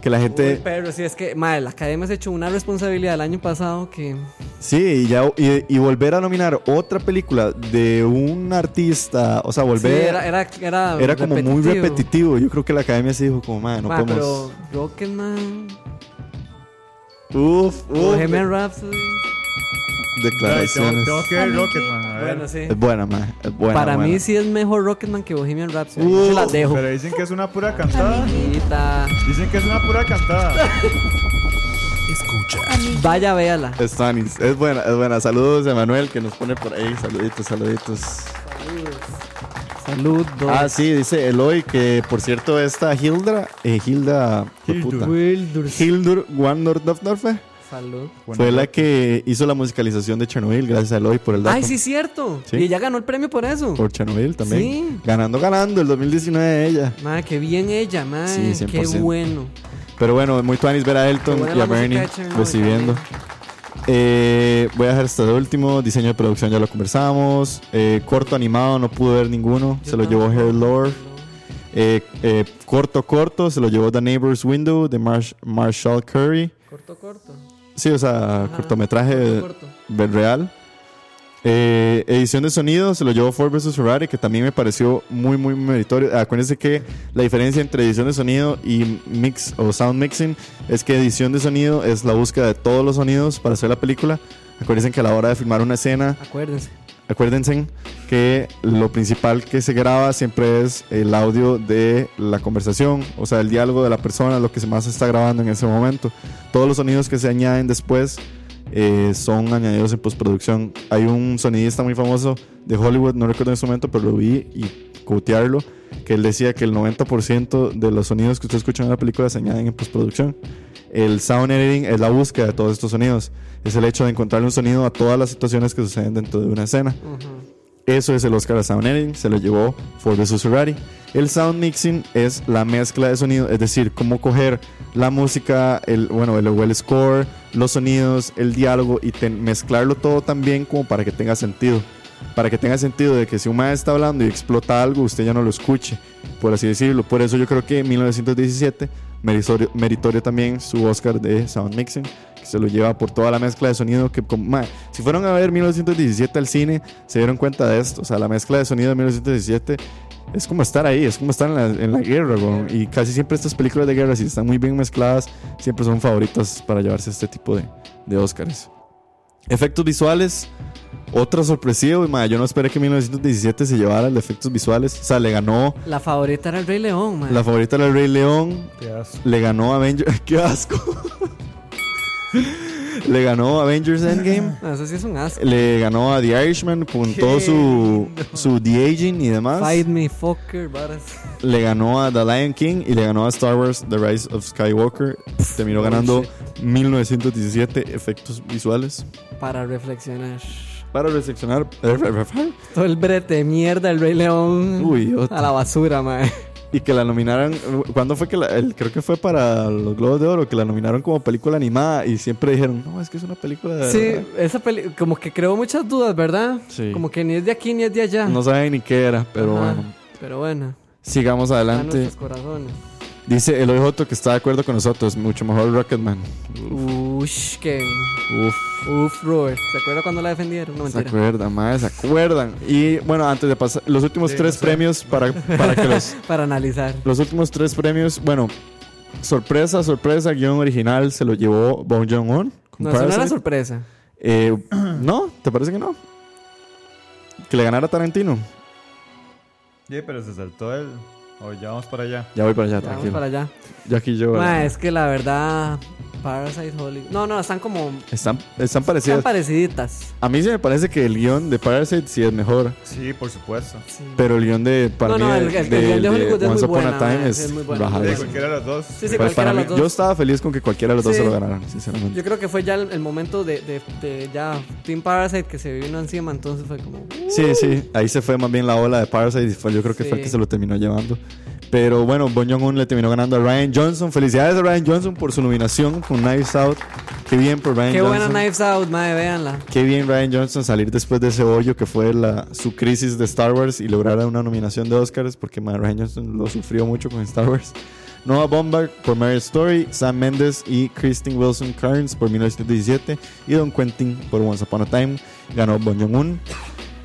A: Que la gente...
C: Uy, pero sí, es que, madre, la academia se echó una responsabilidad el año pasado que.
A: Sí, y, ya, y, y volver a nominar otra película de un artista, o sea,
C: Sí,
A: volver...
C: era, era, era,
A: Era como muy repetitivo. Yo creo que la academia se dijo como, madre, no
C: Ma,
A: podemos...
C: pero Rocketman,
A: Uf, eh. uf.
C: Bohemian Rhapsody.
B: Ay, tengo,
A: declaraciones.
B: tengo que ver Rocketman. A ver.
C: Bueno, sí.
A: Es buena, man. Es buena.
C: Para
A: buena.
C: mí sí es mejor Rocketman que Bohemian Rhapsody. Yo
A: Uh,
C: se las dejo.
B: Pero dicen que es una pura cantada.
C: Amiguita.
B: Dicen que es una pura cantada.
E: Escucha.
C: Vaya, véala.
A: Es Stanis. Es buena, es buena. Saludos a Manuel que nos pone por ahí. Saluditos, saluditos.
C: Saludos.
A: Ah, sí, dice Eloy que por cierto esta Hilda, eh, Hilda, puta.
C: Wilders.
A: Hildur Wanderdorfer
C: Salud.
A: fue la que hizo la musicalización de Chernobyl, gracias a Eloy por el dato.
C: Ay, sí, cierto.
A: Sí.
C: Y ella ganó el premio por eso.
A: Por Chernobyl también.
C: Sí.
A: Ganando, ganando el 2019 ella.
C: Madre, qué bien ella, madre.
A: Sí,
C: qué
A: 100%.
C: bueno.
A: Pero bueno, muy tuanis ver a Elton
C: Qué buena
A: y a
C: la música de
A: Bernie
C: Chernobyl
A: recibiendo. Eh, voy a dejar hasta el último. Diseño de producción ya lo conversamos. Eh, corto animado, no pude ver ninguno.
C: Yo
A: se lo llevó
C: tampoco.
A: Hair Lord. Eh, eh, corto, corto, se lo llevó The Neighbor's Window de Marsh- Marshall Curry.
C: Corto, corto.
A: Sí, o sea,
C: Ajá,
A: cortometraje
C: corto, corto.
A: del real. Eh, edición de sonido se lo llevó Ford vs Ferrari, que también me pareció muy, muy meritorio. Ah, Acuérdense que la diferencia entre edición de sonido y mix o sound mixing es que edición de sonido es la búsqueda de todos los sonidos para hacer la película. Acuérdense que a la hora de filmar una escena,
C: Acuérdense.
A: acuérdense que lo principal que se graba siempre es el audio de la conversación, o sea, el diálogo de la persona, lo que se más se está grabando en ese momento. Todos los sonidos que se añaden después eh, son añadidos en postproducción. Hay un sonidista muy famoso de Hollywood, no recuerdo en su momento, pero lo vi y cotearlo, que él decía que el 90% de los sonidos que usted escucha en la película se añaden en postproducción. El sound editing es la búsqueda de todos estos sonidos. Es el hecho de encontrarle un sonido a todas las situaciones que suceden dentro de una escena.
C: Ujú.
A: Eso es el Oscar a Sound Editing, se lo llevó Ford vs Ferrari. El Sound Mixing es la mezcla de sonido, es decir, cómo coger la música, el, bueno, el, o el score, los sonidos, el diálogo y ten- mezclarlo todo también como para que tenga sentido. Para que tenga sentido de que si un maestro está hablando y explota algo, usted ya no lo escuche, por así decirlo. Por eso yo creo que en 1917, meritorio, meritorio también su Oscar de Sound Mixing, que se lo lleva por toda la mezcla de sonido que, como- mae, si fueron a ver 1917 al cine, se dieron cuenta de esto. O sea, la mezcla de sonido de 1917 es como estar ahí, es como estar en la, en la guerra, weón. Y casi siempre estas películas de guerra, si están muy bien mezcladas, siempre son favoritas para llevarse este tipo de, de Oscars. Efectos visuales, otra sorpresiva. Y, mae, yo no esperé que 1917 se llevara los efectos visuales. O sea, le ganó
C: La favorita era el Rey León, madre.
A: la favorita del Rey León,
B: Qué asco.
A: le ganó Avengers. ¡Qué asco! le ganó Avengers Endgame.
C: No, eso sí es un asco.
A: Le ganó a The Irishman con todo su, su The Aging y demás.
C: Fight me, fucker, varas.
A: Le ganó a The Lion King y le ganó a Star Wars The Rise of Skywalker. Terminó
C: oh,
A: ganando
C: shit.
A: 1917 efectos visuales.
C: Para reflexionar.
A: Para recepcionar.
C: Todo el brete de mierda del Rey León.
A: Uy,
C: A
A: otra.
C: la basura, madre.
A: Y que la nominaran. ¿Cuándo fue que la.? el- creo que fue para los Globos de Oro, que la nominaron como película animada y siempre dijeron, no, es que es una película de.
C: Sí,
A: verdad".
C: esa peli como que creó muchas dudas, ¿verdad?
A: Sí.
C: Como que ni es de aquí ni es de allá.
A: No saben ni qué era, pero
C: Ah. Ajá,
A: bueno.
C: Pero bueno,
A: Sigamos
C: está en
A: adelante.
C: nuestros corazones.
A: Dice Eloy Joto que está de acuerdo con nosotros. Mucho mejor Rocketman.
C: Ush, Kevin.
A: Uf.
C: Uf, Robert. ¿Se acuerda cuando la defendieron? No,
A: Se
C: mentira.
A: acuerdan, madre, se acuerdan. Y bueno, antes de pasar, los últimos
B: Sí,
A: tres
B: no sé.
A: premios para, para que los.
C: Para analizar.
A: Los últimos tres premios, bueno, sorpresa, sorpresa, guión original se lo llevó Bong Joon-on. con
C: No, eso no era
A: Parasite.
C: sorpresa.
A: Eh, no, ¿te parece que no? Que le ganara Tarantino.
B: Sí, pero se saltó el. O ya vamos para allá.
A: Ya voy para allá,
C: Ya, vamos
A: tranquilo.
C: para allá.
A: Yo aquí yo.
C: Ma, es que la verdad, Parasite Hollywood. No, no, están como.
A: Están, están parecidas.
C: Están pareciditas.
A: A mí sí me parece que el guión de Parasite sí es mejor.
B: Sí, por supuesto.
C: Sí.
A: Pero el guión de para
C: No, no,
A: mí,
C: el- el
A: de,
C: guión de
A: de
C: Hollywood es
A: Once Upon
C: muy buena,
A: a Time
C: madre,
A: es,
C: sí, es muy buena.
A: rajadísima.
B: Sí,
C: Parece.
B: cualquiera de los dos.
C: Sí, sí,
A: Pues
C: cualquiera
A: para
C: de
A: mí,
C: los dos.
A: yo estaba feliz con que cualquiera de los dos
C: Sí.
A: se lo ganaran, sinceramente.
C: Yo creo que fue ya el, el momento de, de- de ya Team Parasite que se vino encima, entonces fue como. "Uh,
A: Sí, sí, ahí se fue más bien la ola de Parasite y fue- yo creo que fue el que
C: Sí.
A: se lo terminó llevando. Pero bueno, Bon Jong-un le terminó ganando a Ryan Johnson. Felicidades a Ryan Johnson por su nominación con Knives Out. Qué bien por Ryan
C: Qué
A: Johnson.
C: buena Knives Out, madre, véanla.
A: Qué bien Ryan Johnson salir después de ese hoyo que fue la, su crisis de Star Wars y lograr una nominación de Oscars porque ma, Ryan Johnson lo sufrió mucho con Star Wars. Noah Baumbach por Marriage Story, Sam Mendes y Kristen Wilson Carnes por 1917 y Don Quentin por Once Upon a Time ganó Bon Jong-un.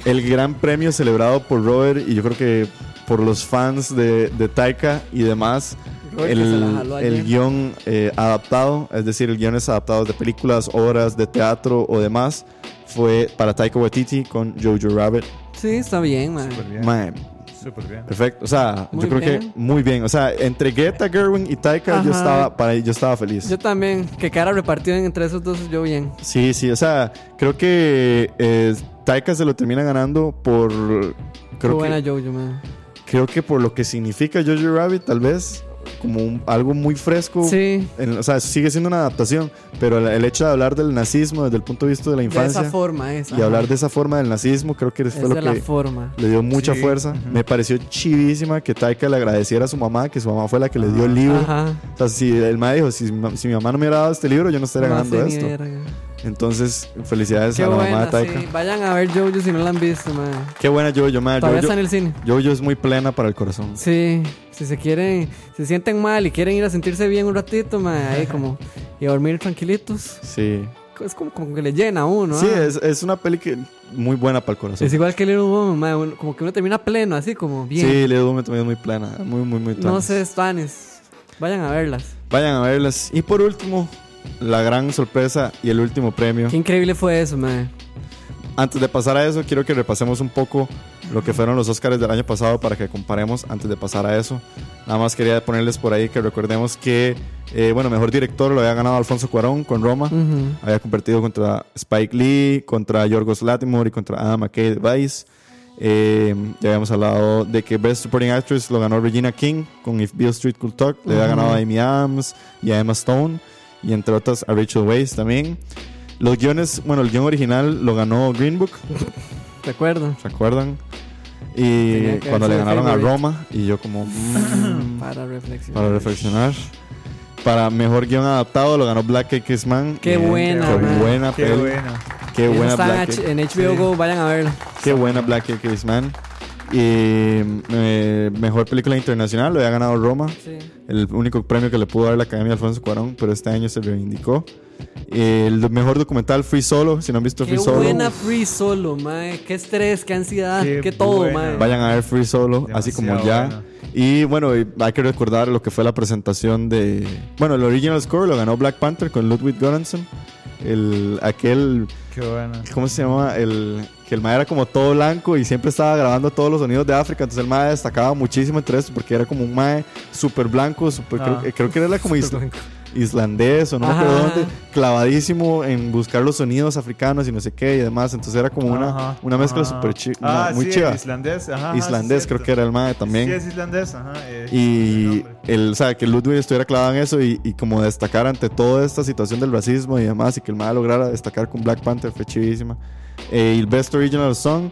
A: El gran premio celebrado por Robert y yo creo que por los fans de, de Taika y demás
C: Robert que se la
A: el,
C: jaló
A: el
C: ayer.
A: guión eh, adaptado, es decir, el guión es adaptado de películas, obras de teatro o demás. fue para Taika Waititi con Jojo Rabbit.
C: Sí, está bien, man.
B: Súper bien.
A: Mae,
B: Súper bien.
A: perfecto. O sea,
C: Muy
A: yo creo
C: bien.
A: que muy bien. O sea, entre Greta Gerwin y Taika yo
C: Ajá.
A: estaba para yo estaba feliz.
C: Yo también, que cara repartido entre esos dos, yo bien.
A: Sí, sí, o sea, creo que eh, Taika se lo termina ganando por
C: Qué
A: creo
C: buena
A: que,
C: Jojo, man.
A: creo que por lo que significa Jojo Rabbit tal vez como un- algo muy fresco.
C: Sí,
A: En- o sea, sigue siendo una adaptación, pero el, el hecho de hablar del nazismo desde el punto de vista de la
C: de
A: infancia
C: esa forma es.
A: y
C: ajá.
A: hablar de esa forma del nazismo, creo que fue
C: es
A: lo
C: de la
A: que
C: forma.
A: le dio mucha
B: Sí,
A: fuerza.
B: ujú.
A: Me pareció chivísima que Taika le agradeciera a su mamá, que su mamá fue la que le dio el libro.
C: Ajá.
A: O sea, si el madre dijo, si, mi- si mi mamá no me hubiera dado este libro, yo no estaría
C: No
A: ganando
C: hace ni
A: esto.
C: verga.
A: Entonces, felicidades
C: Qué
A: a la mamá
C: buena,
A: de Taika. Ah,
C: sí. Vayan a ver Jojo si no la han visto, man.
A: Qué buena yo, yo,
C: Todavía está en el cine.
A: es muy plena para el corazón.
C: Sí, si se quieren, se sienten mal y quieren ir a sentirse bien un ratito, ma, ahí como, y a dormir tranquilitos.
A: Sí.
C: Es como, como que le llena a uno.
A: Sí,
C: ah.
A: es, es una peli que muy buena para el corazón.
C: Es igual que Little Woman, ma, uno- como que uno termina pleno, así como bien.
A: Sí, Little Women también es muy plena. Muy, muy, muy plena.
C: no sé, Stanis. Vayan a verlas.
A: Vayan a verlas. Y por último, la gran sorpresa y el último premio.
C: Qué increíble fue eso, ma.
A: Antes de pasar a eso, quiero que repasemos un poco lo que fueron los Oscars del año pasado para que comparemos antes de pasar a eso. Nada más quería ponerles por ahí que recordemos que, eh, bueno, mejor director lo había ganado Alfonso Cuarón con Roma.
C: Ujú.
A: Había competido contra Spike Lee, contra Yorgos Latimore y contra Adam McKay de Vice. Eh, ya habíamos hablado de que Best Supporting Actress lo ganó Regina King con If Bill Street Could Talk. Le había
C: Ujú.
A: ganado a Amy Adams y a Emma Stone. Y entre otras a Rachel Weisz también. Los guiones, bueno, el guión original lo ganó Green Book,
C: ¿Te acuerdas?
A: ¿se acuerdan? Y
C: Tenía que
A: cuando
C: haber
A: le
C: sido
A: ganaron a
C: favorite.
A: Roma, y yo como... mm,
C: Para reflexionar.
A: para reflexionar. Para mejor guión adaptado lo ganó Black Cake Kiss Man.
C: Qué buena,
A: Qué
C: man.
A: buena
B: Qué
A: peli.
B: bueno.
A: Qué
C: Si no
A: buena
C: están
A: Black
C: H-
A: Eyed-
C: en HBO
B: Sí.
C: Go, vayan a verla.
A: Qué buena Black Eyed Peas, man. Y eh, mejor película internacional lo había ganado Roma,
C: Sí.
A: el único premio que le pudo dar la Academia de Alfonso Cuarón, pero este año se reivindicó. El mejor documental Free Solo, si no han visto
C: Qué
A: Free Solo,
C: buena Free Solo, ma. Qué estrés, qué ansiedad, qué,
B: Qué
C: todo,
B: buena.
C: ma.
A: vayan a ver Free Solo, así como
B: Demasiado
A: ya.
B: bueno.
A: Y bueno, y hay que recordar lo que fue la presentación de. Bueno, el original score lo ganó Black Panther con Ludwig Göransson. El, aquel
B: Qué bueno.
A: ¿Cómo se llama? El, que el mae era como todo blanco y siempre estaba grabando todos los sonidos de África. Entonces el mae destacaba muchísimo entre eso porque era como un mae súper blanco, súper-
B: Ah.
A: creo, eh, creo que era como isla- islandés o no me
C: Ajá.
A: acuerdo dónde, clavadísimo en buscar los sonidos africanos y no sé qué y demás. Entonces era como una,
B: Ajá,
A: una mezcla
B: ajá.
A: súper chi-
B: Ah,
A: una- muy
B: sí,
A: chiva.
B: Islandés, ajá.
A: Islandés creo que era el mae también.
B: También. Sí, es islandés, ajá. eh, el
A: Y
B: nombre.
A: el, o sea, que Ludwig estuviera clavado en eso y, y como destacar ante toda esta situación del racismo y demás, y que el MAD lograra destacar con Black Panther fue chivísima. Eh, y el Best Original Song,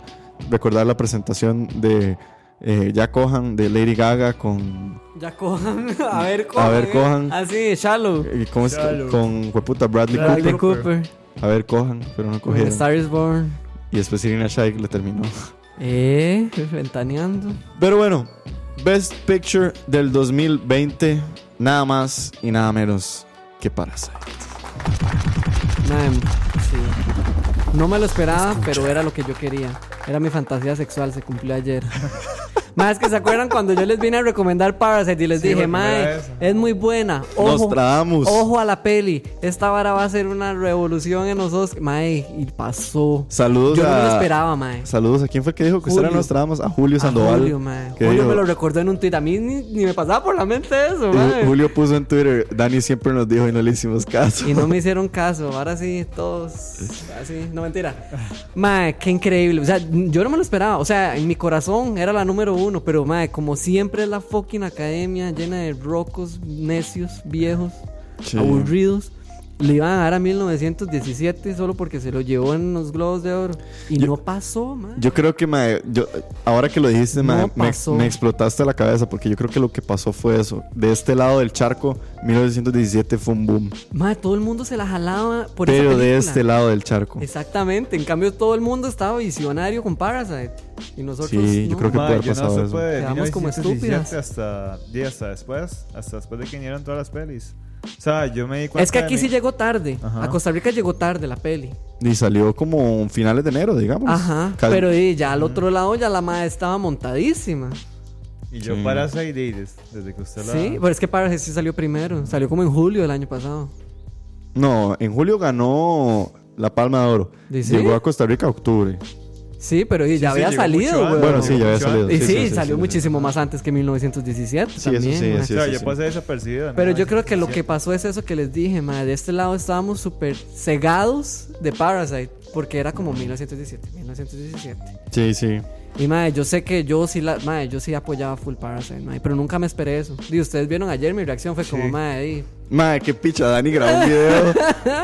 A: recordar la presentación de eh, Jack Cohan, de Lady Gaga con,
C: Ya cojan. A ver, cojan.
A: ver,
C: eh.
A: cojan.
C: Ah, sí, Shallow.
A: eh, ¿cómo es?
B: Shallow.
A: con jueputa, Bradley
B: Bradley
C: Bradley
A: Cooper.
C: Cooper.
B: Cooper.
A: A ver, Cohan, pero no
C: Con
A: cogieron.
C: Star is Born.
A: Y después Irina Shayk le terminó.
C: Eh, ventaneando.
A: Pero bueno, Best Picture del 2020, nada más y nada menos que Parasite.
C: Man, sí. No me lo esperaba, pero era lo que yo quería. Era mi fantasía sexual, se cumplió ayer. Más que se acuerdan cuando yo les vine a recomendar Parasite y les
B: Sí,
C: dije,
B: por primera
C: mae,
B: vez".
C: es muy buena. Ojo,
A: Nostradamus.
C: ojo a la peli. Esta vara va a ser una revolución en nosotros. Mae, y pasó.
A: Saludos
C: Yo
A: a.
C: no me lo esperaba, mae.
A: Saludos a quién fue el que dijo que usted era
C: Julio.
A: Nostradamus, a Julio Sandoval.
C: A Julio, mae.
A: que
C: Julio
A: dijo-
C: me lo recordó en un tweet. A mí ni, ni me pasaba por la mente eso,
A: eh,
C: mae.
A: Julio puso en Twitter, Dani siempre nos dijo y no le hicimos caso.
C: Y no me hicieron caso, ahora sí, todos así, no mentira. Mae, qué increíble. O sea, yo no me lo esperaba. O sea, en mi corazón era la número uno, pero mae, como siempre la fucking academia llena de rocos, necios, viejos,
A: Sí.
C: aburridos. Le iban a dar a 1917 solo porque se lo llevó en los globos de oro. Y
A: Yo-
C: no pasó, mae.
A: Yo creo que mae, yo, ahora que lo dijiste, mae,
C: No
A: me,
C: pasó.
A: me explotaste la cabeza porque yo creo que lo que pasó fue eso. De este lado del charco, 1917 fue un boom.
C: Mae, todo el mundo se la jalaba por esa
A: pero de
C: película.
A: este lado del charco.
C: Exactamente. En cambio, todo el mundo estaba visionario con Parasite. Y nosotros.
A: Sí, yo
C: no,
A: creo que
C: mae.
A: puede haber
B: yo
A: pasado
B: no pues,
A: eso.
B: supe de
C: Quedamos como
B: 1917
C: estúpidas.
B: Hasta, y hasta después, hasta después de que vinieron todas las pelis. O sea, yo me di cuenta.
C: Es que aquí
B: de
C: sí
B: mí-
C: llegó tarde.
B: Ajá.
C: A Costa Rica llegó tarde la peli.
A: Y salió como finales de enero, digamos.
C: Ajá.
A: Casi-
C: Pero eh, ya al otro lado ya la madre estaba montadísima.
B: Y yo
A: Sí.
B: Parasite Dates, desde que usted la.
C: Sí, pero es que Parasite sí salió primero. Salió como en julio del año pasado.
A: No, en julio ganó la Palma de Oro.
C: ¿Y sí?
A: Llegó a Costa Rica octubre.
C: Sí, pero y ya
B: sí,
C: había
B: llegó
C: salido,
B: mucho antes.
C: güey.
A: Bueno, sí, ya había
B: mucho
A: salido.
C: Y sí,
A: sí,
C: salió
A: sí.
C: muchísimo más antes que 1917
A: Sí, eso
C: también.
A: sí,
C: ma.
A: sí,
B: o sea,
A: sí,
B: yo
A: sí.
B: pasé desapercibido.
C: Pero yo creo que lo que pasó es eso que les dije, ma. De este lado estábamos súper cegados de Parasite, porque era como 1917, 1917.
A: Sí, sí.
C: Y madre, yo sé que yo sí la, madre, yo sí apoyaba full Parasite, madre, pero nunca me esperé eso. Y ustedes vieron ayer mi reacción fue como,
B: Sí.
C: madre, y-
A: Madre, qué picha, Dani grabó un video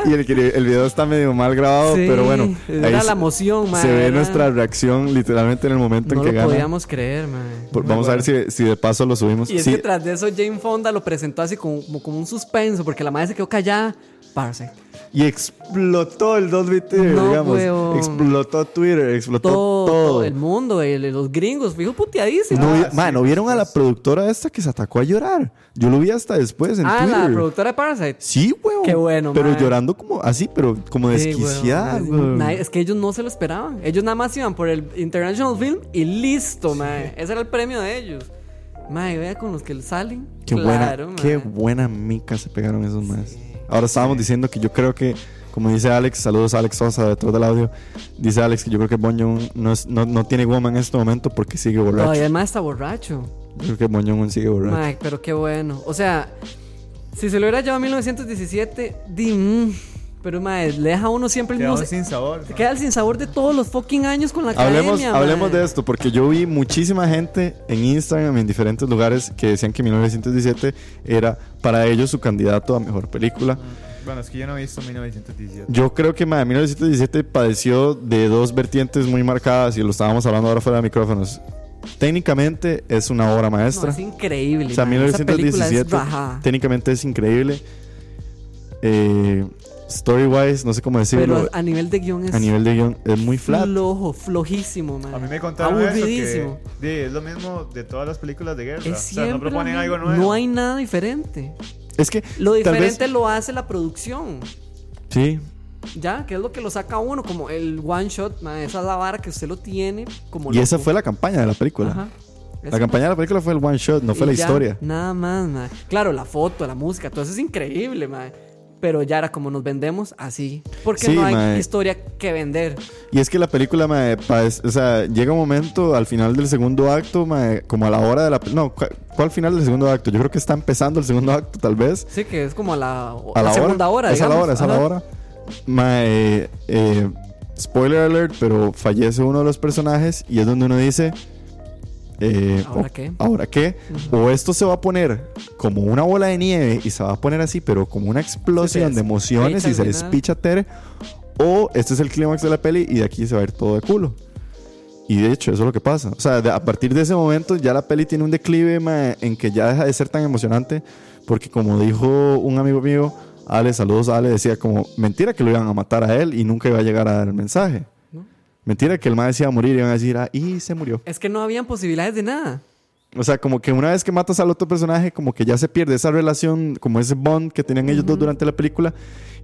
A: y el, el video está medio mal grabado,
C: Sí,
A: pero bueno.
C: era la
A: se-
C: emoción, madre,
A: Se ve
C: era-
A: nuestra reacción literalmente en el momento
C: no
A: en que
C: lo
A: gana.
C: podíamos creer, madre.
A: Por- vamos a ver si, si de paso lo subimos.
C: Y es
A: Sí,
C: que tras de eso Jane Fonda lo presentó así como, como, como un suspenso, porque la madre se quedó callada. Parasite.
A: y explotó el 2 Twitter,
C: No,
A: digamos.
C: weón.
A: Explotó Twitter, explotó
C: Todo,
A: todo.
C: todo el mundo, el- los gringos, fijo puteadísimo.
A: No, vi-
B: Ah, sí,
A: ma, ¿no vieron a la productora esta que se atacó a llorar? Yo lo vi hasta después en
C: ah, la
A: Twitter.
C: productora de Parasite.
A: sí, weón.
C: Qué bueno,
A: Pero
C: ma.
A: llorando como así, pero como
C: Sí, weón.
A: desquiciada,
C: Nadie-
A: weón.
C: nadie- es que ellos no se lo esperaban. Ellos nada más iban por el International Film y listo, mae. Ese era el premio de ellos. Mae, vea con los que salen.
A: Qué buena,
C: claro, mae.
A: qué buena mica se pegaron esos más. Ahora estábamos diciendo que yo creo que, como dice Alex, saludos a Alex Sosa detrás del audio. Dice Alex que yo creo que Bon Joon no, es- no, no tiene goma en este momento porque sigue borracho.
C: Todavía el mae está borracho.
A: Yo creo que Bon Joon sigue borracho.
C: Mae, pero qué bueno. O sea, si se lo hubiera llevado a 1917, di, mm, pero mae, le deja a uno siempre el
B: Quedó
C: mismo.
B: sin sabor.
C: Se
B: ¿no?
C: queda el sinsabor de todos los fucking años con la
A: Hablemos,
C: academia,
A: hablemos
C: mae.
A: de esto, porque yo vi muchísima gente en Instagram, en diferentes lugares, que decían que 1917 era para ellos su candidato a mejor película.
B: Bueno, es que yo no he visto 1917.
A: Yo creo que madre, 1917 padeció de dos vertientes muy marcadas y lo estábamos hablando ahora fuera de micrófonos. Técnicamente es una obra
C: No,
A: maestra.
C: es increíble.
A: o sea,
C: mae. Esa película es
A: 1917
C: rajada.
A: técnicamente es increíble. Eh, Story-wise, no sé cómo decirlo.
C: Pero a, a nivel de guión es
A: a nivel de guión es muy flat.
C: flojo, flojísimo, man.
B: A mí me contaron eso
C: Aburridísimo.
B: que di, es lo mismo de todas las películas de guerra.
C: Es
B: o sea,
C: siempre
B: no
C: lo
B: proponen
C: mismo.
B: algo nuevo.
C: No hay nada diferente.
A: Es que
C: Lo
A: tal vez-
C: diferente lo hace la producción.
A: sí,
C: Ya, que es lo que lo saca a uno, como el one shot, man, esa es la vara que usted lo tiene como
A: Y esa fue la campaña de la película. La campaña de la película fue el one shot, no fue la historia.
C: Nada más, man. Claro, la foto, la música, todo eso es increíble, man. Pero ya era como nos vendemos así. Porque
A: Sí,
C: no hay
A: mae.
C: historia que vender.
A: Y es que la película, mae, pa- es- o sea, llega un momento al final del segundo acto, mae, como a la hora de la... pe- No, cu- ¿cuál final del segundo acto? Yo creo que está empezando el segundo acto, tal vez.
C: Sí, que es como a la,
A: A la, hora.
C: segunda hora.
A: Es a la
C: digamos.
A: hora, es a la
C: Ajá.
A: hora. Mae, eh, spoiler alert, pero fallece uno de los personajes y es donde uno dice... eh,
C: ¿Ahora
A: o-
C: qué?
A: ¿Ahora qué? O esto se va a poner como una bola de nieve y se va a poner así, pero como una explosión de emociones
C: despicha
A: y se
C: al final.
A: despicha Tere. O este es el clímax de la peli y de aquí se va a ir todo de culo. Y de hecho, eso es lo que pasa. O sea, de- a partir de ese momento ya la peli tiene un declive mae, en que ya deja de ser tan emocionante. Porque como dijo un amigo mío, Ale, saludos a Ale, decía como mentira que lo iban a matar a él y nunca iba a llegar a dar el mensaje.
C: ¿No?
A: Mentira que el mae se iba a morir y iban a decir, ah, y se murió.
C: Es que no habían posibilidades de nada.
A: O sea, como que una vez que matas al otro personaje, como que ya se pierde esa relación, como ese bond que tenían ellos dos durante la película.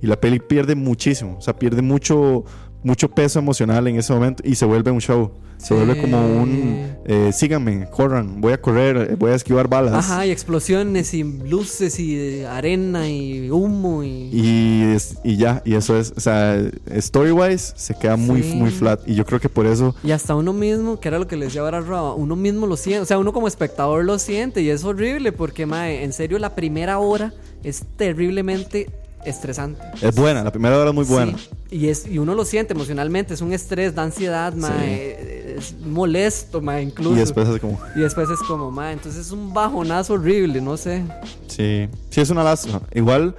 A: Y la peli pierde muchísimo. O sea, pierde mucho, mucho peso emocional en ese momento y se vuelve un show.
C: Sí.
A: Se vuelve como un eh, síganme, corran, voy a correr, eh, voy a esquivar balas.
C: Ajá, y explosiones y luces y eh, arena y humo y...
A: Y, es- y ya, y eso es, o sea, story-wise se queda muy,
C: Sí.
A: muy flat. Y yo creo que por eso
C: y hasta uno mismo, que era lo que les decía ahora Roa, uno mismo lo siente, o sea, uno como espectador lo siente y es horrible porque, mae, en serio, la primera hora es terriblemente estresante.
A: es buena, la primera hora es muy buena.
C: Sí, y, es, y uno lo siente emocionalmente, es un estrés, da ansiedad, mae, es molesto, mae, incluso.
A: Y después hace como...
C: Y después es como, mae, entonces es un bajonazo horrible, no sé.
A: Sí, sí es una lástima. Igual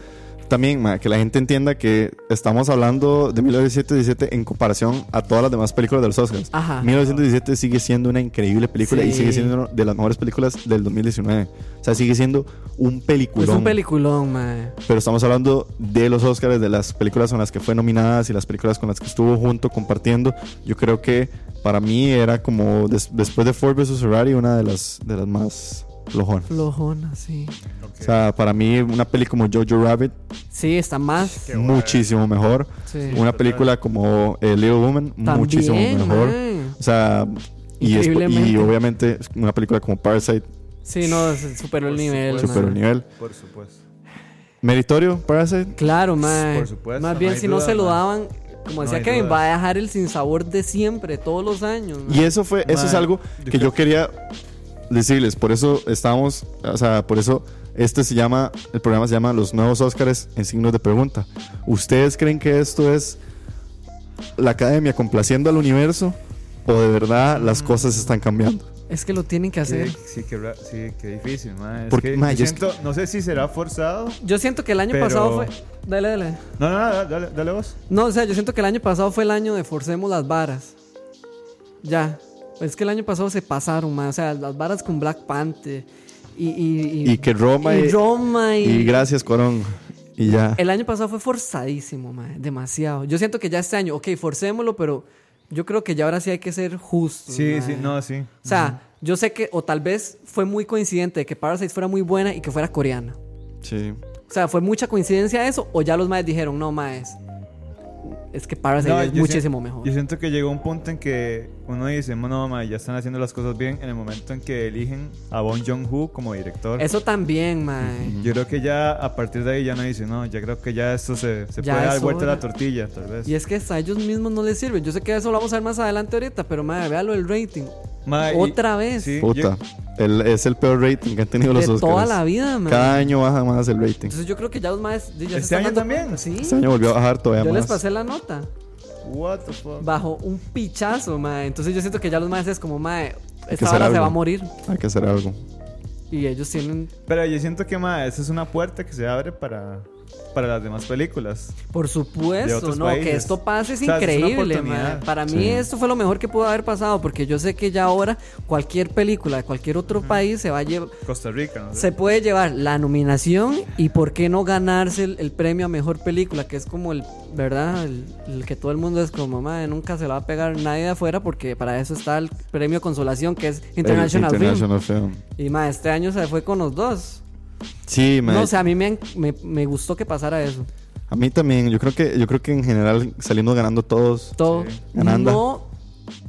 A: también, ma, que la gente entienda que estamos hablando de 1917 en comparación a todas las demás películas de los Oscars.
C: Ajá.
A: 1917 sigue siendo una increíble película y
C: Sí.
A: sigue siendo una de las mejores películas del 2019. O sea, sigue siendo un peliculón.
C: Es un peliculón, mae.
A: pero estamos hablando de los Oscars, de las películas con las que fue nominadas y las películas con las que estuvo junto compartiendo. Yo creo que para mí era como des- después de Ford vs Ferrari una de las de las más flojonas.
C: Flojona, sí.
B: Ok.
A: O sea, para mí una peli como Jojo Rabbit
C: Sí, está más.
B: Qué guay.
A: muchísimo mejor.
C: Sí.
A: Una
B: total.
A: película como eh, Little Woman,
C: También,
A: muchísimo mejor.
C: man.
A: O sea, y, despu- y
C: Increíblemente.
A: obviamente una película como Parasite
C: Sí, no, se superó el
B: Por
C: nivel.
B: supuesto.
A: superó
C: man.
A: el nivel.
B: Por supuesto.
A: Meritorio, Parasite.
C: Claro, man.
B: Por supuesto,
C: Más
B: no
C: bien,
B: hay
C: si no
B: duda,
C: se lo
B: man.
C: daban, como
B: No
C: decía
B: hay
C: Kevin,
B: duda.
C: va a dejar el sinsabor de siempre, todos los años. ¿no?
A: Y eso fue, eso es
B: Mae,
A: algo
B: yo
A: que yo quería decirles. Por eso estamos, o sea, por eso este se llama, el programa se llama Los Nuevos Óscares en signos de pregunta. ¿Ustedes creen que esto es la academia complaciendo al universo? ¿O de verdad las cosas están cambiando?
C: Es que lo tienen que hacer.
B: Sí, sí, qué, ra- sí, qué difícil, mae. Es
A: Porque,
B: que
A: mae,
B: yo
A: yo es que-
B: siento- no sé si será forzado.
C: Yo siento que el año
B: Pero-
C: pasado fue. Dale, dale.
B: No, no, no, dale, dale vos.
C: No, o sea, yo siento que el año pasado fue el año de forcemos las varas. Ya. Es que el año pasado se pasaron, más. O sea, las varas con Black Panther. Y, y,
A: Y que Roma
C: y
A: y-
C: Roma y-
A: Y gracias, Corón. Y ya.
C: El año pasado fue forzadísimo, mae, demasiado. Yo siento que ya este año, ok, forcémoslo, pero yo creo que ya ahora sí hay que ser justo.
B: Sí, sí, no, sí.
C: O sea, yo sé que, o tal vez fue muy coincidente de que Parasite fuera muy buena y que fuera coreana.
A: Sí.
C: O sea, fue mucha coincidencia eso, o ya los maes dijeron, no, maes, es que Parasite
B: No,
C: es
B: yo
C: muchísimo
B: sien-
C: mejor.
B: Yo siento que llegó un punto en que uno dice, no, mae, ya están haciendo las cosas bien en el momento en que eligen a Bon Jong-ho como director.
C: Eso también, mae.
B: Yo creo que ya a partir de ahí ya no dice, no, ya creo que ya esto se, se
C: Ya
B: puede dar
C: es
B: vuelta a
C: hora.
B: la tortilla, tal vez.
C: Y es que hasta a ellos mismos no les sirve. Yo sé que eso lo vamos a ver más adelante ahorita, pero mae, véalo el rating.
B: Mae, y-
C: Otra vez.
B: sí,
A: Puta. El- es el peor rating que han tenido los
C: de
A: Óscares.
C: toda la vida, mae.
A: Cada año baja más el rating.
C: Entonces yo creo que ya los maes... ya se
B: ¿Este
C: están
B: año
C: dando
B: también?
C: cuenta, Sí.
A: Este año volvió a bajar todavía
C: Yo
A: más.
C: les pasé la nota.
B: yo- What the fuck.
C: Bajo un pichazo, mae. Entonces yo siento que ya los maes es como, mae,
A: que
C: esta
A: hacer
C: hora se
A: algo.
C: va a morir.
A: Hay que hacer algo.
C: Y ellos tienen,
B: Pero yo siento que, mae, esa es una puerta que se abre para, para las demás películas.
C: por
B: De
C: supuesto,
B: otros
C: no,
B: países.
C: que esto pase es
B: O sea, es una
C: increíble,
B: oportunidad.
C: mae. Para
A: Sí.
C: mí esto fue lo mejor que pudo haber pasado, porque yo sé que ya ahora cualquier película de cualquier otro país se va a llevar.
B: Costa Rica, no sé.
C: Se puede llevar la nominación y por qué no ganarse el, el premio a mejor película, que es como el, ¿verdad? El, el que todo el mundo es como, madre, nunca se la va a pegar nadie de afuera porque para eso está el premio consolación que es International,
A: El
C: Film.
A: International Film.
C: Y madre, este año se fue con los dos.
A: Sí, mae.
C: No, o sea, a mí me, me, me gustó que pasara eso.
A: A mí también, yo creo que yo creo que en general salimos ganando todos.
C: Todo.
B: Sí.
A: Ganando.
C: No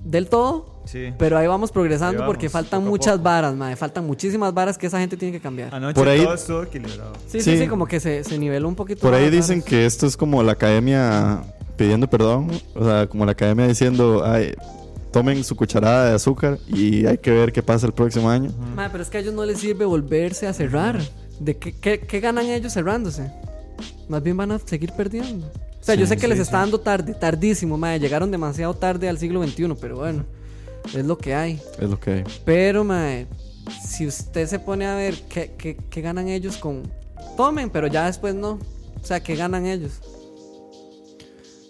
C: del todo,
B: Sí.
C: pero ahí vamos progresando
B: Ahí
C: porque
B: vamos,
C: faltan
B: poco a
C: muchas
B: poco.
C: varas, madre. Faltan muchísimas varas que esa gente tiene que cambiar.
B: Anoche
A: Por ahí-
B: todo estuvo equilibrado.
C: Ah, Sí, sí,
A: Sí.
C: sí, como que se, se niveló un poquito.
A: Por
C: más
A: ahí
C: las
A: dicen
C: varas.
A: que esto es como la academia pidiendo perdón, o sea, como la academia diciendo, "Ay, tomen su cucharada de azúcar y hay que ver qué pasa el próximo año."
C: Ma, pero es que a ellos no les sirve volverse a cerrar. ¿De qué, qué- qué ganan ellos cerrándose? Más bien van a seguir perdiendo. O sea, yo sé que les está dando tarde, tardísimo, madre. Llegaron demasiado tarde al siglo XXI, pero bueno, es lo que hay.
A: Es lo que hay.
C: Pero, madre, si usted se pone a ver qué, qué- qué ganan ellos con... Tomen, pero ya después no. O sea, ¿qué ganan ellos?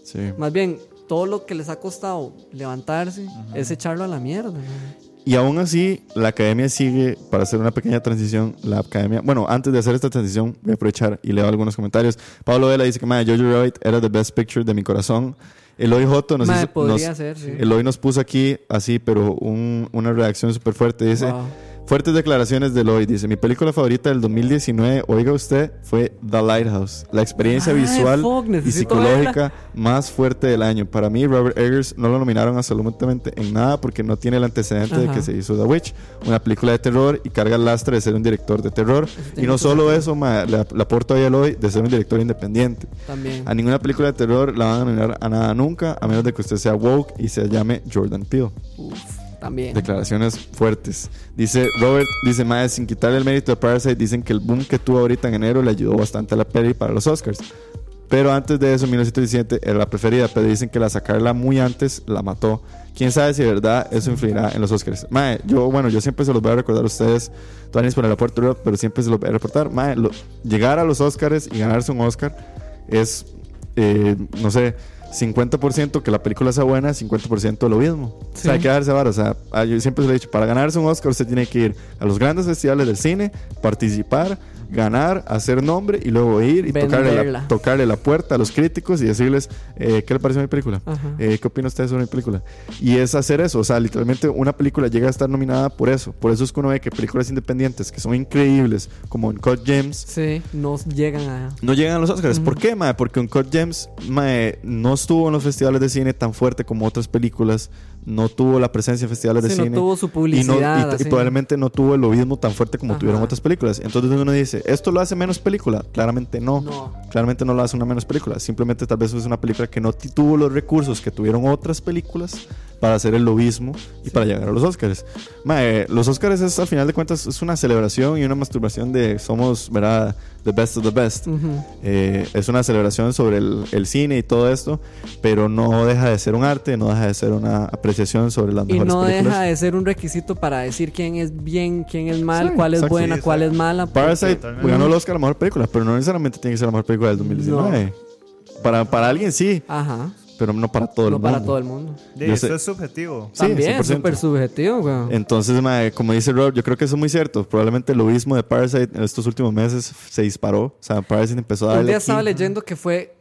A: Sí.
C: Más bien, todo lo que les ha costado levantarse es echarlo a la mierda. mae.
A: Y aún así, la academia sigue, para hacer una pequeña transición, la academia, bueno, antes de hacer esta transición, voy a aprovechar y leo algunos comentarios. Pablo Vela dice que, madre, Jojo Rabbit era the best picture de mi corazón. Eloy Joto nos
C: Mae,
A: hizo-
C: podría
A: nos-
C: ser, sí.
A: Eloy nos puso aquí así, pero un- una reacción súper fuerte. Dice,
C: Wow.
A: fuertes declaraciones de Eloy. Dice, mi película favorita del 2019, oiga usted, fue The Lighthouse. La experiencia
C: Mae,
A: visual
C: Ah, fuck,
A: y
C: necesito
A: psicológica más fuerte del año. Para mí, Robert Eggers no lo nominaron absolutamente en nada porque no tiene el antecedente de
C: Ajá.
A: que se hizo The Witch, una película de terror y carga el lastre de ser un director de terror. Y
C: tiene
A: no
C: que
A: solo eso, ma, le, le aporta hoy al hoy de ser un director independiente.
C: También.
A: A ninguna película de terror la van a nominar a nada nunca, a menos de que usted sea woke y se llame Jordan Peele.
C: Uf, también.
A: Declaraciones fuertes. Dice Robert, dice Mae, sin quitarle el mérito a Parasite, dicen que el boom que tuvo ahorita en enero le ayudó bastante a la peli para los Oscars. Pero antes de eso, 1917 era la preferida, pero dicen que la sacarla muy antes la mató. Quién sabe si de verdad eso influirá en los Oscars. Mae, yo, bueno, yo siempre se los voy a recordar a ustedes. Todavía por el aporte, Rob, pero siempre se los voy a reportar. Mae, lo- llegar a los Oscars y ganarse un Oscar es, eh, no sé, 50% que la película sea buena, 50% lo mismo. O
C: Sí.
A: sea, hay que darse vara. O sea, ah, yo siempre se lo he dicho, para ganarse un Oscar usted tiene que ir a los grandes festivales del cine, participar, ganar, hacer nombre y luego ir y tocarle la,
C: Venderla.
A: tocarle la puerta a los críticos y decirles eh, qué le pareció mi película,
C: Ajá.
A: Eh, qué opina usted sobre mi película. Y es hacer eso, o sea, literalmente una película llega a estar nominada por eso. Por eso es que uno ve que películas independientes que son increíbles, como Uncut James,
C: Sí, no llegan a...
A: no llegan a los Oscars. ¿Por qué, mae? Porque Uncut James, mae, no estuvo en los festivales de cine tan fuerte como otras películas. no tuvo la presencia en festivales de
C: Sí, no
A: cine.
C: tuvo su
A: y no-
C: publicidad,
A: y t- Y,
C: así.
A: probablemente no tuvo el lobismo tan fuerte como
C: Ajá.
A: tuvieron otras películas. Entonces uno dice, ¿esto lo hace menos película? Claramente no.
C: No.
A: Claramente no lo hace una menos película. Simplemente tal vez es una película que no ti- tuvo los recursos que tuvieron otras películas para hacer el lobismo y para llegar a los Oscars. Ma, eh, los Oscars es, al final de cuentas, es una celebración y una masturbación de somos, ¿verdad? The best of the best.
C: Ujú.
A: Eh, es una celebración sobre el, el cine y todo esto, pero no deja de ser un arte, no deja de ser una apreciación sobre las
C: Y
A: mejores
C: no
A: películas.
C: deja de ser un requisito para decir quién es bien, quién es mal,
A: Sí,
C: cuál es
A: exacto.
C: buena,
B: Sí,
C: cuál es
B: exacto.
C: mala. porque-
A: Parasite
B: Totalmente.
A: ganó el Oscar a la mejor película, pero no necesariamente tiene que ser la mejor película del 2019. Para, para alguien sí,
C: Ajá.
A: pero no para todo el
C: No
A: mundo.
C: para todo el mundo.
B: De,
A: Yo
B: eso
A: sé.
B: es subjetivo.
A: Sí,
C: También es
A: 100%.
C: súper subjetivo, weón.
A: Entonces, mae, como dice Rob, yo creo que eso es muy cierto. Probablemente el lobismo de Parasite en estos últimos meses se disparó. O sea, Parasite empezó a
C: Un
A: darle.
C: día
A: aquí.
C: estaba leyendo que fue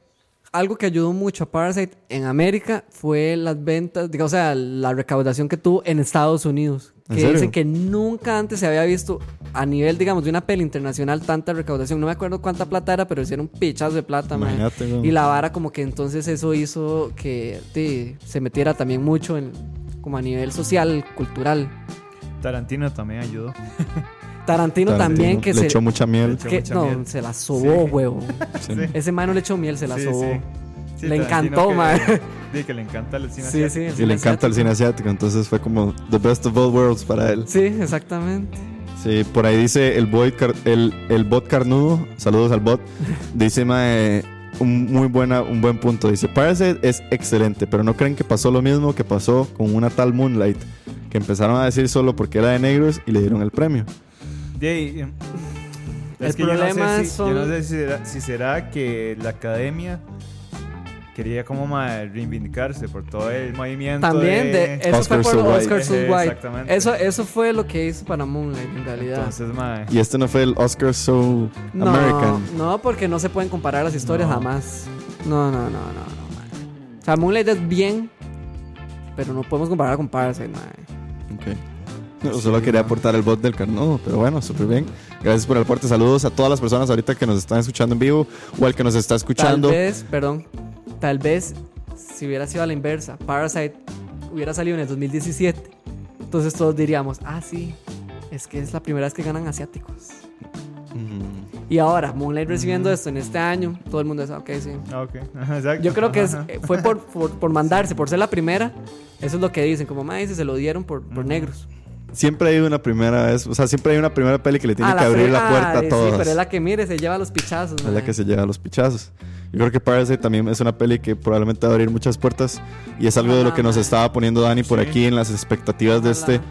C: algo que ayudó mucho a Parasite en América fue las ventas, digo, o sea, la recaudación que tuvo en Estados Unidos.
A: ¿En
C: Que
A: serio?
C: dicen que nunca antes se había visto a nivel, digamos, de una peli internacional tanta recaudación. No me acuerdo cuánta plata era, pero hicieron pichas de plata, mae.
A: Imagínate, weón.
C: Y la vara como que entonces eso hizo que sí, se metiera también mucho en como a nivel social, cultural.
B: Tarantino también ayudó.
C: Tarantino, también que
A: le
C: se
A: echó mucha miel.
B: echó
C: que-
B: mucha
C: no,
B: miel.
C: se la sobó,
B: Sí.
C: huevón.
A: Sí.
B: Sí.
C: Ese mano le echó miel, se la
B: Sí,
C: sobó.
B: sí. Sí,
C: Le
B: Tarantino
C: encantó,
B: que-
C: mae.
B: Sí, que le encanta el cine
C: Sí,
B: asiático.
C: sí, el
A: Y
C: cine
A: le encanta el cine asiático, entonces fue como the best of all worlds para él.
C: Sí, exactamente.
A: Sí, por ahí dice el, boy car- el, el bot carnudo, saludos al bot, dice mae, un muy buena, un buen punto, dice Parasite es excelente, pero no creen que pasó lo mismo que pasó con una tal Moonlight, que empezaron a decir solo porque era de negros y le dieron el premio.
B: De ahí, em, es
C: El
B: que yo no sé
C: problema
B: si-
C: son-
B: yo no sé, si, será, si será que la academia quería como mae, reivindicarse por todo el movimiento.
C: También de, eso
A: Oscar
C: fue
A: So
C: por
A: White.
C: Oscar So
B: Eh,
C: White.
B: exactamente.
C: Eso, eso fue lo que hizo para Moonlight en realidad.
B: Entonces, mae,
A: Y este no fue el Oscar So
C: no,
A: American.
C: no, porque no se pueden comparar las historias
B: No.
C: jamás. No, no, no, no, no, man. O sea, Moonlight es bien, pero no podemos comparar con Parasite, man.
A: Ok. Yo solo quería aportar el bot del carnudo, pero bueno, súper bien. Gracias por el aporte. Saludos a todas las personas ahorita que nos están escuchando en vivo o al que nos está
C: Tal
A: escuchando.
C: vez, perdón, tal vez si hubiera sido a la inversa, Parasite hubiera salido en el 2017. Entonces todos diríamos, ah, sí, es que es la primera vez que ganan asiáticos.
A: Mm.
C: Y ahora, Moonlight recibiendo esto en este año, todo el mundo dice, ok, sí.
B: ah, ok, ajá, exacto.
C: Yo creo que es-
B: Ajá.
C: eh, fue por, por, por mandarse, por ser la primera. Eso es lo que dicen, como más se lo dieron por, por negros.
A: Siempre hay una primera vez, o sea, siempre hay una primera peli que le tiene
C: Ah,
A: que abrir la
C: primera,
A: puerta
C: eh,
A: a todos.
C: Sí, pero es la que mire, se lleva los pichazos.
A: Es la
C: mae.
A: que se lleva los pichazos. Yo creo que Parasite también es una peli que probablemente va a abrir muchas puertas y es algo de lo que nos
C: Ojalá.
A: estaba poniendo Dani por
B: Sí.
A: aquí en las expectativas de
C: Ojalá.
A: este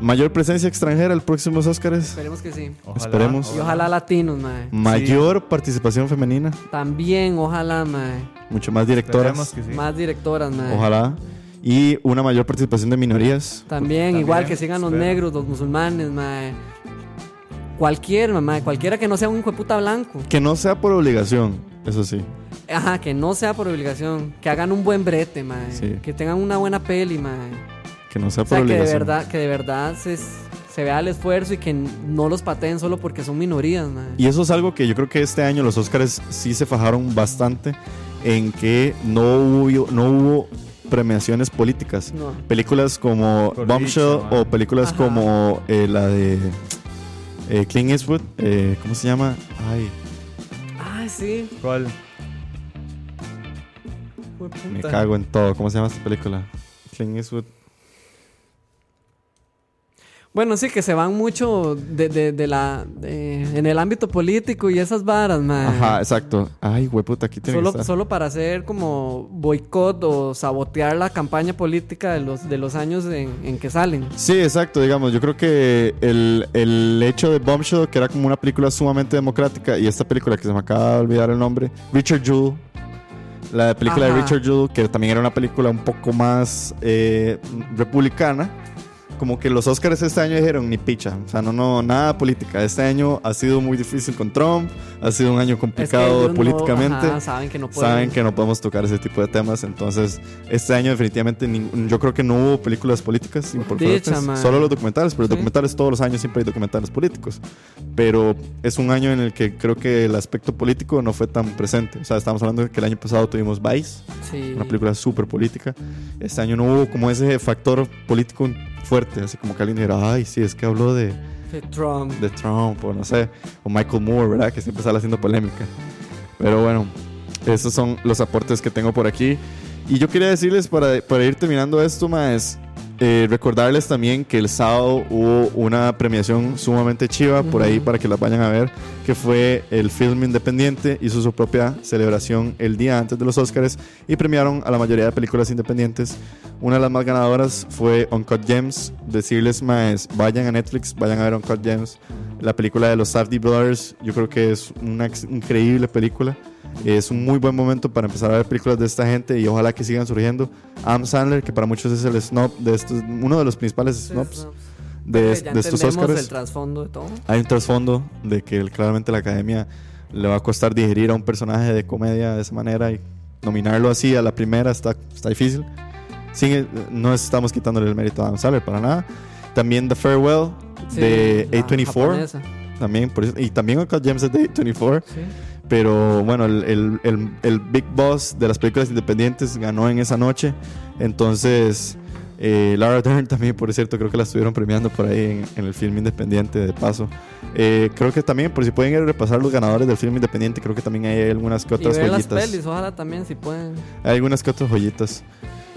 A: mayor presencia extranjera el próximo Oscars,
C: Esperemos que sí.
B: Ojalá,
A: Esperemos.
C: Y ojalá latinos, mae.
A: Mm. mayor participación femenina,
C: También, ojalá, mae.
A: mucho más
B: Esperemos
A: directoras,
B: que sí.
C: Más directoras, mae.
A: ojalá y una mayor participación de minorías.
C: También,
B: También,
C: igual que sigan los
B: espero.
C: negros, los musulmanes, mae. Cualquier, mae. Cualquiera que no sea un hijo de puta blanco.
A: Que no sea por obligación, eso sí.
C: Ajá, que no sea por obligación. Que hagan un buen brete, mae.
A: Sí.
C: Que tengan una buena peli, mae.
A: Que no sea
C: O sea,
A: por
C: que de
A: obligación.
C: verdad, que de verdad se, se vea el esfuerzo y que no los pateen solo porque son minorías, mae.
A: Y eso es algo que yo creo que este año los Oscars sí se fajaron bastante en que no hubo, no hubo premiaciones políticas.
C: No.
A: Películas como
B: Por
A: Bombshell
B: dicho, man.
A: o películas
C: Ajá.
A: como eh, la de eh, Clint Eastwood, eh, ¿cómo se llama? Ay,
C: Ah, sí.
B: ¿Cuál?
C: Jueputa.
A: me cago en todo. ¿Cómo se llama esta película? Clint Eastwood.
C: Bueno, sí, que se van mucho de, de- de la, de- en el ámbito político y esas varas, mae.
A: Ajá, exacto. Ay, güey, puta, aquí tiene que
C: Solo,
A: estar.
C: solo para hacer como boicot o sabotear la campaña política de los, de los años en, en que salen.
A: Sí, exacto, digamos, yo creo que el, el hecho de Bombshell, que era como una película sumamente democrática, y esta película que se me acaba de olvidar el nombre, Richard Jewell, la película
C: Ajá.
A: de Richard Jewell, que también era una película un poco más eh, republicana, como que los Oscars este año dijeron ni picha, o sea, no, no, nada política. Este año ha sido muy difícil con Trump, ha sido un año
C: Es que
A: complicado
C: ellos no-
A: políticamente.
C: ajá, saben que no pueden.
A: Saben que no podemos tocar ese tipo de temas, entonces este año definitivamente ning- yo creo que no hubo películas políticas importantes,
C: man.
A: solo los documentales, pero
C: Sí.
A: documentales todos los años siempre hay documentales políticos, pero es un año en el que creo que el aspecto político no fue tan presente, o sea, estamos hablando de que el año pasado tuvimos Vice,
C: Sí.
A: una película súper política. Este año no hubo como ese factor político fuerte, así como que alguien dijera, ay, sí, es que habló de,
C: de Trump.
A: de Trump o no sé, o Michael Moore, ¿verdad? Que siempre sale haciendo polémica. Pero bueno, esos son los aportes que tengo por aquí. Y yo quería decirles, para, para ir terminando esto, más recordarles también que el sábado hubo una premiación sumamente chiva por ahí
C: Ujú.
A: para que la vayan a ver, que fue el film independiente, hizo su propia celebración el día antes de los Oscars y premiaron a la mayoría de películas independientes. Una de las más ganadoras fue Uncut Gems. Decirles más, vayan a Netflix, vayan a ver Uncut Gems. La película de los Safdie Brothers, yo creo que es una ex- increíble película. Es un muy buen momento para empezar a ver películas de esta gente y ojalá que sigan surgiendo. Am Sandler, que para muchos es el snob de estos, uno de los principales snobs de,
C: Creo que Este ya
A: pues, de estos
C: entendemos
A: Oscars
C: el trasfondo de todo.
A: hay un trasfondo de que el- claramente la academia le va a costar digerir a un personaje de comedia de esa manera y nominarlo así a la primera está, está difícil. Sin el- no estamos quitándole el mérito a Adam Sandler para nada. También The Farewell
C: Sí,
A: de
C: la
A: A24.
C: japonesa,
A: También, por eso- y también Uncut James es de A24.
C: sí.
A: Pero bueno, el, el- el- el Big Boss de las películas independientes ganó en esa noche. Entonces, eh, Laura Dern también, por cierto, creo que la estuvieron premiando por ahí en, en el film independiente, de paso. Eh, creo que también, por si pueden ir a repasar los ganadores del film independiente, creo que también hay algunas que
C: Y
A: otras
C: ver las
A: joyitas.
C: pelis, ojalá también si pueden.
A: Hay algunas que otras joyitas.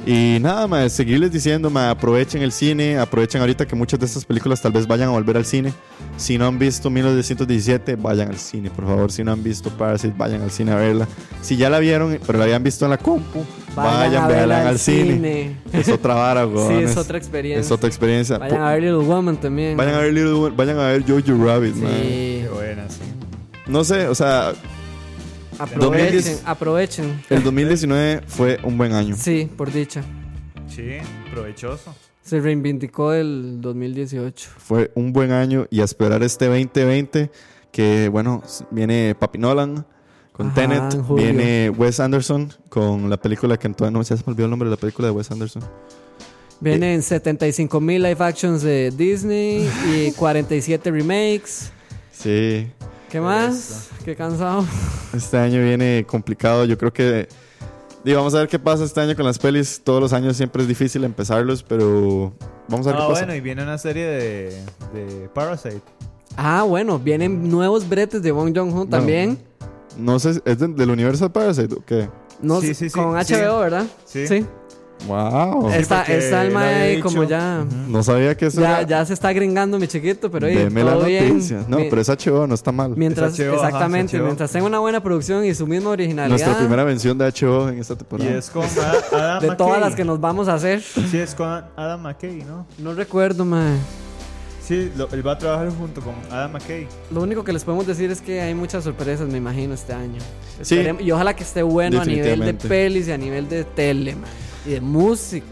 A: Y nada, más seguirles diciendo, ma, aprovechen el cine, aprovechen ahorita que muchas de estas películas tal vez vayan a volver al cine. Si no han visto 1917, vayan al cine, por favor. Si no han visto Parasite, vayan al cine a verla. Si ya la vieron, pero la habían visto en la compu, vayan,
C: a verla
A: véanla al cine. Es otra vara,
C: Sí,
A: weón,
C: es otra experiencia.
A: es otra experiencia.
C: Vayan
A: Po-
C: a ver Little Woman también.
A: Vayan a ver Little Women, vayan a ver Jojo Rabbit, ma.
C: Sí.
B: Qué buena, sí.
A: No sé, o sea,
C: Aprovechen,
A: 2010.
C: aprovechen.
A: el 2019 fue un buen año.
C: Sí, por dicha.
B: Sí, provechoso.
C: Se reivindicó el 2018.
A: fue un buen año y a esperar este 2020 que bueno s- viene Papi Nolan con
C: Ajá,
A: Tenet
C: en julio.
A: viene Wes Anderson con la película que todavía no ya se me olvidó el nombre de la película de Wes Anderson
C: Vienen 75 mil live actions de Disney y 47 remakes.
A: sí
C: ¿Qué más? Qué cansado.
A: este año viene complicado yo creo que y vamos a ver qué pasa este año con las pelis todos los años siempre es difícil empezarlos pero vamos a ver
B: Ah,
A: qué pasa
B: bueno, y viene una serie de, de Parasite.
C: Ah, bueno, vienen nuevos bretes de Wong Jong-ho también.
A: no sé es de- del universo de Parasite o qué
C: No,
B: Sí,
C: sé,
B: sí, sí,
C: con HBO,
B: sí.
C: ¿verdad?
B: Sí.
A: wow
C: Está,
B: porque
C: está el
B: él
C: mae
B: había
C: ahí
B: dicho-
C: como ya.
A: no sabía que eso
C: Ya,
A: era-
C: ya se está gringando mi chiquito, pero ahí.
A: Deme la
C: todo bien.
A: noticia. No,
C: Mi-
A: pero es HBO, no está mal.
C: Mientras,
B: Es HBO, ajá,
C: exactamente,
B: es HBO.
C: mientras tenga una buena producción y su misma originalidad.
A: Nuestra primera mención de HBO en esta
B: Y
A: temporada.
B: es con Ad- Adam
C: De
B: McKay.
C: todas las que nos vamos a hacer.
B: Sí, es con Adam McKay, ¿no?
C: No recuerdo, mae.
B: Sí, lo- él va a trabajar junto con Adam McKay.
C: Lo único que les podemos decir es que hay muchas sorpresas, me imagino, este año.
A: Sí.
C: Esperem- Y ojalá que esté bueno a nivel de
A: Definitivamente.
C: pelis y a nivel de tele, mae, Y de música.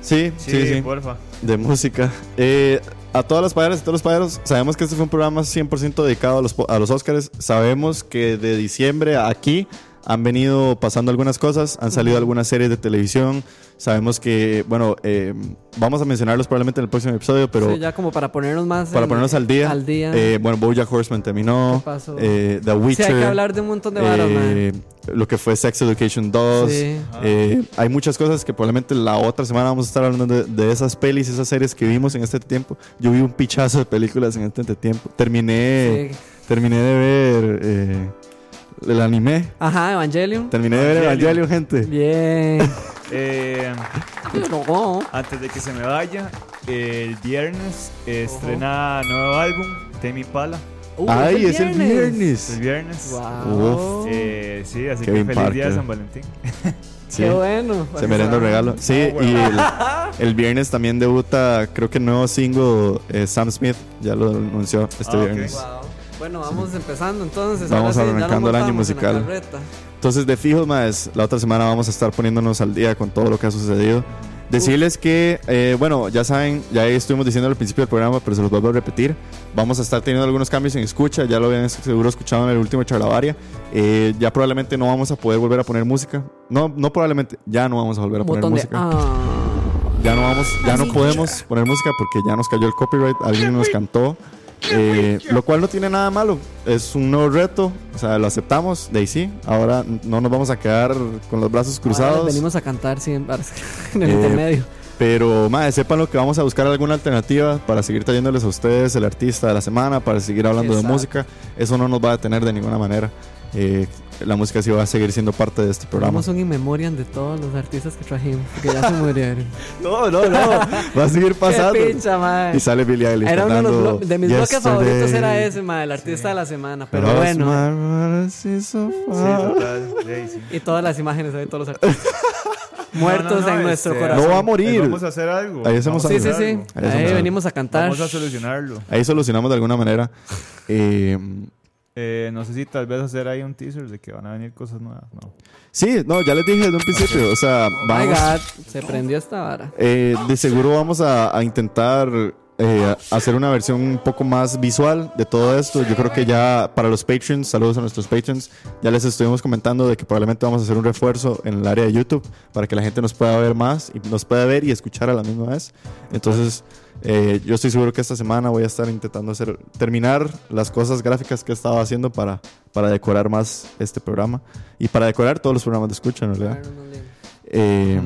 A: Sí,
B: Sí,
A: sí, sí.
B: porfa.
A: De música. Eh, a todas las padres, a todos los padres, sabemos que este fue un programa 100% dedicado a los, po- a los Oscars. Sabemos que de diciembre a aquí han venido pasando algunas cosas, han salido algunas series de televisión. Sabemos que, bueno, eh, vamos a mencionarlos probablemente en el próximo episodio, pero
C: Sí, ya como para ponernos más.
A: para
C: en-
A: ponernos al día,
C: Al día.
A: eh, bueno, Bojack Horseman terminó,
C: ¿Qué pasó?
A: eh, The
C: sí,
A: Witcher.
C: hay que hablar de un montón de varas, mae.
A: eh, lo que fue Sex Education 2.
C: Sí.
A: Eh, hay muchas cosas que probablemente la otra semana vamos a estar hablando de, de esas pelis, esas series que vimos en este tiempo. Yo vi un pichazo de películas en este tiempo. Terminé,
C: Sí.
A: terminé de ver eh, el anime.
C: Ajá, Evangelion.
A: Terminé de ver
B: Evangelion.
A: Evangelion, gente.
C: Bien.
B: Eh,
C: Pero no.
B: antes de que se me vaya, el viernes estrena nuevo álbum, Temi Pala.
C: Uh,
A: Ay, es el
B: El
A: viernes.
B: viernes.
C: Wow.
A: Uf.
B: Eh, sí, así
A: Kevin
B: que feliz día
A: Parker.
B: de San Valentín.
A: Sí.
C: Qué bueno.
A: Se merenda el regalo. Sí,
B: Ah,
A: y el, el viernes también debuta, creo que el nuevo single eh, Sam Smith. Ya lo anunció este
B: Ah, ok.
A: viernes.
C: Wow. pues, Bueno, vamos empezando entonces.
A: Vamos
C: Ahora sí, ya nos
A: arrancando el año
C: montamos en la
A: musical.
C: carreta.
A: Entonces, de fijo, más la otra semana vamos a estar poniéndonos al día con todo lo que ha sucedido. Decirles que, eh, bueno, ya saben, ya estuvimos diciendo al principio del programa, pero se los vuelvo a repetir. Vamos a estar teniendo algunos cambios en escucha, ya lo habían seguro escuchado en el último charlavaria. Eh, ya probablemente no vamos a poder volver a poner música. No, no probablemente, ya no vamos a volver a
C: Un
A: poner
C: botón de.
A: música.
C: Ah.
A: Ya no vamos, ya no podemos poner música porque ya nos cayó el copyright, alguien nos cantó. eh, lo cual no tiene nada malo, es un nuevo reto, o sea, lo aceptamos, de ahí sí. Ahora no nos vamos a quedar con los brazos
C: Ahora
A: cruzados.
C: venimos a cantar siempre en el
A: Eh,
C: intermedio.
A: Pero, madre, sepan lo que vamos a buscar alguna alternativa para seguir trayéndoles a ustedes el artista de la semana, para seguir hablando
C: Exacto.
A: de música. Eso no nos va a detener de ninguna manera. Eh, la música sí va a seguir siendo parte de este programa.
C: Tenemos un in memoriam de todos los artistas que trajimos, que ya se murieron.
A: No, no, no. va a seguir pasando.
C: Qué pincha, mae.
A: Y sale Billie Eilish.
C: Era uno de, los
A: cantando
C: blo- de mis bloques
A: Yesterday.
C: favoritos era ese, mae, el artista de la semana. Pero
A: Lost
C: bueno,
A: my brothers is so far.
B: Sí, total. Jay, sí.
C: y todas las imágenes de todos los artistas muertos
B: No, no, no,
C: en nuestro
B: este,
C: corazón.
A: No va a
B: Ahí
A: morir.
B: Vamos a hacer algo.
A: Ahí hacemos
B: Vamos a
C: sí,
A: algo.
C: sí,
B: hacer
C: sí.
B: algo.
A: Ahí
C: Ahí
A: somos-
C: venimos a cantar.
B: Vamos a solucionarlo.
A: Ahí solucionamos de alguna manera. Eh,
B: Eh, no sé si tal vez hacer ahí un teaser de que van a venir cosas nuevas. No.
A: sí, no, ya les dije desde un principio. O sea,
C: Oh my
A: vamos.
C: God, se prendió esta vara.
A: Eh, de seguro vamos a, a intentar eh, a- hacer una versión un poco más visual de todo esto. Yo creo que ya para los patrons, saludos a nuestros patrons, ya les estuvimos comentando de que probablemente vamos a hacer un refuerzo en el área de YouTube para que la gente nos pueda ver más y nos pueda ver y escuchar a la misma vez. Entonces, eh, yo estoy seguro que esta semana voy a estar intentando hacer, terminar las cosas gráficas que he estado haciendo para, para decorar más este programa y para decorar todos los programas de escucha, en realidad. Eh,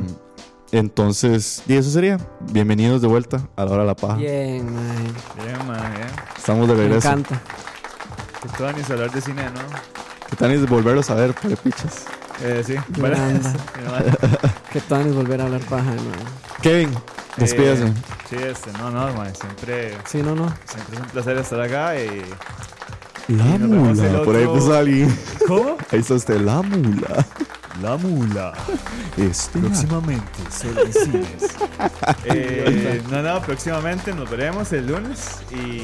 A: entonces, y eso sería. Bienvenidos de vuelta a la hora de la paja.
C: Bien, mae.
B: Bien, man, bien.
A: Estamos de
C: Me
A: regreso.
C: encanta.
B: Esto van a hablar de cine, ¿no?
A: ¿Qué tal es volverlos a ver, pichas?
B: Eh, sí.
C: Qué
B: Bueno,
C: banda.
B: bueno.
C: Que todas volver a hablar paja, mae.
A: Kevin, despídase.
B: Eh, sí, este, no, no, man, siempre,
C: Sí, no, no.
B: siempre es un placer estar acá y...
A: la
B: nos vemos el
A: mula. Por ahí
B: otro-
A: puso alguien.
B: ¿Cómo?
A: Ahí está usted, la mula.
B: La mula.
A: Este.
B: Próximamente, solo en cines. eh, no, no, próximamente nos veremos el lunes y...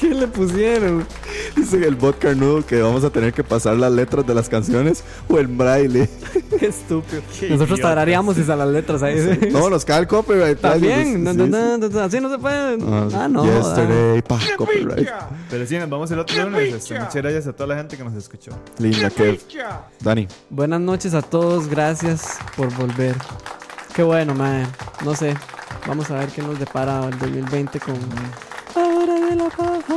C: ¿Qué le pusieron?
A: Dicen el bot carnudo que vamos a tener que pasar las letras de las canciones o el braille.
C: Qué estúpido.
B: Qué
C: Nosotros
B: idiota.
C: tabraríamos y a las letras ahí. sí.
A: No, nos cae el copyright. Sí,
C: También. No,
A: sí,
C: no,
A: sí.
C: no, no, no, Así no se puede.
A: Ah,
C: Ah, no. ah.
A: Yesterday, pa, copyright.
B: Pero sí, nos vamos el otro lunes. este, muchas gracias a toda la gente que nos escuchó.
A: Linda, Kev. Dani.
C: Buenas noches a todos. Gracias por volver. Qué bueno, madre. No sé. Vamos a ver qué nos depara el 2020 con. Ahora de la paja.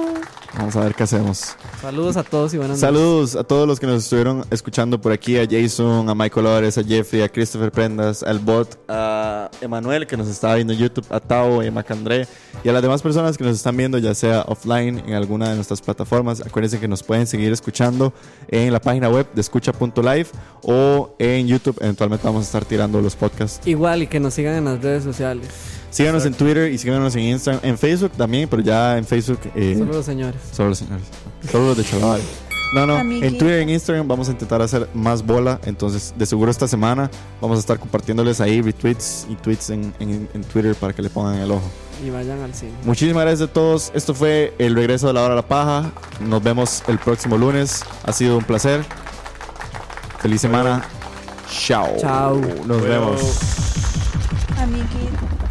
A: Vamos a ver qué hacemos.
C: Saludos a todos y buenas noches.
A: Saludos a todos los que nos estuvieron escuchando por aquí, a Jason, a Michael Lores, a Jeffrey, a Christopher Prendas, al bot, a Emanuel que nos está viendo en YouTube, a Tao, a Macandré y a las demás personas que nos están viendo ya sea offline en alguna de nuestras plataformas. Acuérdense que nos pueden seguir escuchando en la página web de escucha.live o en YouTube. Eventualmente vamos a estar tirando los podcasts
C: Igual y que nos sigan en las redes sociales.
A: Síganos en Twitter y síganos en Instagram, en Facebook también, pero ya en Facebook. eh,
C: Saludos, señores.
A: Solo los señores. Solo los de chaval. No, no. En
D: Amiguitos.
A: Twitter, e en Instagram vamos a intentar hacer más bola. Entonces, de seguro esta semana vamos a estar compartiéndoles ahí retweets y tweets en, en- en Twitter para que le pongan el ojo.
C: Y vayan al cine.
A: Muchísimas gracias a todos. Esto fue el regreso de la hora de la paja. Nos vemos el próximo lunes. Ha sido un placer. Feliz semana. Chao.
C: Chao.
A: Nos
B: Bueno.
A: vemos.
D: Amiguitos.